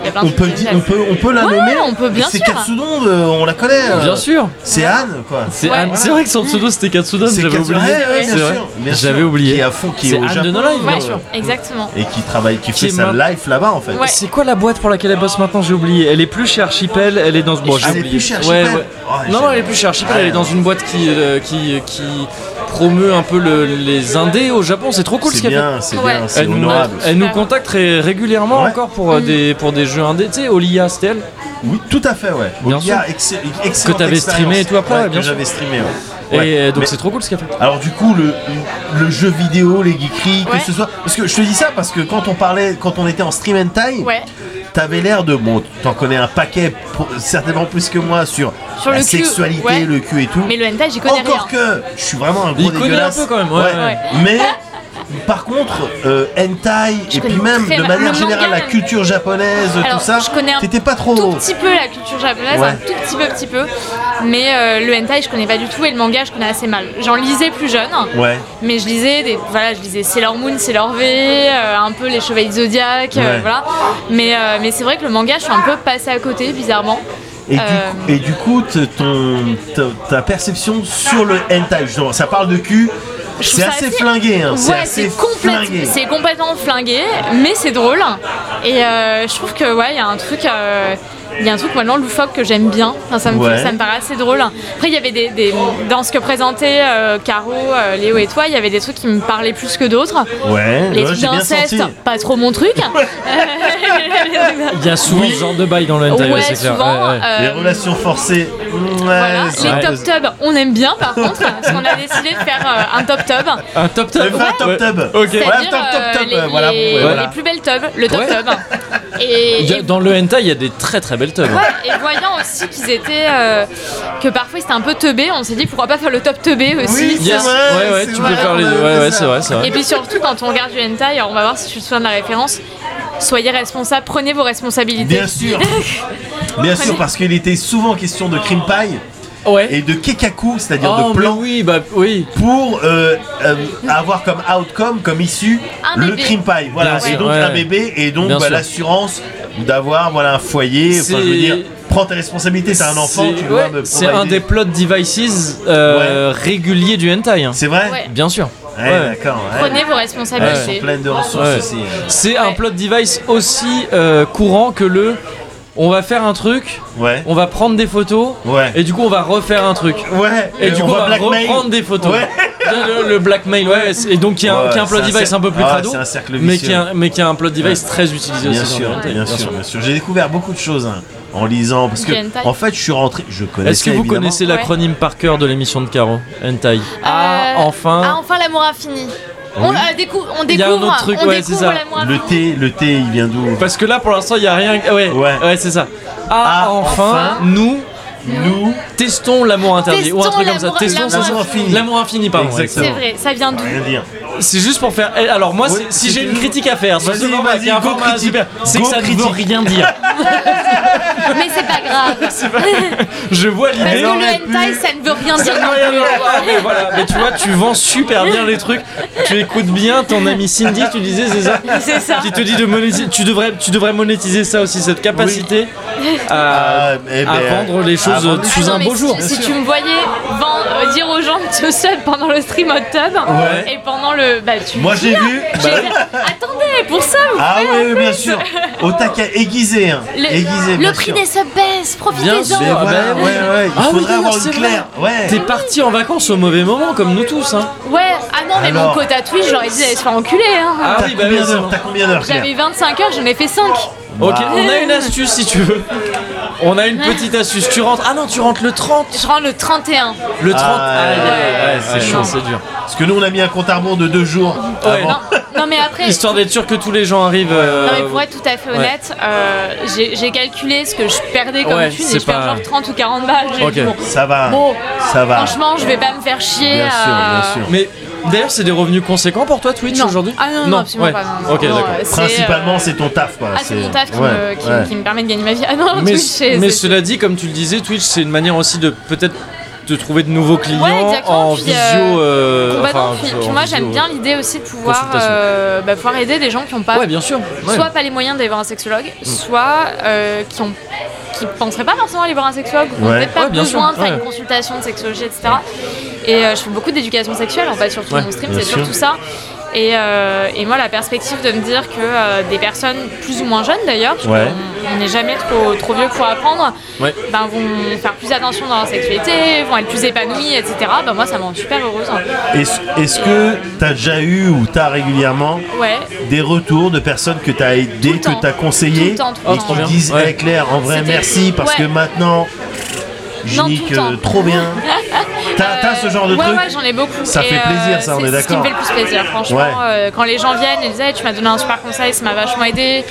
B: Il y a plein de
C: On
B: trucs
C: peut,
B: que
C: di-
B: j'aime.
C: on, peut, on peut la
B: Ouais,
C: nommer.
B: on peut, bien
C: C'est
B: sûr.
C: Katsudon, euh, on la connaît. euh.
A: Bien sûr.
C: C'est Anne, quoi.
A: C'est
B: Ouais.
A: Anne- c'est vrai que son pseudo c'était Katsudan,
C: C'est
A: j'avais
C: Katsudan,
A: oublié.
C: ouais, ouais,
A: C'est
C: bien
A: vrai.
C: sûr, bien sûr.
A: J'avais oublié.
C: Qui est à fond, qui est
A: C'est
C: au
A: Anne
C: Japon.
A: de No Life,
B: Ouais,
A: bien sûr.
C: sûr.
B: exactement.
C: Et qui travaille, qui
A: Qui
C: fait
A: est
C: sa
A: morte.
C: life là-bas en fait.
B: Ouais.
A: C'est quoi la boîte pour laquelle elle bosse maintenant J'ai oublié. Elle est plus chez Archipel, elle est dans ce. Bon, j'ai
C: Elle est
A: oublié.
C: plus chez
A: Ouais,
C: Archipel
A: ouais.
C: Oh, j'ai-
A: non, non, elle est plus chez Archipel, elle est dans une boîte qui, euh, qui, qui promeut un peu le- les indés au Japon. C'est trop cool ce
C: C'est
A: qu'elle fait.
C: bien, c'est
B: Ouais.
C: bien, c'est
A: nous,
C: honorable.
A: elle nous contacte très régulièrement
C: Ouais.
A: encore pour, euh, des, pour des jeux indés. Tu sais, Olia, c'était elle
C: Oui, tout à fait, ouais.
A: Bien
C: Il y a
A: sûr.
C: ex- excellente
A: Que t'avais
C: expérience.
A: streamé et tout après, ouais,
C: que
A: bien sûr.
C: j'avais streamé, ouais.
A: Et
C: Ouais.
A: euh, donc
C: Mais-
A: c'est trop cool ce qu'elle fait.
C: Alors du coup, le, le jeu vidéo, les geekeries,
B: Ouais.
C: que ce soit... Parce que je te dis ça parce que quand on parlait, quand on était en stream and time,
B: Ouais.
C: t'avais l'air de... Bon, t'en connais un paquet, pour- certainement plus que moi, sur,
B: Sur
C: la
B: le cul,
C: sexualité,
B: ouais.
C: le cul et tout.
B: Mais le hentai, j'y connais
C: Encore
B: rien.
C: que je suis vraiment un gros
A: Il connaît un
C: dégueulasse.
A: peu quand même, ouais, ouais.
C: Mais par contre, euh, hentai et puis
B: connais
C: même
B: très
C: de
B: mal-
C: manière
B: le
C: générale
B: manga,
C: la
B: même.
C: culture japonaise,
B: Alors,
C: tout ça,
B: je connais un
C: t'étais pas trop.
B: Tout petit peu la culture japonaise,
C: Ouais.
B: un tout petit peu, petit peu. Mais euh, le hentai, je connais pas du tout et le manga, je connais assez mal. J'en lisais plus jeune.
C: Ouais.
B: Mais je lisais des, voilà, je lisais Sailor Moon, Sailor V, euh, un peu les Chevaliers du Zodiac, euh,
C: Ouais.
B: voilà. Mais, euh, mais c'est vrai que le manga, je suis un peu passée à côté, bizarrement.
C: Et,
B: Euh,
C: du, coup- et du coup, t- ton, ta- ta perception sur le hentai, justement, ça parle de cul,
B: Je trouve
C: c'est
B: ça
C: assez flingué, hein, c'est
B: ouais,
C: assez
B: c'est complète-
C: flingué.
B: c'est complètement flingué, mais c'est drôle. Et euh, je trouve que ouais, il y a un truc, euh, il y a un truc maintenant loufoque que j'aime bien. Enfin, ça me,
C: Ouais.
B: ça me paraît assez drôle. Après, il y avait des, des- dans ce que présentaient euh, Caro, euh, Léo et toi, il y avait des trucs qui me parlaient plus que d'autres.
C: Ouais,
B: Les
C: ouais,
B: trucs
C: j'ai bien
B: d'inceste, hein.
C: senti.
B: pas trop mon truc.
A: Il y a souvent ce genre de bail dans le hentai,
B: ouais,
A: c'est clair.
B: souvent.
A: ouais, ouais.
B: euh,
C: Les relations forcées, ouais,
B: voilà.
C: c'est-
B: Les top tubs, on aime bien par contre, parce qu'on a décidé de faire euh, un top tub.
A: Un top
C: Le
A: top.
C: vrai top tub.
A: Ok.
C: Ouais,
B: C'est-à-dire
C: top top
B: euh,
C: top,
B: les,
C: euh, voilà,
B: les-
C: ouais,
B: les
C: voilà.
B: plus belles tubs, le top
A: Ouais.
B: tub. Et,
A: Il y a-
B: et-
A: Dans le hentai, il y a des très très belles tubs.
B: ouais, et voyant aussi qu'ils étaient. euh, que parfois c'était un peu teubé, on s'est dit pourquoi pas faire le top teubé aussi.
C: Oui, c'est
A: Yes.
C: vrai,
A: ouais, ouais,
C: c'est
A: tu
C: vrai,
A: peux faire les
C: on
A: deux.
C: a
A: Ouais,
C: fait
A: ouais,
C: ça.
A: c'est vrai, c'est vrai.
B: Et puis surtout quand on regarde du hentai, alors on va voir si tu te souviens de la référence. Soyez responsable, prenez vos responsabilités.
C: Bien sûr, bien sûr, parce qu'il était souvent question de cream pie
A: Ouais.
C: et de kekaku, c'est-à-dire
A: Oh,
C: de
A: mais
C: plan
A: oui, bah oui.
C: pour euh, euh, avoir comme outcome, comme issue,
B: Un
C: le
B: bébé.
C: cream pie. Voilà,
A: Bien
C: et
A: sûr,
C: donc
A: ouais.
C: un bébé, et donc
A: Bien
C: bah,
A: sûr.
C: l'assurance d'avoir voilà, un foyer. Enfin, je veux
A: C'est-
C: dire, prends tes responsabilités, t'as un enfant,
A: C'est-
C: tu
A: ouais,
C: dois me
A: C'est un
C: provider.
A: des plot devices euh, réguliers du hentai. hein.
C: C'est vrai
B: Ouais.
A: Bien sûr.
C: Ouais,
A: Ouais.
C: d'accord. ouais.
B: Prenez vos
C: Ouais, Elles sont
B: responsabilités.
C: pleines de ressources
A: Ouais.
C: aussi. hein.
A: C'est un
B: Ouais.
A: plot device aussi euh, courant que le. On va faire un truc,
C: Ouais.
A: on va prendre des photos,
C: Ouais.
A: et du coup on va refaire un truc.
C: Ouais,
A: Et du
C: on
A: coup, on va
C: blackmail.
A: reprendre des photos.
C: Ouais.
A: Le, le blackmail, ouais. c'est- Et donc, qui est un,
C: Ouais,
A: qui est un
C: c'est
A: plot
C: un
A: device
C: cercle-
A: un peu plus
C: Ah,
A: crado,
C: c'est un cercle
A: mais
C: vicieux.
A: qui est un, mais qui est un plot device
C: Ouais.
A: très utilisé
C: Bien
A: aussi.
C: sûr,
A: dans le hentai,
C: bien sûr, bien sûr. J'ai découvert beaucoup de choses hein, en lisant parce que
B: Du hentai.
C: en fait, je suis rentré, je connaissais
A: Est-ce que vous
C: évidemment.
A: connaissez
B: Ouais.
A: l'acronyme par cœur de l'émission de Caro Hentai Ah,
B: Euh, Ah,
A: enfin.
B: enfin l'amour infini. On,
C: Oui.
B: euh, décou- on
A: Il y a un
B: découvre,
A: autre truc,
B: on
A: ouais, c'est
B: découvre
A: ça.
B: l'amour
C: le
B: infini.
C: thé, le thé, il vient d'où
A: Parce que là, pour l'instant, il n'y a rien. Ouais,
C: Ouais.
A: ouais, c'est ça. Ah,
C: Ah,
A: enfin,
C: enfin.
A: nous
C: Nous,
A: testons l'amour interdit. ou un
B: Testons
A: truc comme ça.
B: l'amour-
A: Testons
B: l'amour
A: ça.
C: infini.
A: L'amour infini, pardon.
C: Exactement.
B: C'est vrai, ça vient d'où
C: rien dire.
A: C'est juste pour faire. eh, Alors moi,
C: Ouais,
A: c'est- si
C: c'est
A: j'ai une
C: toujours-
A: critique à faire sur
C: Vas-y,
A: ce format,
C: vas-y,
A: qui est un
C: go
A: format
C: critique.
A: super, c'est que
C: Go
A: ça ne veut
C: critique.
A: rien dire.
B: Mais c'est pas grave.
A: Je vois
B: Parce que
A: l'idée.
B: le
C: aurait
B: hentai,
C: pu-
B: ça ne veut rien dire.
A: Non, non, non, non, mais voilà, mais tu vois, tu vends super bien les trucs. Tu écoutes bien ton ami Cindy, tu disais, c'est ça
B: C'est ça.
A: Qui te dit de monétiser. Tu devrais, tu devrais monétiser ça aussi, cette capacité à,
C: Ah, eh ben,
A: à vendre les choses
C: vendre les
A: sous
B: Ah Non,
A: un
B: mais
A: beau
B: si-
A: jour.
B: Si, tu me voyais vendre- euh, dire aux gens que tu seul pendant le stream hot tub
C: Ouais.
B: et pendant le. Bah, tu.
C: Moi, j'ai vu.
B: J'ai-
A: Bah
B: Attendez, pour ça, vous
C: Ah
B: ferez
C: oui,
B: un
C: oui, bien
B: plus.
C: sûr. Au taquet, aiguisé, hein. aiguisé.
B: Le, le
C: bien
B: prix
C: sûr.
B: des subs baisse,
A: Bien
B: profitez-en.
A: sûr.
C: Mais
A: Ah,
C: voilà,
A: bah,
C: ouais, ouais. Il
A: Ah oui,
C: faudrait avoir
A: d'ailleurs,
C: une
A: c'est vrai.
C: claire. Ouais.
A: T'es parti en vacances au mauvais moment, comme nous tous, hein.
B: Ouais, ah non, mais mon
C: Alors.
B: quota Twitch, j'aurais dit d'aller se faire enculer. hein.
A: Ah
C: T'as
A: oui, bah
C: combien
A: oui,
C: d'heures T'as combien d'heures, Claire
B: J'avais 25 heures, j'en ai fait 5.
A: Ok,
C: Wow.
A: on a une astuce si tu veux. On a une petite astuce. Tu rentres. Ah non, tu rentres le 30.
B: Je rentre le 31.
A: Le 30.
C: Ah,
A: Aïe, aïe, aïe,
C: ouais,
A: c'est
C: ouais,
A: chaud,
C: non.
A: c'est dur.
C: Parce que nous, on a mis un compte à rebours de deux jours.
A: Ouais.
C: avant.
B: Non, non, mais après.
A: Histoire d'être sûr que tous les gens arrivent. euh,
B: Non mais pour être tout à fait
A: ouais.
B: honnête, euh, j'ai j'ai calculé ce que je perdais comme
A: Ouais,
B: thune
A: c'est
B: et je perds
A: pas-
B: genre 30 ou 40 balles. J'ai
A: Ok.
B: dit, bon,
C: Ça va.
B: Bon,
C: Ah, Ça va.
B: Franchement, je vais pas me faire chier.
C: Bien sûr,
B: à-
C: bien sûr.
A: Mais D'ailleurs, c'est des revenus conséquents pour toi, Twitch,
B: Non.
A: aujourd'hui
B: Ah non, non, absolument
A: ouais.
B: pas, non, non,
A: ok,
B: non,
A: d'accord.
B: euh, c'est,
C: Principalement,
B: euh,
C: c'est ton taf, quoi.
B: Ah, c'est mon taf qui,
C: ouais,
B: me, qui-
C: ouais.
B: qui me permet de gagner ma vie. Ah non,
A: Mais,
B: Twitch, c'est-
A: mais
B: c'est-
A: cela dit, comme tu le disais, Twitch, c'est une manière aussi de peut-être de trouver de nouveaux clients
B: exactement,
A: en
B: puis,
A: visio.
B: euh,
A: euh,
B: Complètement.
A: enfin,
B: Puis-
A: en
B: puis moi,
A: visio,
B: j'aime bien l'idée aussi de pouvoir,
A: consultation.
B: euh, bah, pouvoir aider des gens qui n'ont pas,
A: Ouais, bien sûr. ouais. Mm.
B: soit pas les moyens d'aller voir un sexologue, soit euh, qui ont qui penseraient pas forcément aller voir un sexologue, ou qui n'ont
C: Ouais.
B: peut-être pas
A: Ouais, bien
B: besoin
A: sûr,
B: de faire
A: ouais.
B: une consultation de sexologie, etc. Et euh, je fais beaucoup d'éducation sexuelle en fait, surtout
A: Ouais,
B: mon stream,
C: bien
B: c'est
C: sûr.
B: surtout ça. Et, euh, et moi, la perspective de me dire que euh, des personnes plus ou moins jeunes d'ailleurs, parce
C: Ouais.
B: qu'on on n'est jamais trop, trop vieux pour apprendre,
A: Ouais.
B: ben, vont faire plus attention dans leur sexualité, vont être plus épanouies, etc. Ben, moi, ça me rend super heureuse. hein.
C: Est-ce est-ce que t'as déjà eu ou t'as régulièrement
B: Ouais,
C: des retours de personnes que t'as aidées,
B: temps.
C: que t'as
B: Tout
C: conseillées
B: le temps, tout le
C: et
B: temps.
A: Trop
C: qui
A: bien.
C: disent
A: Ouais.
C: Eh, Claire, en vrai,
B: C'était-
C: merci parce
B: Ouais.
C: que maintenant,
B: Non, tout
C: Unique,
B: le temps. Euh,
C: trop bien. T'as t'as ce genre de
B: ouais,
C: truc
B: Ouais, j'en ai beaucoup.
C: Ça
B: Et, euh,
C: fait plaisir, ça, on
B: c'est-
C: est
B: C'est ce qui me
C: d'accord.
B: fait le plus plaisir, franchement.
C: Ouais.
B: euh, quand les gens viennent, ils disent Hey, Tu m'as donné un super conseil, ça m'a vachement aidé.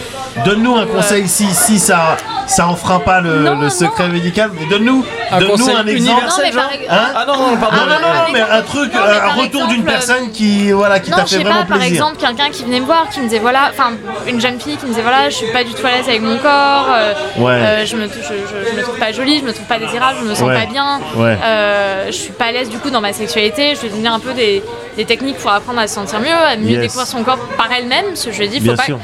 C: Donne-nous un conseil si, si ça, ça enfreint pas le,
B: Euh. Non,
C: le secret
B: non.
C: médical, mais donne-nous
A: Un
C: donne
A: conseil
C: un exemple.
B: Non,
A: universel,
B: mais
A: genre
B: par ex-
C: Hein
A: Ah non, non, pardon.
C: non, non, non,
B: par
C: non, mais
B: exemple-
C: un truc,
B: non, mais
C: un
B: par
C: retour d'une
B: exemple, euh,
C: personne qui, voilà, qui
B: Non,
C: t'a
B: je
C: fait
B: sais
C: vraiment
B: pas, par
C: plaisir.
B: exemple, quelqu'un qui venait me voir, qui me disait Voilà, enfin, une jeune fille qui me disait Voilà, je suis pas du tout à l'aise avec mon corps, euh,
C: Ouais.
B: euh, je, me, je, je- je me trouve pas jolie, je me trouve pas désirable, je me sens
C: Ouais.
B: pas bien,
C: Ouais.
B: euh, je suis pas à l'aise du coup dans ma sexualité, je vais donner un peu des, des techniques pour apprendre à se sentir mieux, à mieux
C: Yes.
B: découvrir son corps par elle-même, parce que je lui ai dit Faut
C: Bien
B: pas.
C: sûr.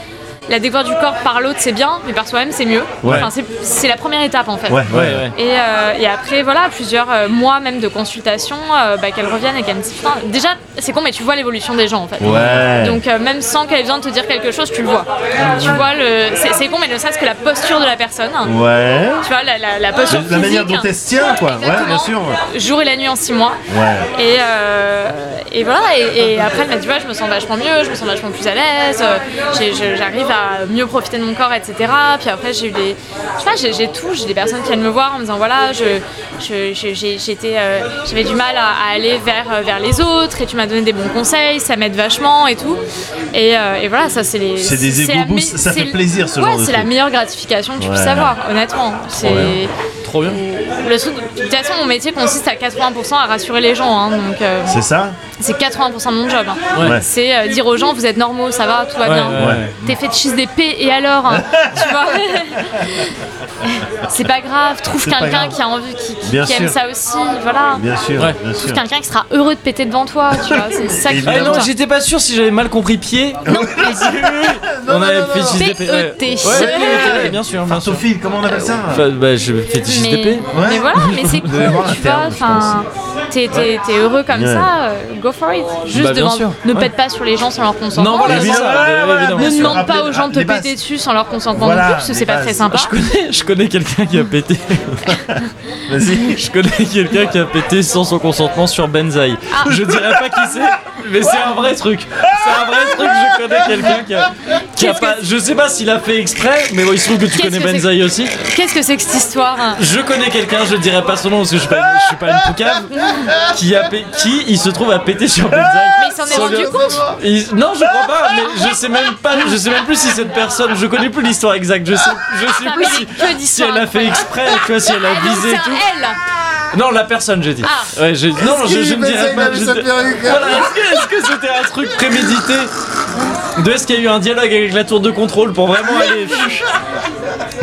B: La découverte du corps par l'autre, c'est bien, mais par soi-même, c'est mieux.
C: Ouais.
B: Enfin, c'est- c'est la première étape en fait.
C: Ouais,
A: Ouais, ouais.
B: Et, euh, et après, voilà, plusieurs euh, mois même de consultation, euh, bah, qu'elles reviennent et qu'elles me disent Putain, Déjà, c'est con, mais tu vois l'évolution des gens en fait.
C: Ouais.
B: Donc, euh, même sans qu'elle vienne te dire quelque chose, tu le vois. Tu vois, le... c'est c'est con, mais ne serait-ce que la posture de la personne.
C: Ouais.
B: Tu vois, la, la, la posture
C: La manière
B: physique,
C: dont elle se tient, quoi. Ouais, bien
B: Exactement.
C: sûr. ouais.
B: Jour et la nuit en six mois.
C: Ouais.
B: Et, euh, et voilà, et, et après elle m'a dit ouais, je me sens vachement mieux, je me sens vachement plus à l'aise, euh, j'ai- je- j'arrive à mieux profiter de mon corps, etc. Puis après j'ai eu des. Je sais pas, j'ai- j'ai tout, j'ai des personnes qui viennent me voir en me disant voilà, j'avais je, je- j'ai- j'étais, euh, j'avais du mal à, à aller vers, euh, vers les autres et tu m'as donné des bons conseils, ça m'aide vachement et tout. Et, euh, et voilà, ça c'est les.
C: C'est des
B: la
C: ego
B: me-
C: boosts, ça
B: c'est-
C: fait plaisir, ce
B: ouais,
C: genre de
B: c'est la
C: truc.
B: meilleure gratification que tu puisses
C: Ouais.
B: avoir, honnêtement. hein, C'est.
A: Trop bien.
B: Le truc, de toute façon, mon métier consiste à 80% à rassurer les gens, hein, donc euh,
C: C'est ça
B: c'est 80% de mon job. hein.
A: Ouais.
C: Ouais.
B: C'est euh, dire aux gens, vous êtes normaux, ça va, tout va
A: Ouais,
B: bien.
A: ouais, ouais.
B: T'es fait de cheese des P et alors hein, Tu vois C'est pas grave, trouve
C: C'est pas
B: quelqu'un
C: grave.
B: qui a envie, qui, qui-
C: Bien
B: qui aime
C: sûr.
B: ça aussi, voilà.
C: Bien sûr,
A: Ouais.
C: bien sûr.
B: Trouve quelqu'un qui sera heureux de péter devant toi, tu vois, c'est ça qui
A: Eh
C: Évidemment.
A: non,
B: compte.
A: j'étais pas sûr si j'avais mal compris pied. On avait fétiche d'épée. ouais. E
B: P.E.T..
A: Ouais, ouais, ouais, bien sûr, bien sûr.
C: Sartophile, comment on appelle ça
A: Enfin, bah, je fétiche
B: mais,
A: d'épée.
C: Ouais.
B: mais voilà, mais c'est cool,
C: devez voir un
B: tu vois.
C: terme, je
B: Enfin, t'es t'es- t'es heureux comme
C: Ouais.
B: ça, euh, go for it. Juste
A: Bah, bien
B: devant,
A: sûr,
B: ne
A: ouais.
B: pète pas sur les gens sans leur consentement.
A: Non, voilà,
C: mais
A: c'est
C: bien
A: ça.
C: sûr.
A: ouais, évidemment.
C: Mais
B: ne
C: sûr.
B: demande pas
C: Rappelez-
B: aux gens de te
C: les bases.
B: péter dessus sans leur consentement
C: Voilà,
B: non plus, parce que
C: les
B: c'est pas
C: bases.
B: très sympa.
A: Je connais, je connais quelqu'un qui a pété.
C: Vas-y.
A: Je connais quelqu'un qui a pété sans son consentement sur Benzaï.
B: Ah.
A: Je dirais pas qui c'est, mais c'est un vrai truc. C'est un vrai truc, je connais quelqu'un qui a, qui a
B: Qu'est-ce que
A: pas. Je sais pas s'il a fait exprès, mais bon, il se trouve que tu
B: Qu'est-ce
A: connais
B: que c'est que-
A: Benzaï aussi.
B: Qu'est-ce que c'est que cette histoire hein
A: Je connais quelqu'un, je dirais pas son nom parce que je suis pas, je suis pas une poucave, qui, a pé- qui il se trouve à péter sur Benzaï.
B: Mais il s'en est
A: Sans
B: rendu
A: le-
B: compte
A: Il- Non, je crois pas, mais je sais même pas, je sais même plus si cette personne, je connais plus l'histoire exacte, je sais, je sais
B: Ça
A: plus
B: fait
A: si,
B: Ah, que
A: si
B: d'histoires
A: elle a fait exprès, tu vois, si elle a
B: Ah, donc
A: visé
B: c'est
A: et
B: un
A: tout.
B: L
A: Non, la personne, j'ai dit.
B: Ah.
A: Ouais, j'ai- Non, je, je
C: qu'il
A: ne
C: fait ça,
A: dirais
C: il
A: pas.
C: avait
A: je
C: sa
A: te-
C: perruque
A: Voilà, est-ce que- est-ce que c'était un truc prémédité De est-ce qu'il y a eu un dialogue avec la tour de contrôle pour vraiment aller.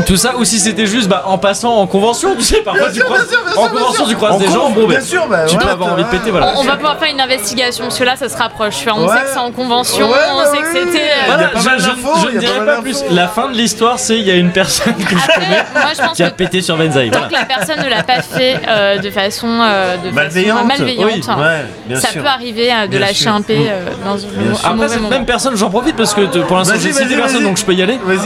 A: Tout ça, ou si c'était juste bah, en passant en convention, tu sais, parfois tu
C: sûr,
A: croises.
C: bien sûr,
A: en
C: bien sûr, bien
A: convention,
C: sûr.
A: tu croises
C: En
A: des
C: conf,
A: gens, bon,
C: bien
A: ben,
C: sûr, bah,
A: tu
C: ouais,
A: peux avoir envie de péter, voilà.
B: On va pouvoir faire une investigation, parce que là ça se rapproche. tu vois, On
C: Ouais.
B: sait que c'est en convention,
C: Ouais,
B: on
C: bah
B: sait que
C: oui.
B: c'était. euh,
C: Voilà.
A: Voilà,
C: Il y a pas
A: je,
C: mal
A: je-
C: d'infos,
A: je
C: il y
A: ne
C: a pas
A: dirais
C: mal
A: pas plus.
C: d'infos.
A: La fin de l'histoire, c'est il y a une personne que je connais
B: Après, moi je pense
A: qui a
B: que
A: pété sur Benzaï. Voilà.
B: tant que la personne ne l'a pas fait euh, de façon euh, de façon
C: Malveillante.
B: malveillante,
A: Oui,
B: hein,
C: Ouais, bien
B: ça
C: sûr.
B: peut arriver euh, de
C: Bien
B: lâcher
C: sûr. Mm.
B: un P euh, dans un
C: Bien sûr.
B: un
A: Après,
B: mauvais
A: cette
B: moment.
A: même personne, j'en profite parce que te- pour l'instant,
C: Vas-y,
A: j'ai cité
C: vas-y,
A: personne,
C: vas-y.
A: donc je peux y aller.
C: Vas-y.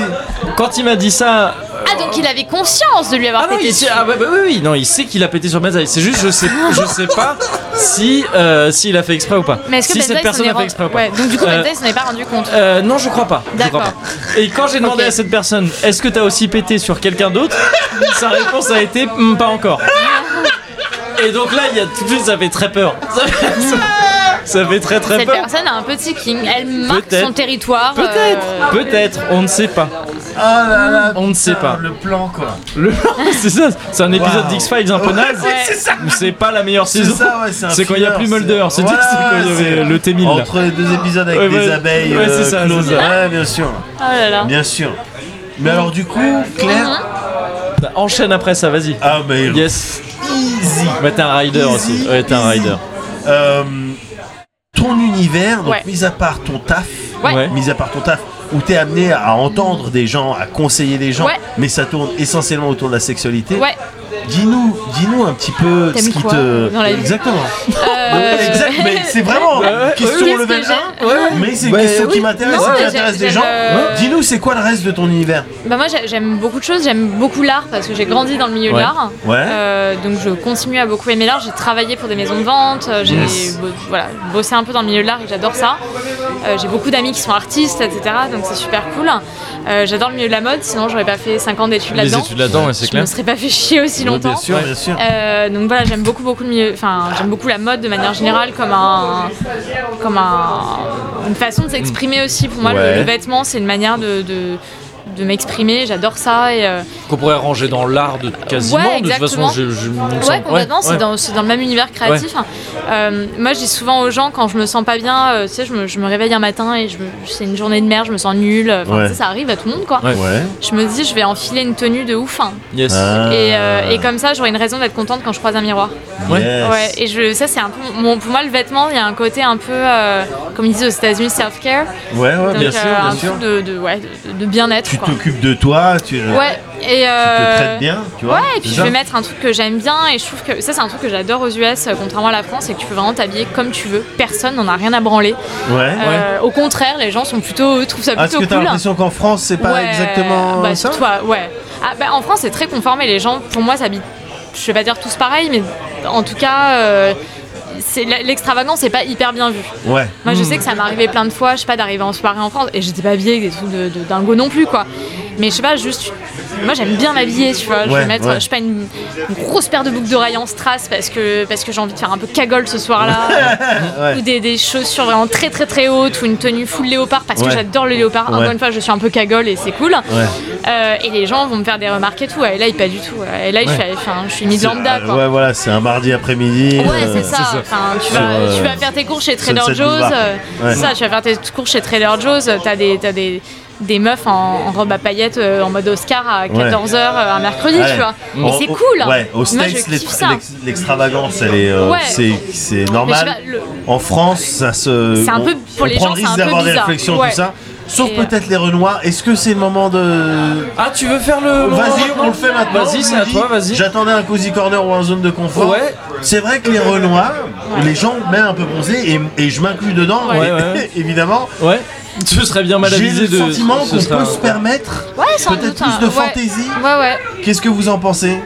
A: Quand il m'a dit ça,
B: Ah donc il avait conscience de lui avoir
A: Ah non,
B: pété
A: il
B: dessus.
A: sait, ah bah, bah, oui, oui, non, il sait qu'il a pété sur Benzaï. C'est juste, je sais, je sais pas si euh, s'il a fait exprès ou pas.
B: Mais est-ce que
A: si
B: Benzaï
A: cette personne
B: s'en
A: a
B: est
A: fait
B: rendu-
A: exprès ou pas.
B: Ouais, donc du coup
A: Euh,
B: Benzaï s'en est pas rendu compte.
A: euh, non, je crois pas. je crois
B: D'accord.
A: pas. Et quand j'ai demandé
B: Ok.
A: à cette personne, est-ce que t'as aussi pété sur quelqu'un d'autre Sa réponse a été, Hmm, pas encore. Et donc là, il y a tout de suite, ça fait très peur. Ça, fait- ça- Ça fait très très
B: Cette
A: peur.
B: personne a un petit king. Elle marque
A: Peut-être.
B: son territoire.
A: Peut-être,
B: euh,
A: peut-être, on ne sait pas.
C: Ah là là,
A: On ne sait
C: putain,
A: pas.
C: Le plan quoi.
A: Le- c'est ça, c'est un épisode
C: Waouh.
A: d'X-Files un peu naze.
C: Ouais, c'est ça.
A: où C'est pas la meilleure
C: C'est
A: saison.
C: ça, ouais, c'est un
A: C'est quand il y a
C: filler,
A: plus Mulder.
C: c'est-
A: C'est
C: Ouais,
A: c'est quand il y
C: ouais,
A: avait le T1000. là.
C: Entre les deux épisodes avec
A: Ouais,
C: des
A: ouais.
C: abeilles,
A: Ouais, c'est
C: euh,
A: ça, c'est
C: closes.
A: ça.
C: Ouais, bien sûr,
B: Oh là là.
C: bien sûr. Mais alors du coup, Claire,
A: Bah, Enchaîne après ça, vas-y.
C: ah mais
A: Yes.
C: easy.
A: Bah, t'es un rider
C: Easy,
A: aussi. Ouais, t'es un
C: easy.
A: rider.
C: Euh, ton univers, donc
B: Ouais.
C: mis à part ton taf,
B: Ouais.
A: Ouais.
C: mis à part ton taf, où t'es amené à entendre des gens, à conseiller des gens,
B: Ouais.
C: mais ça tourne essentiellement autour de la sexualité.
B: Ouais.
C: Dis-nous, dis-nous un petit peu
B: T'aimes
C: ce qui
B: quoi
C: te.
B: dans la vie
C: Exactement.
B: Euh,
C: Exact, mais c'est vraiment
A: ouais,
C: question
B: ouais.
C: level
B: Qu'est-ce que
C: 1, mais c'est une
A: Bah,
C: question qui
A: oui.
C: m'intéresse
B: Non,
C: et qui
B: mais
C: intéresse
B: j'ai-
C: des gens.
B: j'aime, euh,
C: Dis-nous, c'est quoi le reste de ton univers
B: Bah moi j'ai- j'aime beaucoup de choses, j'aime beaucoup l'art parce que j'ai grandi dans le milieu
A: Ouais.
B: de l'art.
C: Ouais.
B: Euh, donc je continue à beaucoup aimer l'art, j'ai travaillé pour des maisons de vente, euh, j'ai
C: Yes.
B: bo- voilà, bossé un peu dans le milieu de l'art et j'adore ça. Euh, j'ai beaucoup d'amis qui sont artistes, etc. Donc c'est super cool. Euh, j'adore le milieu de la mode, sinon j'aurais pas fait 5 ans d'études
A: Les
B: là-dedans.
A: études là-dedans, ouais, c'est
B: Je me
A: clair.
B: serais pas fait chier aussi longtemps.
A: bien sûr. Ouais.
C: bien sûr.
B: Euh, donc voilà, j'aime beaucoup, beaucoup le milieu- enfin, j'aime beaucoup la mode de manière générale comme un, comme un, une façon de s'exprimer aussi. Pour moi, le-
C: Ouais.
B: le, vêtement, c'est une manière de, de, de m'exprimer. J'adore ça et euh,
A: Qu'on pourrait ranger dans l'art de quasiment.
B: Ouais,
A: de toute façon,
B: exactement.
A: je, je- il me
B: ouais,
A: semble-
B: complètement. C'est
A: ouais.
B: dans, c'est dans le même univers créatif. Euh, moi, je dis souvent aux gens quand je me sens pas bien, euh, tu sais, je me, je me réveille un matin et je me- c'est une journée de merde, je me sens nulle. Enfin,
C: Ouais.
B: tu sais, ça arrive à tout le monde, quoi.
A: Ouais.
C: Ouais.
B: Je me dis, je vais enfiler une tenue de ouf. hein.
A: Yes.
C: Ah,
B: Et, euh, et comme ça, j'aurai une raison d'être contente quand je croise un miroir.
A: Ouais.
C: yes.
B: Ouais, et je, ça c'est un peu mon- pour moi le vêtement, il y a un côté un peu euh, comme ils disent aux États-Unis self care,
C: Ouais, ouais,
B: donc
C: bien
B: euh,
C: sûr,
B: un
C: bien
B: truc
C: sûr.
B: de, de, ouais, de, de bien-être.
C: Tu
B: quoi.
C: t'occupes de toi, tu, euh,
B: Ouais, et
C: tu
B: euh,
C: te traites bien, tu vois.
B: Ouais, et puis
C: c'est
B: je vais
C: ça
B: mettre un truc que j'aime bien et je trouve que ça c'est un truc que j'adore aux US euh, contrairement à la France, c'est que tu peux vraiment t'habiller comme tu veux, personne n'en a rien à branler.
C: Ouais.
B: Euh, au contraire, les gens sont plutôt eux, trouvent ça
C: Ah, Est-ce
B: plutôt
C: que t'as
B: cool. hein.
C: l'impression qu'en France, c'est pas
B: Ouais,
C: exactement
B: bah,
C: ça
B: surtout, ah, ouais. Ah, bah, en France, c'est très conformé. Les gens, pour moi, s'habitent, je vais pas dire tous pareil, mais en tout cas, euh, c'est, l'extravagance, c'est pas hyper bien vu.
C: Ouais.
B: Moi, je sais que ça m'est arrivé plein de fois, je sais pas, d'arriver en soirée en France, et j'étais pas habillée avec des trucs de, de dingo non plus, quoi. Mais je sais pas, juste, moi, j'aime bien m'habiller, tu vois. je
C: Ouais,
B: vais mettre,
C: ouais.
B: je sais pas, une, une grosse paire de boucles d'oreilles en strass parce que, parce que j'ai envie de faire un peu cagole ce soir-là.
C: Ouais.
B: Ou des, des chaussures vraiment très très très hautes, ou une tenue full léopard parce
C: Ouais.
B: que j'adore le léopard.
C: Ouais.
B: Encore une fois, je suis un peu cagole et c'est cool.
C: Ouais.
B: Euh, et les gens vont me faire des remarques et tout. Et là, il pas du tout. Et là, je suis, enfin, je suis mise lambda.
C: C'est-
B: Quoi.
C: Euh, Ouais, voilà, c'est un mardi après-midi.
B: Ouais,
C: euh,
B: c'est ça.
A: ça.
B: Enfin, tu,
C: Sur,
B: vas,
C: euh,
B: tu vas faire tes cours chez Trader
C: Sunset
B: Joe's.
C: Boulevard.
B: euh,
C: Ouais.
B: Ça, tu vas faire tes cours chez Trader Joe's. euh, T'as des, t'as des, des meufs en, en robe à paillettes euh, en mode Oscar à 14h un mercredi,
C: Ouais.
B: tu vois.
C: Au-
B: Mais c'est
C: au-
B: cool. hein.
C: Ouais, aux
B: Moi,
C: States,
B: je kiffe ça.
C: l'extra- l'ex- l'extravagance, elle est, euh,
B: Ouais.
C: c'est, c'est
B: Mais je sais
C: normal.
B: pas, le-
C: En France, ça se.
B: C'est un peu- pour les
C: on prend
B: gens,
C: le
B: c'est
C: risque
B: un peu
C: d'avoir des
B: bizarre.
C: réflexions,
B: Ouais.
C: tout ça. Sauf
B: Et, euh,
C: peut-être les Renois. Est-ce que c'est le moment de.
A: Ah, tu veux faire le.
C: Vas-y, on le fait maintenant.
A: Vas-y, c'est
C: on
A: à
C: dit,
A: toi, vas-y.
C: J'attendais un cozy corner ou un zone de confort.
A: Ouais.
C: C'est vrai que les Renois, les gens même un peu bronzés, et, et je m'inclus dedans,
A: Ouais,
C: et-
A: ouais.
C: évidemment.
A: Ouais. Ce serait bien mal
C: J'ai
A: avisé
C: le
A: de.
C: sentiment
A: ce
C: qu'on
A: serait
C: peut
A: un-
C: se permettre
B: Ouais, sans
C: peut-être
B: doute.
C: plus
B: hein.
C: de
B: Ouais.
C: fantaisie.
B: Ouais, ouais.
C: Qu'est-ce que vous en pensez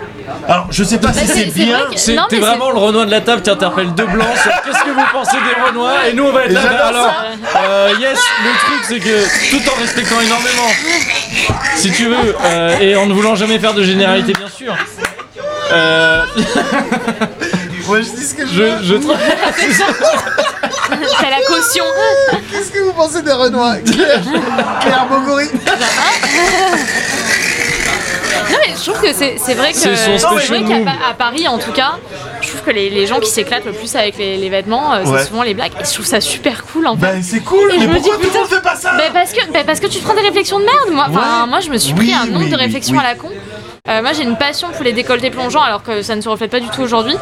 C: Alors, je sais pas
B: Bah,
C: si
B: c'est-
C: c'est
B: c'est
C: bien.
B: vrai que-
A: C'est
B: Non,
A: t'es
B: mais c'est-
A: vraiment le Renoir de la table qui interpelle deux blancs sur qu'est-ce que vous pensez des Renoirs et nous on va être
C: Et
A: là.
C: j'adore
A: Alors, euh, yes, le truc c'est que tout en respectant énormément, si tu veux, euh, et en ne voulant jamais faire de généralité bien sûr. Euh,
C: Moi, je dis ce que je
A: je,
C: veux.
A: je tra-
B: T'as la caution.
C: Qu'est-ce que vous pensez des Renois Claire, Claire Bogory
B: Non mais je trouve que c'est c'est vrai que
A: C'est son
B: c'est vrai
A: special
B: qu'à
A: move.
B: Pa- à Paris en tout cas, je trouve que les, les gens qui s'éclatent le plus avec les, les vêtements, euh, c'est
C: Ouais.
B: souvent les blagues. Et je trouve ça super cool en fait.
C: Ben, c'est cool,
B: Et je
C: mais
B: me dis,
C: pourquoi tout le
B: putain,
C: monde fait pas ça
B: Bah, parce que bah, parce que tu te prends des réflexions de merde moi. Enfin,
C: Ouais.
B: moi je me suis
C: Oui,
B: pris un nombre
C: oui,
B: de
C: oui,
B: réflexions
C: oui.
B: à la con. Euh, moi j'ai une passion pour les décolletés plongeants alors que ça ne se reflète pas du tout aujourd'hui.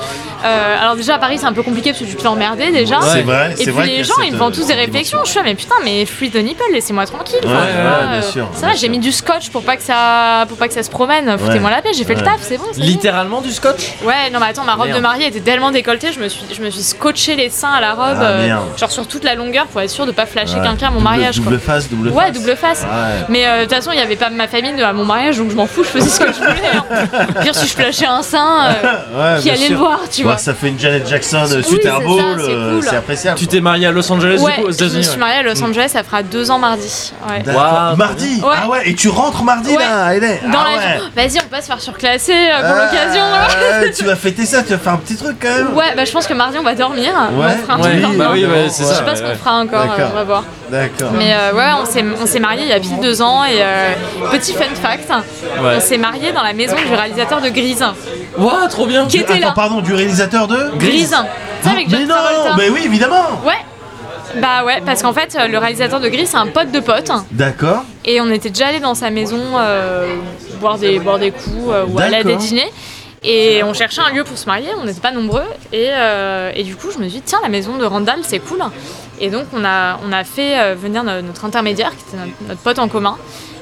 B: Euh, alors déjà à Paris c'est un peu compliqué parce que tu te fais emmerder déjà.
A: C'est
C: vrai, c'est
B: Et puis
C: vrai qu'il y a
B: les gens
C: cette,
B: ils me vendent
C: euh,
B: tous des réflexions. Je suis là mais putain mais free the nipple laissez-moi tranquille. Enfin,
C: Ouais,
B: tu
C: ouais,
B: vois,
C: bien
B: euh,
C: sûr,
B: Ça
C: bien
B: va j'ai
C: sûr.
B: mis du scotch pour pas que ça pour pas que ça se promène. Foutez-moi la paix j'ai fait le
C: Ouais.
B: taf c'est bon. c'est bon.
A: littéralement du scotch.
B: Ouais, non, mais attends, ma robe de mariée était tellement décolletée, je me suis, je me suis scotché les seins à la robe,
C: Ah,
B: euh,
C: merde.
B: genre sur toute la longueur pour être sûr de pas flasher
C: Ouais.
B: quelqu'un à mon
C: Double-
B: mariage.
C: Double face, double
B: quoi. Ouais,
C: face.
B: double face.
C: Ouais.
B: Mais euh, de toute façon, il n'y avait pas ma famille de- à mon mariage, donc je m'en fous, je faisais ce que je voulais. voulais. Dire si je flashais un sein, euh,
C: Ouais,
B: qui
C: bien
B: allait
A: sûr.
B: le voir, tu
C: Bah,
B: vois.
C: ça fait une Janet Jackson euh,
B: Oui,
C: Super
B: c'est ça,
C: Bowl,
B: c'est
C: euh,
B: cool.
C: c'est appréciable.
A: Tu t'es marié à Los Angeles
B: Ouais,
A: du coup aux
B: je me
A: États-Unis.
B: suis
A: ouais.
B: mariée à
C: Mm.
B: Los Angeles, ça fera deux ans mardi. ouais.
C: D'accord.
A: Waouh,
C: Mardi
B: Ouais.
C: Ah ouais, et tu rentres mardi
B: Ouais.
C: là, à LA.
B: Dans
C: ah
B: la
C: ouais.
B: Vas-y, on peut se faire surclasser euh, pour
C: Ah,
B: l'occasion.
C: tu vas fêter ça, tu vas faire un petit truc quand même.
B: hein. Ouais, bah je pense que mardi on va dormir.
C: Ouais.
B: on fera un
A: Ouais,
B: truc
A: bah
B: dormant.
A: oui, ouais, c'est
B: Je
A: ça,
B: sais pas
A: ouais,
B: ce
A: ouais.
B: qu'on fera encore, euh,
C: D'accord.
B: on va voir.
C: D'accord.
B: Mais euh, ouais, on s'est, on s'est mariés il y a pile deux ans et euh, petit fun fact,
A: Ouais.
B: on s'est mariés dans la maison du réalisateur de Grise,
A: Waouh, trop bien.
B: qui était
C: Attends,
B: là.
C: pardon, du réalisateur de
B: Grise, tu sais avec
C: Mais
B: John
C: non,
B: Travolta.
C: mais oui, évidemment.
B: Ouais. Bah ouais, parce qu'en fait, euh, le réalisateur de Grise, c'est un pote de pote,
C: D'accord.
B: et on était déjà allé dans sa maison euh, boire des boire des coups euh, ou aller à des
C: D'accord.
B: dîners. Et on cherchait un lieu pour se marier, on n'était pas nombreux. Et, euh, et du coup, je me suis dit, tiens, la maison de Randall, c'est cool. Et donc, on a, on a fait euh, venir no- notre intermédiaire, qui était notre, notre pote en commun,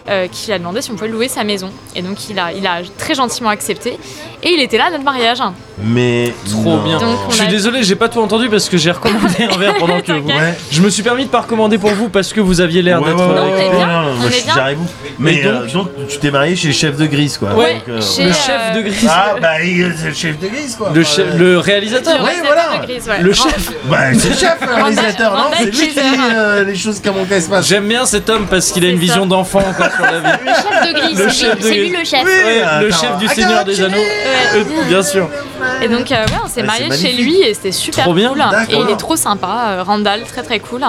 B: euh, qui a demandé si on pouvait louer sa maison. Et donc, il a, il a très gentiment accepté. Et il était là à notre mariage.
C: Mais
A: Trop
C: non.
A: bien.
B: Donc, on
A: Je suis
B: a-
A: désolé, j'ai pas tout entendu parce que j'ai recommandé un verre pendant que vous.
B: T'inquiète.
C: Ouais.
A: Je me suis permis de pas recommander pour vous parce que vous aviez l'air
C: Ouais,
A: d'être.
C: ouais,
B: Non,
A: euh,
B: on est
C: ouais,
B: bien,
C: non, non,
B: on
C: moi,
B: est
C: je-
B: bien.
C: J'arrive. Mais
A: Et donc-
C: euh, donc, tu t'es marié chez le chef de grise, quoi.
A: Ouais.
C: Donc, euh,
B: Chez-
A: le
B: Et,
A: chef
B: euh,
A: de Gris.
C: Ah bah il- c'est le chef de grise, quoi.
A: Le, chef-
C: Enfin,
A: le réalisateur.
B: Le
A: ouais.
B: réalisateur
C: voilà.
B: de Grease, ouais.
A: Le chef.
C: Bah c'est le chef, le réalisateur, non
B: Randall
C: C'est lui qui
B: Kaiser.
C: dit euh, les choses comme on se passe.
A: J'aime bien cet homme parce qu'il a
B: C'est
A: une
B: ça.
A: vision d'enfant encore sur la vie.
E: Le chef de Gris,
A: Le
E: c'est
A: chef
E: lui-
A: de
E: c'est lui
A: Gris.
E: le chef.
C: Oui,
A: Ouais,
C: euh,
A: le
C: attends.
A: Ran-
C: Ah,
A: chef du
C: Ran-
A: Seigneur des
C: Ran-
A: Anneaux. Euh, bien sûr.
B: Et donc, euh, ouais, on s'est
C: Ouais,
B: mariés
C: Ah, c'est
B: chez
C: magnifique.
B: lui et c'était super
A: Trop bien.
B: cool. Et
C: D'accord.
B: il est trop sympa, euh, Randall, très très cool.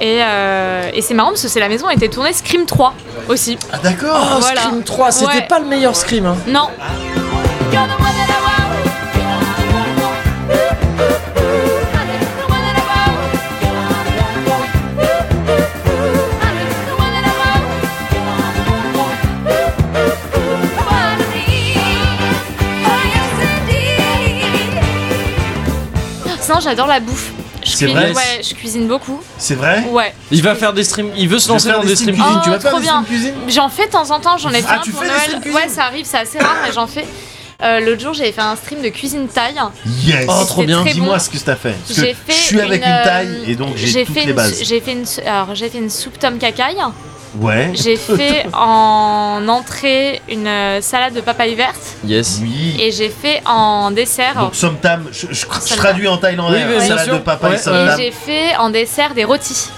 B: Et, euh, et c'est marrant parce que c'est la maison a été tournée Scream 3 aussi.
C: Ah d'accord.
A: Oh,
B: Voilà.
A: Scream 3, c'était
B: Ouais.
A: pas le meilleur Scream. Hein.
B: Non, sinon j'adore la bouffe. Je
C: C'est
B: cuisine,
C: vrai
B: ouais, je cuisine beaucoup.
C: C'est vrai.
B: Ouais.
A: Il va faire des streams, il veut se
C: Je vais
A: lancer
C: faire
A: dans
C: des
A: des
C: streams
A: streams
C: cuisine.
A: cuisine.
B: Oh,
C: tu vas faire
B: trop
C: des
B: bien.
C: streams cuisine
B: J'en fais de temps en temps, j'en ai fait
C: Ah,
B: un
C: tu
B: pour
C: fais des
B: Noël.
C: streams cuisine
B: Ouais, ça arrive, c'est assez rare, mais j'en fais. Euh, L'autre jour, j'avais fait un stream de cuisine thaï.
C: Yes.
A: Oh, trop
B: C'était
A: bien.
B: très
C: Dis-moi
B: bon.
C: ce que t'as fait. Parce que
B: J'ai fait
C: je suis avec une
B: euh,
C: taille et donc j'ai toutes
B: fait
C: les
B: une-
C: bases.
B: J'ai fait une, alors j'ai fait une soupe tom cacaille.
C: Ouais.
B: J'ai fait en entrée une euh, salade de papaye verte
C: Ah.
A: Yes.
C: Oui.
B: et oh. j'ai fait en dessert.
C: Donc somtam, je, je- je
B: Somtam.
C: traduis en thaïlandais.
A: Oui, mais
C: hein,
A: bien
C: salade
A: sûr.
C: de papaye,
A: Ouais,
B: et
C: somtam.
B: j'ai fait en dessert des rôtis.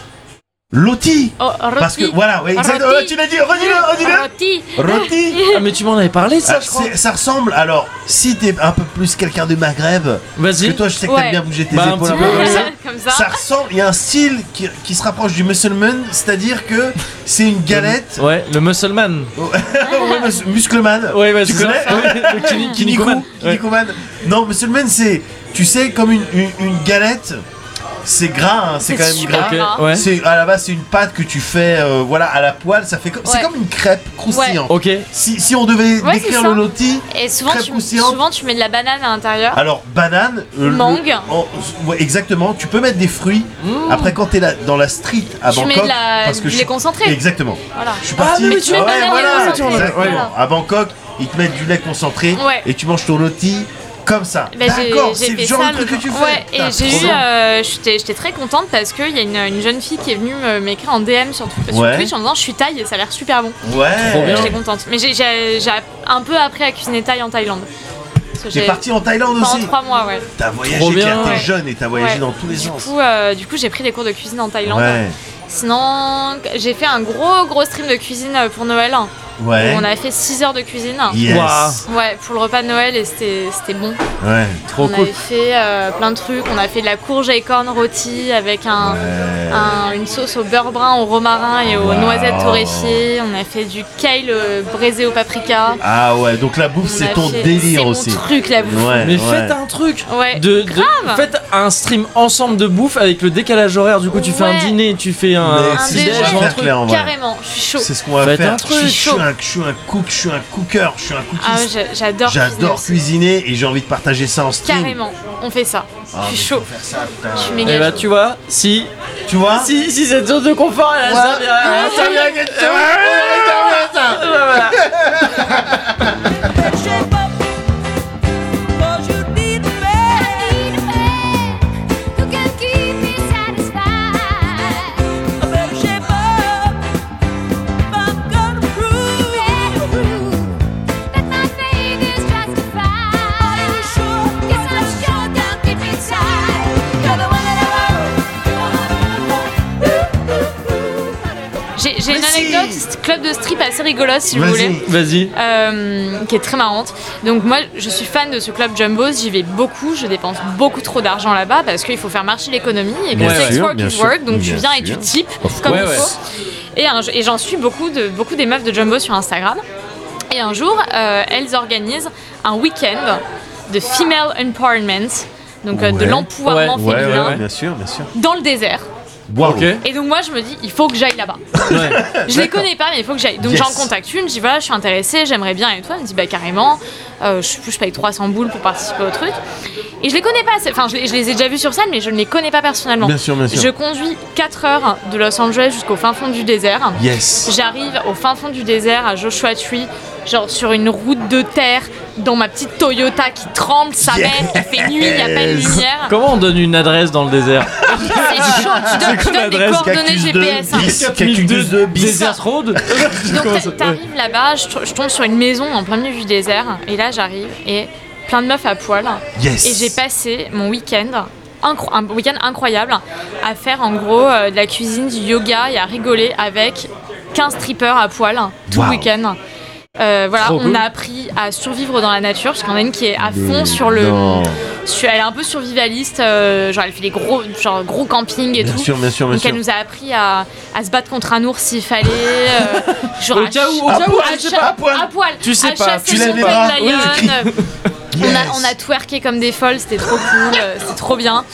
C: Loti.
B: Oh,
C: Parce que
B: rôtis.
C: voilà, ouais, exactement.
B: Rôti.
C: ouais, Tu l'as dit. oh, Redis-le, redis-le.
B: Rôtis.
C: Roti.
A: Ah, mais tu m'en avais parlé de ça,
C: Ah,
A: je crois.
C: c'est- ça ressemble. Alors, si t'es un peu plus quelqu'un du Maghreb, que
A: Vas-y.
C: toi, je sais que
B: Ouais.
C: t'aimes bien bouger tes
A: Bah, un petit
C: épaules un
A: peu,
C: peu comme
A: ouais.
C: ça.
B: Comme ça.
C: Ça ressemble, il y a un style qui, qui se rapproche du musulman, c'est-à-dire que c'est une galette
A: Ouais, le Muscleman.
C: Ouais, mus- muscleman.
A: Ouais, bah,
C: tu
A: c'est ça.
C: connais hein
A: Ouais, le Kini-
C: Kinikou,
A: Kinikoman. Ouais.
C: Kinikoman. Non, musulman, c'est, tu sais, comme une, une, une galette, c'est gras, hein, c'est
B: C'est
C: quand même
B: super
C: gras.
A: Ok, ouais.
C: C'est, à la base, c'est une pâte que tu fais euh, voilà, à la poêle, ça fait comme, c'est
B: Ouais.
C: comme une crêpe croustillante.
A: Ok.
C: Si, si on devait
B: Ouais,
C: décrire
B: c'est ça.
C: le loti,
B: Et souvent
C: Crêpe
B: tu,
C: croustillante.
B: souvent tu mets de la banane à l'intérieur.
C: Alors banane, euh,
B: Mangue. Mmh.
C: le- en- ouais, exactement. Tu peux mettre des fruits. Après quand t'es là dans la street à
B: Tu mets
C: Bangkok,
B: de la-
C: parce que
B: du
C: je
B: lait
C: suis-
B: concentré.
C: Exactement.
B: Voilà.
C: Je suis parti.
A: mais oui, tu mets
C: Ah
A: de la
C: ouais,
A: banane
C: voilà,
B: concentrée,
C: exactement.
B: voilà.
C: À Bangkok, ils te mettent du lait concentré
B: Ouais.
C: et tu manges ton loti comme ça.
B: Bah, j'ai-
C: D'accord,
B: j'ai
C: c'est le
B: fait
C: genre
B: ça
C: de truc que
B: le-
C: tu fais.
B: Ouais, et
C: Putain,
B: j'ai
C: trop
B: eu.
C: bien.
B: euh, J'étais j'étais très contente parce qu'il y a une, une jeune fille qui est venue me- m'écrire en DM sur, Twi- sur
C: Ouais.
B: Twitch en disant Je suis taille et ça a l'air super bon.
C: Ouais.
A: Trop bien.
B: J'étais contente. Mais euh, j'ai- j'ai j'ai un peu appris à cuisiner taille en Thaïlande. Parce que
C: T'es parti en Thaïlande
B: pendant
C: aussi.
B: trois mois, ouais.
C: T'as voyagé,
A: Trop bien.
C: car t'es
B: Ouais.
C: jeune et t'as voyagé
B: Ouais.
C: dans tous les
B: du
C: sens.
B: coup, euh, du coup, j'ai pris des cours de cuisine en Thaïlande.
C: Ouais,
B: Sinon, j'ai fait un gros gros stream de cuisine euh, pour Noël.
C: ouais.
B: On a fait 6 heures de cuisine.
C: Yes.
A: Waouh.
B: Ouais, pour le repas de Noël et c'était c'était bon.
C: Ouais.
A: Trop
B: on
A: cool.
B: avait fait euh, plein de trucs. On a fait de la courge à écornes rôtie avec un, un- une sauce au beurre brun, au romarin et aux
C: Wow.
B: noisettes torréfiées. On a fait du kale euh, braisé au paprika.
C: Ah ouais, donc la bouffe
B: On a
C: c'est ton
B: fait-
C: délire
B: C'est
C: aussi.
B: mon truc la bouffe.
C: Ouais,
A: Mais
C: Euh, ouais.
A: faites un truc.
B: Ouais,
A: De, de-
B: grave.
A: faites un stream ensemble de bouffe avec le décalage horaire. Du coup, tu fais un
B: Ouais.
A: dîner, tu fais un, un
C: Mais
B: Un
C: Ah, c'est
A: petit
C: ce
A: déj,
C: qu'on va
A: un
C: faire,
A: truc.
C: Claire, en vrai.
B: Carrément, je suis chaud.
C: C'est ce qu'on va
A: Faites
C: faire.
A: un truc.
C: je, suis
B: Chaud.
C: un, je suis un cook, je suis un cooker, je suis un cookiste.
B: Ah, j'a- j'adore. cuisiner
C: J'adore
B: aussi.
C: cuisiner et j'ai envie de partager ça en stream.
B: Carrément, on fait ça.
C: Ah,
B: je
C: mais
B: suis
C: faut
B: chaud.
C: faire ça, putain.
B: Je suis méga
A: Et bah,
B: chaud.
A: tu vois, si,
C: Tu vois
A: si, si cette zone de confort, elle a
C: Ah. Ouais.
A: servi à- elle a servi à quelque chose.
E: Shape up, I'm gonna prove it. That my
B: club de strip assez rigolote si vous voulez.
C: Vas-y.
A: Vas-y.
B: euh, qui est très marrante. Donc moi, je suis fan de ce club Jumbo's, j'y vais beaucoup, je dépense beaucoup trop d'argent là-bas parce qu'il faut faire marcher l'économie et que
A: Bien
B: sex
A: sûr,
B: work
E: bien
B: is
E: sûr,
B: work, donc tu
E: bien
B: viens et tu
E: sûr.
B: types
E: Of
B: comme
A: course.
B: il
A: Ouais,
B: faut. Et, un- et j'en suis beaucoup, de, beaucoup des meufs de Jumbo sur Instagram. Et un jour, euh, elles organisent un week-end de female empowerment, donc euh, de
E: Ouais.
B: l'empowernement
A: Ouais, ouais,
B: féminin,
A: ouais, ouais.
E: Bien sûr, bien sûr.
B: dans le désert.
E: Waouh.
A: Ok.
B: Et donc moi je me dis il faut que j'aille là-bas.
A: Ouais.
B: Je les connais pas mais il faut que j'aille. Donc
C: Yes.
B: j'en contacte une, je dis voilà je suis intéressée, j'aimerais bien et toi elle me dit bah carrément, euh, je, je paye 300 boules pour participer au truc. Et je les connais pas, c'est- enfin je, les- je les ai déjà vus sur scène mais je ne les connais pas personnellement.
C: Bien sûr, bien sûr.
B: Je conduis 4 heures de Los Angeles jusqu'au fin fond du désert.
C: Yes.
B: J'arrive au fin fond du désert à Joshua Tree, genre sur une route de terre dans ma petite Toyota qui tremble, ça
C: Yes.
B: mène, il fait nuit, il n'y a pas de lumière.
A: Comment on donne une adresse dans le désert
B: C'est chaud, tu donnes, tu
A: comme
B: donnes des
A: adresse
B: coordonnées
C: Cactus 2,
B: GPS. hein.
C: bis, Cactus 2, bis.
A: Desert Road Comment ça-
B: Donc t'arrives là-bas, je, je tombe sur une maison en plein milieu du désert, et là j'arrive, et plein de meufs à poil,
C: Yes.
B: et j'ai passé mon week-end, incro- un week-end incroyable, à faire en gros euh, de la cuisine, du yoga, et à rigoler avec 15 strippers à poil, tout le
C: Wow.
B: week-end. Euh, voilà,
A: Trop
B: on
A: cool.
B: a appris à survivre dans la nature, parce qu'il y en a une qui est à fond sur le...
E: Non.
B: sur- elle est un peu survivaliste, euh, genre elle fait des gros, genre, gros camping et
C: Bien
B: tout.
C: sûr, bien sûr, bien
B: Donc
C: sûr.
B: elle nous a appris à, à se battre contre un ours s'il fallait. euh, genre
A: Au
B: à
A: cas où,
B: ch-
A: au
B: à
A: cas où,
B: poil,
A: je sais pas,
B: à
A: à poil.
B: poil,
A: Tu Ah sais
B: à
A: pas,
B: chasser
C: tu
B: son
C: lèves les
B: pet
C: bras,
B: de
C: oui, tu
B: lion. On
C: Yes.
B: a, on a twerké comme des folles, c'était trop cool, euh, c'était trop bien.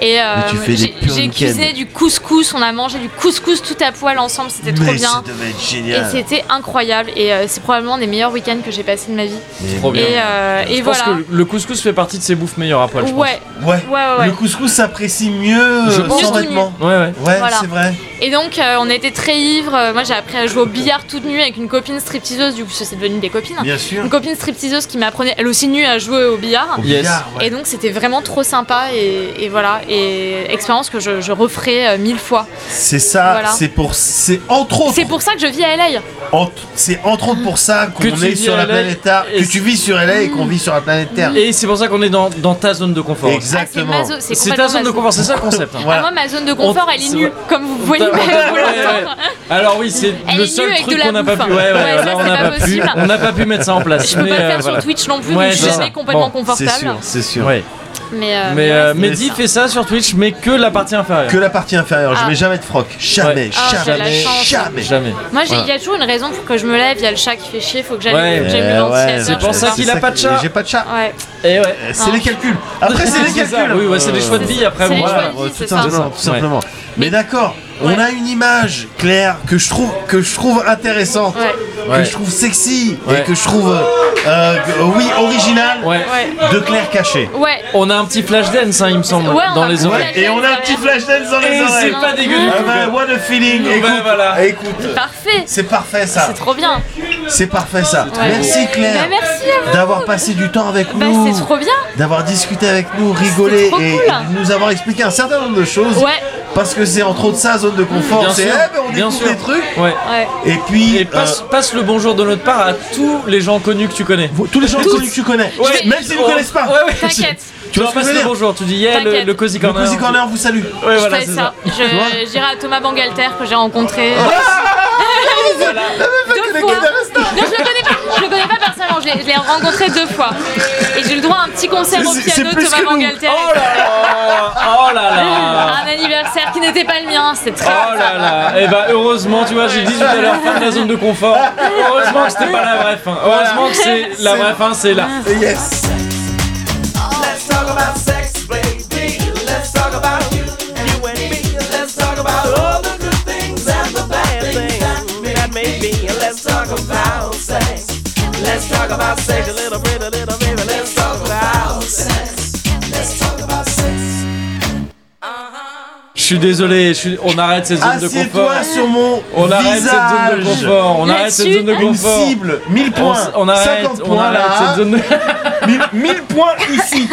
B: Et euh,
E: Mais tu fais des
B: j'ai
E: purs
B: j'ai
E: week-ends.
B: cuisiné du couscous, on a mangé du couscous tout à poil ensemble, c'était trop
C: Mais ça
B: bien.
C: devait être
B: Et
C: génial.
B: c'était incroyable. Et euh, c'est probablement un des meilleurs week-ends que j'ai passé de ma vie.
A: Trop bien.
B: Et, euh,
A: hein.
B: et
A: Je pense
B: voilà.
A: que le couscous fait partie de ses bouffes meilleures à poil, je pense.
B: Ouais,
C: Ouais.
B: ouais, ouais. ouais.
C: Le couscous s'apprécie mieux
A: Je
C: euh,
A: pense.
C: sans
B: Mieux
C: vêtements.
A: Ouais, ouais.
C: Ouais,
B: Voilà.
C: c'est vrai.
B: Et donc, euh, on était très ivres. Euh, Moi, j'ai appris à jouer au billard toute nue avec une copine stripteaseuse, du coup, c'est devenu des copines.
C: Bien sûr.
B: Une copine stripteaseuse qui m'apprenait, elle aussi nue, à jouer au billard.
C: Au
A: Yes.
C: billard, ouais.
B: Et donc, c'était vraiment trop sympa. Et, et voilà, et expérience que je, je referai euh, mille fois.
C: C'est ça,
B: Voilà.
C: c'est pour c'est entre autres
B: C'est pour ça que je vis à LA.
C: entre- c'est entre autres pour ça qu'on
A: Que tu
C: est
A: vis
C: sur
A: à
C: la
A: LA,
C: planète Terre,
A: et Mm.
C: que tu vis sur LA et qu'on vit sur la planète Terre.
A: Et c'est pour ça qu'on est dans, dans ta zone de confort.
C: Exact.
B: Ah, c'est
C: Exactement.
B: maso- c'est
A: C'est
B: complètement
A: ta zone de
B: maso.
A: confort, c'est ça le concept. hein.
B: Ah,
C: Voilà.
B: moi, ma zone de confort,
A: On-
B: elle est
A: c'est
B: nue,
A: vrai.
B: comme vous pouvez
A: Ouais,
B: vous
A: ouais.
B: l'entendre.
A: Alors oui, c'est
B: Ah, bah, Elle
A: le
B: est nue
A: seul
B: avec
A: truc
B: de la
A: qu'on n'a pas
B: bouffe. hein.
A: pu. Ouais, ouais,
B: Ouais,
A: voilà,
B: ça,
A: on
B: c'est
A: n'a
B: pas
A: pas, pu.
B: possible.
A: On n'a pas pu mettre ça en place.
B: Je peux
A: mais,
B: pas le
A: euh,
B: faire sur
A: voilà.
B: Twitch non plus,
A: Ouais,
B: donc je suis
A: c'est
B: jamais
A: ça.
B: complètement
A: Bon,
C: C'est sûr,
B: confortable.
C: c'est sûr.
A: Ouais.
B: Mais, euh,
A: Mais
B: ouais,
A: euh,
B: c'est
A: Mehdi
B: ça.
A: fait ça sur Twitch, mais que la partie inférieure.
C: Que la partie inférieure, je
B: Ah.
C: mets jamais de froc, jamais,
A: Ouais.
B: Ah, j'ai la
C: jamais,
B: chance.
C: jamais.
A: Jamais.
B: Moi, j'ai- il
C: Voilà.
B: y a toujours une raison pour que je me lève. Il y a le chat qui fait chier, faut que j'aille
A: Ouais.
B: faut que j'aille
C: Eh
B: me
C: ouais,
B: lancer.
A: C'est pour ça qu'il a pas de
C: que-
A: chat.
C: J'ai pas de chat.
B: Ouais.
A: Et ouais.
C: Euh, C'est
B: Ah. Non.
C: les calculs. Après, c'est les
A: C'est ça.
C: calculs. hein.
A: Oui, ouais, c'est des choix de vie après.
B: C'est
A: bon,
B: les
A: voilà.
B: choix de vie.
C: Voilà,
B: c'est
C: tout
B: ça.
C: simplement, tout
A: Ouais.
C: simplement. Mais d'accord, on a une image claire que je trouve que je trouve intéressante,
B: Ouais.
C: que
A: Ouais.
C: je trouve sexy
A: Ouais.
C: et que je trouve euh, euh, que- oui originale
A: Ouais.
B: Ouais.
C: de Claire cachée.
B: Ouais.
A: On a un petit flash dance, hein, il me semble,
B: Ouais, on
A: dans
B: a-
A: les oreilles.
B: Ouais.
C: Et on a un petit flash dance dans les
A: Et c'est
B: hein.
C: oreilles.
A: pas dégueu du
C: Ah
A: tout.
C: bah, what a feeling.
A: Ouais,
C: Écoute,
A: voilà.
C: écoute,
B: Parfait.
C: c'est parfait ça.
B: C'est trop bien.
C: C'est parfait ça.
B: Ouais.
C: Merci
B: Bah,
C: Claire
B: merci à vous.
C: d'avoir passé du temps avec
B: Bah,
C: nous,
B: c'est trop bien.
C: d'avoir discuté avec nous, rigolé
B: trop
C: et
B: cool.
C: de nous avoir expliqué un certain nombre de choses.
B: Ouais.
C: Parce que c'est entre autres ça, zone de confort.
A: Bien
C: C'est
A: sûr,
C: eh ben, on
A: bien
C: découvre
A: sûr.
C: des trucs.
A: Ouais.
B: Ouais.
C: Et puis
A: Et passe,
C: euh,
A: passe le bonjour de notre part à tous les gens connus que tu connais.
C: vous- tous les gens
A: Tous.
C: que tu connais,
A: Ouais.
C: même s'ils ne
A: Oh.
C: connaissent pas.
A: Ouais, ouais.
B: T'inquiète.
A: Tu leur
C: vois
A: passes
C: ce que je veux
A: le
C: dire
A: bonjour, tu dis yeah, le,
B: T'inquiète.
A: le Cozy
C: Le
A: Corner.
C: Cozy Corner vous salue.
A: Ouais,
B: Je
A: voilà,
B: fais
A: c'est
B: ça.
A: ça.
B: Je J'irai à Thomas Bangalter que j'ai rencontré.
C: Ah
B: deux fois. Non, je le connais pas. Je le connais pas personnellement. Je l'ai- je l'ai rencontré deux fois. Et j'ai eu le droit à un petit concert au
C: C'est- c'est
B: piano
C: plus
B: Thomas
C: que nous.
B: Bangalter.
A: Oh là là Oh là là
B: Un anniversaire qui n'était pas le mien. C'était très.
A: Oh là là Et bah heureusement, tu vois, j'ai dit tout à l'heure, fin de la zone de confort. Heureusement que c'était pas la vraie fin. Heureusement que c'est la
C: C'est-
A: vraie fin, c'est là.
C: Yes.
F: Let's talk about sex, baby. Let's talk about you, you and me. Let's talk about all the good things and the bad things that may be. Let's talk about sex. Let's talk about sex, a little bit, a little baby. Let's talk about sex. Let's talk about sex.
A: Je suis désolé, je suis- on arrête cette zone de confort.
C: Assieds-toi sur mon
A: On arrête cette zone de
C: visage.
A: confort. On arrête cette zone de
C: Une
A: confort.
C: cible, 1000
A: On,
C: points,
A: on arrête,
C: 50
A: on
C: points
A: arrête
C: là,
A: cette zone de...
C: 1000 points ici.